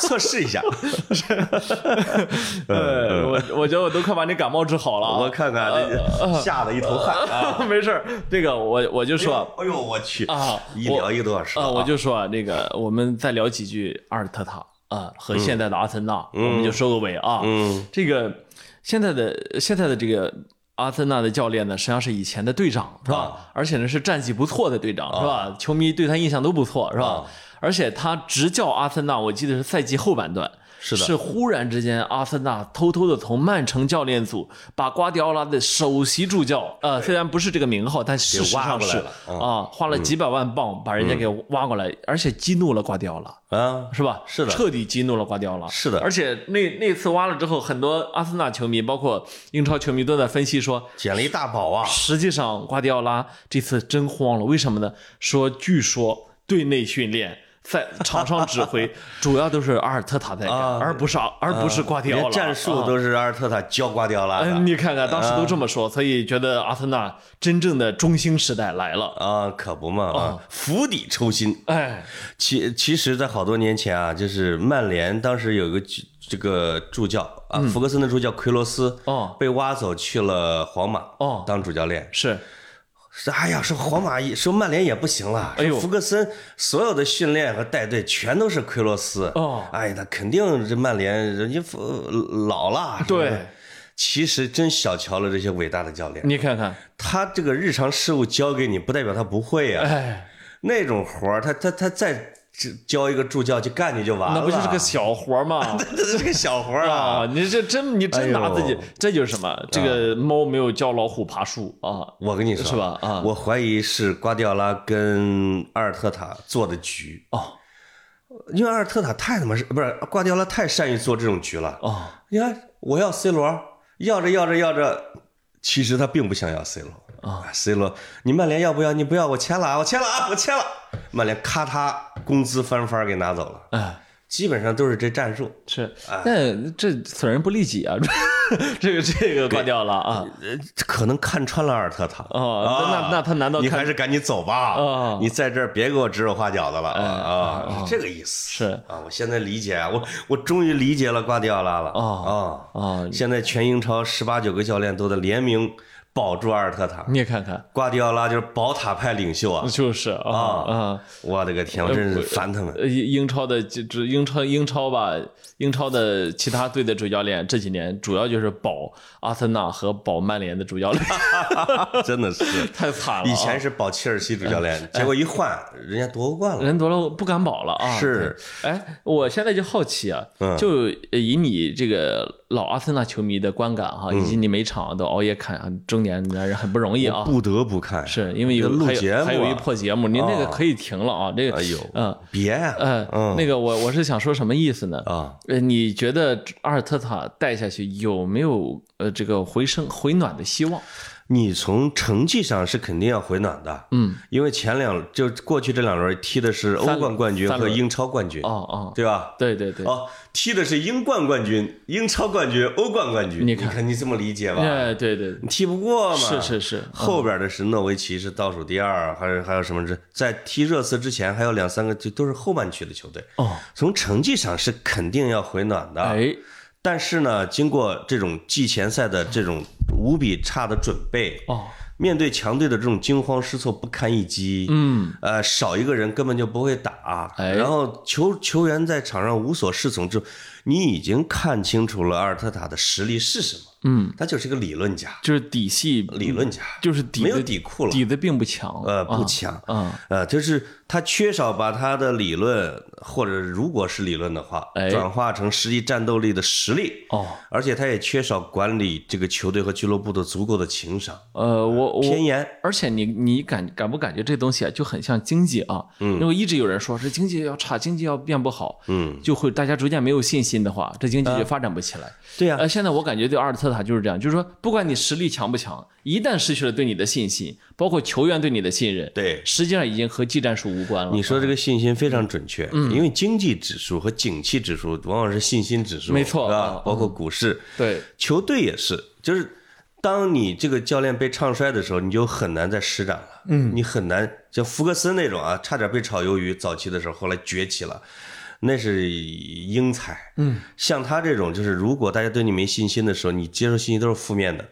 Speaker 2: 测试一下。嗯
Speaker 1: 呃，我我觉得我都快把你感冒治好了啊，
Speaker 2: 我看看，这吓得一头汗啊！
Speaker 1: 没事儿，这个我我就说
Speaker 2: 哎呦我去
Speaker 1: 啊
Speaker 2: 一
Speaker 1: 我
Speaker 2: 聊一个多小时
Speaker 1: 啊，我就说那个我们再聊几句阿尔特塔啊和现在的阿森纳，我们就收个尾啊，
Speaker 2: 嗯，
Speaker 1: 这个现在的现在的这个阿森纳的教练呢，实际上是以前的队长，是吧？
Speaker 2: 啊
Speaker 1: 而且呢是战绩不错的队长，是吧？球迷对他印象都不错，是吧？
Speaker 2: 啊
Speaker 1: 而且他执教阿森纳，我记得是赛季后半段。
Speaker 2: 是的
Speaker 1: 是忽然之间，阿森纳偷偷的从曼城教练组把瓜迪奥拉的首席助教，呃，虽然不是这个名号，但事实
Speaker 2: 挖
Speaker 1: 上
Speaker 2: 过来
Speaker 1: 是
Speaker 2: 了嗯
Speaker 1: 啊，花了几百万镑把人家给挖过来，而且激怒了瓜迪奥拉。
Speaker 2: 啊，
Speaker 1: 是吧？
Speaker 2: 是的
Speaker 1: 彻底激怒了瓜迪奥拉。
Speaker 2: 是的
Speaker 1: 而且那那次挖了之后，很多阿森纳球迷，包括英超球迷都在分析说，
Speaker 2: 捡了一大宝啊！
Speaker 1: 实际上瓜迪奥拉这次真慌了。为什么呢？说据说队内训练。在场上指 挥主要都是阿尔特塔在干，
Speaker 2: 啊
Speaker 1: 而不是阿而不是瓜迪奥拉。
Speaker 2: 连战术
Speaker 1: 啊
Speaker 2: 都啊是阿尔特塔教瓜迪奥拉
Speaker 1: 嗯，
Speaker 2: 的
Speaker 1: 你看看当时都这么说，所以觉得阿森纳真正的中兴时代来了。
Speaker 2: 啊，可不嘛啊，釜底抽薪。
Speaker 1: 哎，
Speaker 2: 其其实，在好多年前啊，就是曼联当时有一个巨这个助教啊，福格森的助教奎罗斯
Speaker 1: 嗯哦
Speaker 2: 被挖走去了皇马
Speaker 1: 哦
Speaker 2: 当主教练。
Speaker 1: 是
Speaker 2: 说哎呀，说皇马也说曼联也不行了，
Speaker 1: 哎呦
Speaker 2: 说福格森所有的训练和带队全都是奎罗斯。
Speaker 1: 哦
Speaker 2: 哎呀，那肯定这曼联人家福老了。是不 是
Speaker 1: 对，
Speaker 2: 其实真小瞧了这些伟大的教练。
Speaker 1: 你看看，
Speaker 2: 他这个日常事务交给你，不代表他不会啊呀、
Speaker 1: 哎，
Speaker 2: 那种活儿，他他他再教一个助教去干去就完
Speaker 1: 那
Speaker 2: 了。
Speaker 1: 不就是 个小活吗？
Speaker 2: 这这是个小活儿啊！哎
Speaker 1: 啊， 你这真你真拿自己，这就是什么？这个猫没有教老虎爬树啊，
Speaker 2: 我跟你说，
Speaker 1: 是吧？啊，
Speaker 2: 我怀疑是瓜迪奥拉跟阿尔特塔做的局
Speaker 1: 哦，
Speaker 2: 因为阿尔特塔太他妈是不是瓜迪奥拉太善于做这种局了。
Speaker 1: 哦，
Speaker 2: 你看，我要 C 罗，要着要着要着，其实他并不想要 C 罗啊，C 罗，你曼联要不要？你不啊要，我签了啊，我签了啊，我签了。曼联咔嚓，工资翻番儿给拿走了。
Speaker 1: 哎，
Speaker 2: 基本上都是这战术。
Speaker 1: 是，
Speaker 2: 哎
Speaker 1: 但这损人不利己啊， 这个这个挂掉了啊。
Speaker 2: 呃，可能看穿了阿尔特塔
Speaker 1: 哦
Speaker 2: 啊
Speaker 1: 那那他难道
Speaker 2: 你
Speaker 1: 看
Speaker 2: 还是赶紧走吧？
Speaker 1: 哦哎
Speaker 2: 你在这儿别给我指手画脚的了啊！啊是这个意思
Speaker 1: 是
Speaker 2: 啊，我现在理解，啊，我我终于理解了瓜迪奥拉了
Speaker 1: 哦
Speaker 2: 啊！
Speaker 1: 啊，
Speaker 2: 现在全英超十八九个教练都在联名保住阿尔特塔，
Speaker 1: 你也看看，
Speaker 2: 瓜迪奥拉就是保塔派领袖啊！
Speaker 1: 就是啊啊。
Speaker 2: 我的个天，我真是烦他们。
Speaker 1: 呃，英英超的这这英超英超吧，英超的其他队的主教练这几年主要就是保阿森纳和保曼联的主教练，
Speaker 2: 真的是。
Speaker 1: 呃太惨了啊。嗯哎
Speaker 2: 以前是保切尔西主教练，结果一换，人家夺冠了。
Speaker 1: 人多了不敢保了啊。
Speaker 2: 是
Speaker 1: 对，哎，我现在就好奇啊
Speaker 2: 嗯，
Speaker 1: 就以你这个老阿森纳球迷的观感
Speaker 2: 嗯
Speaker 1: 哈、以及你每场都熬夜看，啊中年男人很不容易啊。
Speaker 2: 不得不看，
Speaker 1: 是因为有
Speaker 2: 这录
Speaker 1: 还
Speaker 2: 节目
Speaker 1: 有
Speaker 2: 啊
Speaker 1: 还有一破节目，您那个
Speaker 2: 啊
Speaker 1: 可以停了啊。这个，
Speaker 2: 哎呦
Speaker 1: 嗯
Speaker 2: 别呀
Speaker 1: 呃，
Speaker 2: 嗯
Speaker 1: 那个我我是想说什么意思呢？
Speaker 2: 啊，
Speaker 1: 呃，你觉得阿尔特塔带下去有没有呃这个回升回暖的希望？
Speaker 2: 你从成绩上是肯定要回暖的，
Speaker 1: 嗯，
Speaker 2: 因为前两就过去这两轮踢的是欧
Speaker 1: 三
Speaker 2: 冠冠军
Speaker 1: 三
Speaker 2: 和
Speaker 1: 轮
Speaker 2: 英超冠军，
Speaker 1: 哦哦，
Speaker 2: 对吧？
Speaker 1: 对对对，
Speaker 2: 哦，踢的是英冠冠军、英超冠军、欧冠冠军，
Speaker 1: 你
Speaker 2: 你
Speaker 1: 看
Speaker 2: 看你这么理解吧？
Speaker 1: 哎对对，
Speaker 2: 你踢不过嘛？
Speaker 1: 是嗯是 是，
Speaker 2: 后边的是诺维奇是倒数第二，还是还有什么这在踢热刺之前还有两三个就都是后半区的球队，
Speaker 1: 哦，
Speaker 2: 从成绩上是肯定要回暖的。
Speaker 1: 哎，
Speaker 2: 但是呢，经过这种季前赛的这种无比差的准备，
Speaker 1: 哦，
Speaker 2: 面对强队的这种惊慌失措、不堪一击，
Speaker 1: 嗯，
Speaker 2: 呃，少一个人根本就不会打，
Speaker 1: 哎
Speaker 2: 然后球球员在场上无所适从之后，你已经看清楚了阿尔特塔的实力是什么，
Speaker 1: 嗯，
Speaker 2: 他就是个理论家，
Speaker 1: 就是底细
Speaker 2: 理论家，
Speaker 1: 就是嗯底
Speaker 2: 没有
Speaker 1: 子
Speaker 2: 底裤了
Speaker 1: 底子并不强，
Speaker 2: 呃，不
Speaker 1: 啊，
Speaker 2: 强，
Speaker 1: 嗯，
Speaker 2: 呃，就是他缺少把他的理论，或者如果是理论的话，
Speaker 1: 哎
Speaker 2: 转化成实际战斗力的实力。
Speaker 1: 哦，
Speaker 2: 而且他也缺少管理这个球队和俱乐部的足够的情商，
Speaker 1: 呃，我我
Speaker 2: 偏严。
Speaker 1: 而且你你感感不感觉这东西啊就很像经济啊？嗯，因为一直有人说这经济要差，经济要变不好，
Speaker 2: 嗯，呃
Speaker 1: 就会大家逐渐没有信心的话，这经济就发展不起来。
Speaker 2: 对啊呀、
Speaker 1: 呃，现在我感觉对阿尔特塔就是这样，就是说，不管你实力强不强，一旦失去了对你的信心，包括球员对你的信任，
Speaker 2: 对
Speaker 1: 实际上已经和技战术无关了。
Speaker 2: 你说这个信心非常准确，
Speaker 1: 嗯
Speaker 2: 因为经济指数和景气指数往往是信心指数，
Speaker 1: 没错
Speaker 2: 啊
Speaker 1: 嗯，
Speaker 2: 包括股市，
Speaker 1: 对，
Speaker 2: 球队也是，就是当你这个教练被唱衰的时候，你就很难再施展了。嗯，你很难像福克森那种啊，差点被炒鱿鱼，早期的时候，后来崛起了。那是英才，嗯，像他这种，就是如果大家对你没信心的时候，你接受信息都是负面的。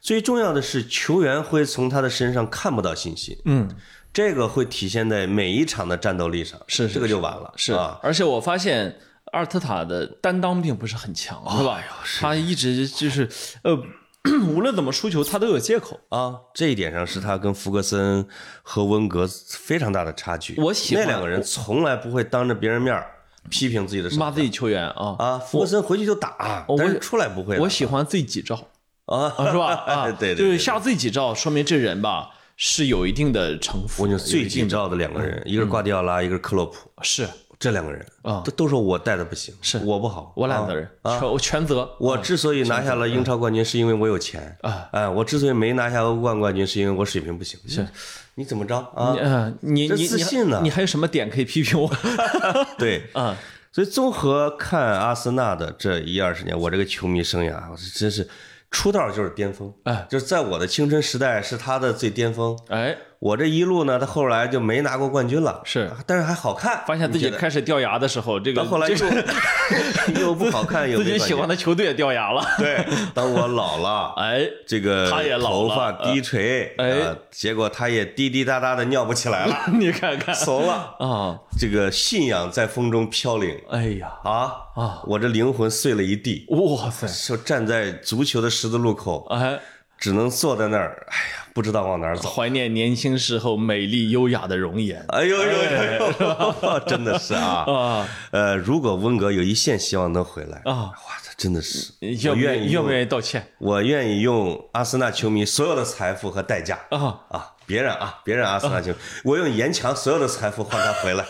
Speaker 2: 最重要的是，球员会从他的身上看不到信心，嗯，这个会体现在每一场的战斗力上，
Speaker 1: 是是
Speaker 2: 这个就完了，
Speaker 1: 是
Speaker 2: 啊，，
Speaker 1: 而且我发现阿尔特塔的担当并不是很强，
Speaker 2: 哦
Speaker 1: 是
Speaker 2: 哎
Speaker 1: 吧？他一直就是呃， 无论怎么输球，他都有借口。
Speaker 2: 啊，这一点上是他跟福格森和温格非常大的差距。
Speaker 1: 我喜欢
Speaker 2: 那两个人从来不会当着别人面儿批评自己的手
Speaker 1: 骂自己球员啊！
Speaker 2: 啊。福格森回去就打，
Speaker 1: 我
Speaker 2: 但是出来不会的
Speaker 1: 我喜欢自己招，
Speaker 2: 啊。
Speaker 1: 啊是吧？啊，
Speaker 2: 对对对
Speaker 1: 就是下自己招，说明这人吧是有一定的城府
Speaker 2: 我
Speaker 1: 的。
Speaker 2: 就
Speaker 1: 有
Speaker 2: 最
Speaker 1: 一定
Speaker 2: 紧
Speaker 1: 的
Speaker 2: 张的两个人，一个是瓜迪奥拉，一个是克洛普，
Speaker 1: 是
Speaker 2: 这两个人
Speaker 1: 嗯啊
Speaker 2: 都都说我带的不行，
Speaker 1: 是
Speaker 2: 我不好，啊
Speaker 1: 我懒的人，全我全责。
Speaker 2: 我之所以拿下了英超冠军，是因为我有钱
Speaker 1: 啊！
Speaker 2: 哎，我之所以没拿下欧冠冠军，是因为我水平不行。
Speaker 1: 是，
Speaker 2: 你怎么着啊
Speaker 1: 你？嗯，你
Speaker 2: 这
Speaker 1: 你
Speaker 2: 自信呢
Speaker 1: 你还有什么点可以批评我？
Speaker 2: 对，
Speaker 1: 啊，
Speaker 2: 所以综合看阿森纳的这一二十年，我这个球迷生涯，我是真是出道就是巅峰，
Speaker 1: 哎，
Speaker 2: 就是在我的青春时代是他的最巅峰。
Speaker 1: 哎，
Speaker 2: 我这一路呢，他后来就没拿过冠军了，啊
Speaker 1: 是，
Speaker 2: 但是还好看，
Speaker 1: 发现自
Speaker 2: 你
Speaker 1: 己
Speaker 2: 觉得
Speaker 1: 开始掉牙的时候，这个
Speaker 2: 到后来
Speaker 1: 这
Speaker 2: 又
Speaker 1: 个
Speaker 2: 又不好看，又
Speaker 1: 自
Speaker 2: 没
Speaker 1: 己
Speaker 2: 冠
Speaker 1: 喜
Speaker 2: 军
Speaker 1: 欢的球队也掉牙了。
Speaker 2: 对，当我老了。
Speaker 1: 哎，
Speaker 2: 这个
Speaker 1: 他也老
Speaker 2: 头
Speaker 1: 了
Speaker 2: 发低垂，
Speaker 1: 哎
Speaker 2: 呃结果他也滴滴答答的尿不起来了，
Speaker 1: 你看看
Speaker 2: 怂了。
Speaker 1: 啊，
Speaker 2: 这个信仰在风中飘零
Speaker 1: 哎呀，
Speaker 2: 啊
Speaker 1: 啊！
Speaker 2: 我这灵魂碎了一地，
Speaker 1: 哇塞，
Speaker 2: 就站在足球的十字路口，
Speaker 1: 哎，
Speaker 2: 只能坐在那儿，哎呀，不知道往哪儿走。
Speaker 1: 怀念年轻时候美丽优雅的容颜
Speaker 2: 哎呦呦呦
Speaker 1: 哎
Speaker 2: 呦， 真的是 啊！
Speaker 1: 啊
Speaker 2: 呃，如果温格有一线希望能回来，
Speaker 1: 啊！
Speaker 2: 哇，这真的是，
Speaker 1: 要
Speaker 2: 我
Speaker 1: 不
Speaker 2: 愿意
Speaker 1: 要不
Speaker 2: 用，
Speaker 1: 愿意道歉
Speaker 2: 我愿意用阿森纳球迷所有的财富和代价
Speaker 1: 啊？
Speaker 2: 啊，别让啊，别让阿森纳球迷，我用严强所有的财富换他回来。
Speaker 1: 啊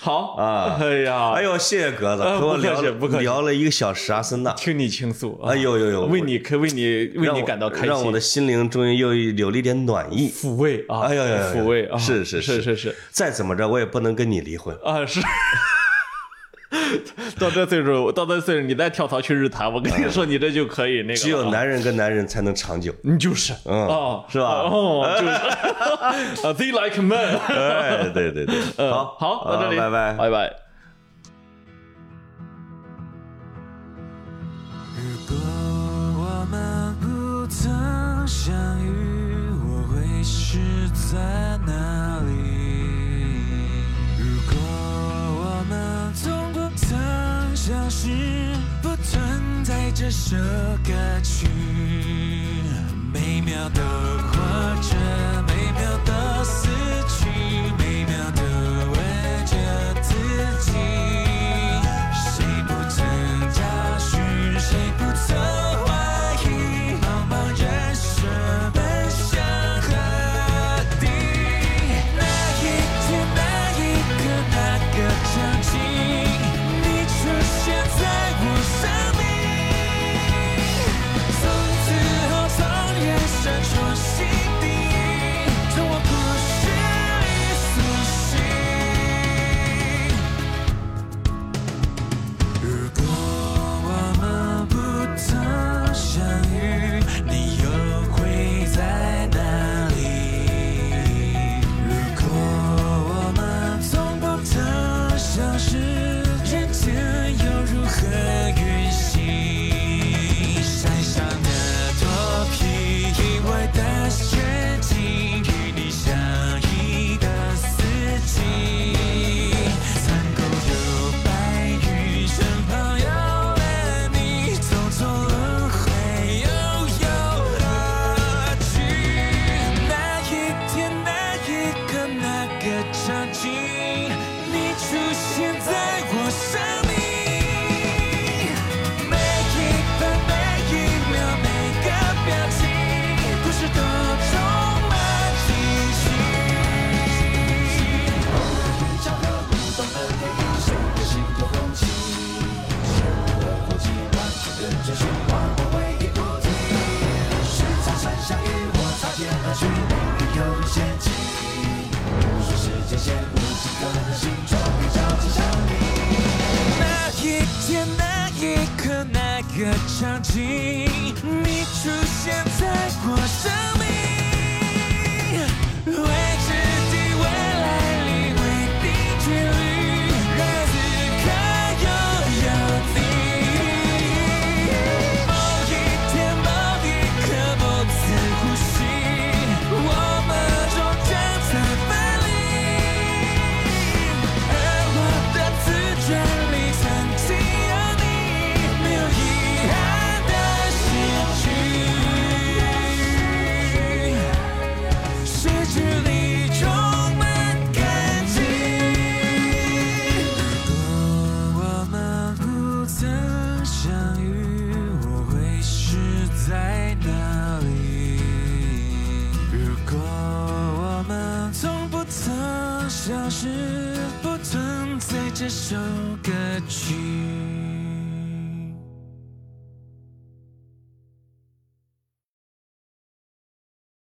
Speaker 1: 好
Speaker 2: 啊
Speaker 1: 哎呀，
Speaker 2: 哎呦，谢谢格子，
Speaker 1: 啊
Speaker 2: 和我
Speaker 1: 不客气
Speaker 2: 聊
Speaker 1: 不客气
Speaker 2: 聊了一个小时阿森纳，
Speaker 1: 听你倾诉，啊
Speaker 2: 哎呦呦呦，
Speaker 1: 为你可为你为
Speaker 2: 让
Speaker 1: 你
Speaker 2: 我
Speaker 1: 感到开
Speaker 2: 让我
Speaker 1: 心
Speaker 2: 的，心灵终于又有了一点暖意。
Speaker 1: 抚慰啊，
Speaker 2: 哎呦呦呦呦
Speaker 1: 抚慰啊，
Speaker 2: 是是
Speaker 1: 是是是
Speaker 2: 再怎么着，我也不能跟你离婚。
Speaker 1: 啊是。 到这岁数，到这岁数，你再跳槽去日坛，我跟你说，你这就可以那个。
Speaker 2: 嗯只有，男人跟男人才能长久，
Speaker 1: 你就是，
Speaker 2: 嗯
Speaker 1: 哦，
Speaker 2: 是吧
Speaker 1: 哦，就是 啊，They like men。
Speaker 2: 哎，对对对，
Speaker 1: 嗯
Speaker 2: 好，
Speaker 1: 好，到这里，
Speaker 2: 啊拜拜。
Speaker 1: 拜拜。
Speaker 3: 如果我们不曾相遇，我会是在哪里？如果我们从不曾相识，不存在这首歌曲，每秒都活着，每秒都死去，每秒都问着自己。谁不曾找寻，谁不曾怀疑？茫茫人生奔向何地？那一天，那一刻，那个场景，你出现在我生命。从此后，从人生出心底，从我故事里苏醒。如果我们不曾相遇，你又会在哪里？如果我们从不曾相识，人间又如何运行？山上的脱皮，意外的雪景，与你相依的四季，残酷有白云，身旁有了你，匆匆轮回又有何惧？那一天，那一刻，那个场景，你出现在我生命。每一分每一秒，每个表情，故事都充满激情。找到不同的电影，谁的心有空气？生活轨迹完全跟着循环，我唯一不停。是擦身相遇，我擦肩而去，命运有陷阱。无数时间线，无尽可能性，终于交织上你。那一天，那一刻，那个场景，你出现在我生命。未知的未来里，未定距离，让此刻又有你。某一天，某一刻，某次呼吸，我们终将再分离。而我的自传里，曾经有你，没有遗憾的失去。失去你充满感激。如果我们不曾相遇，我会是在哪里？如果我们从不曾消失，不存在这首歌曲。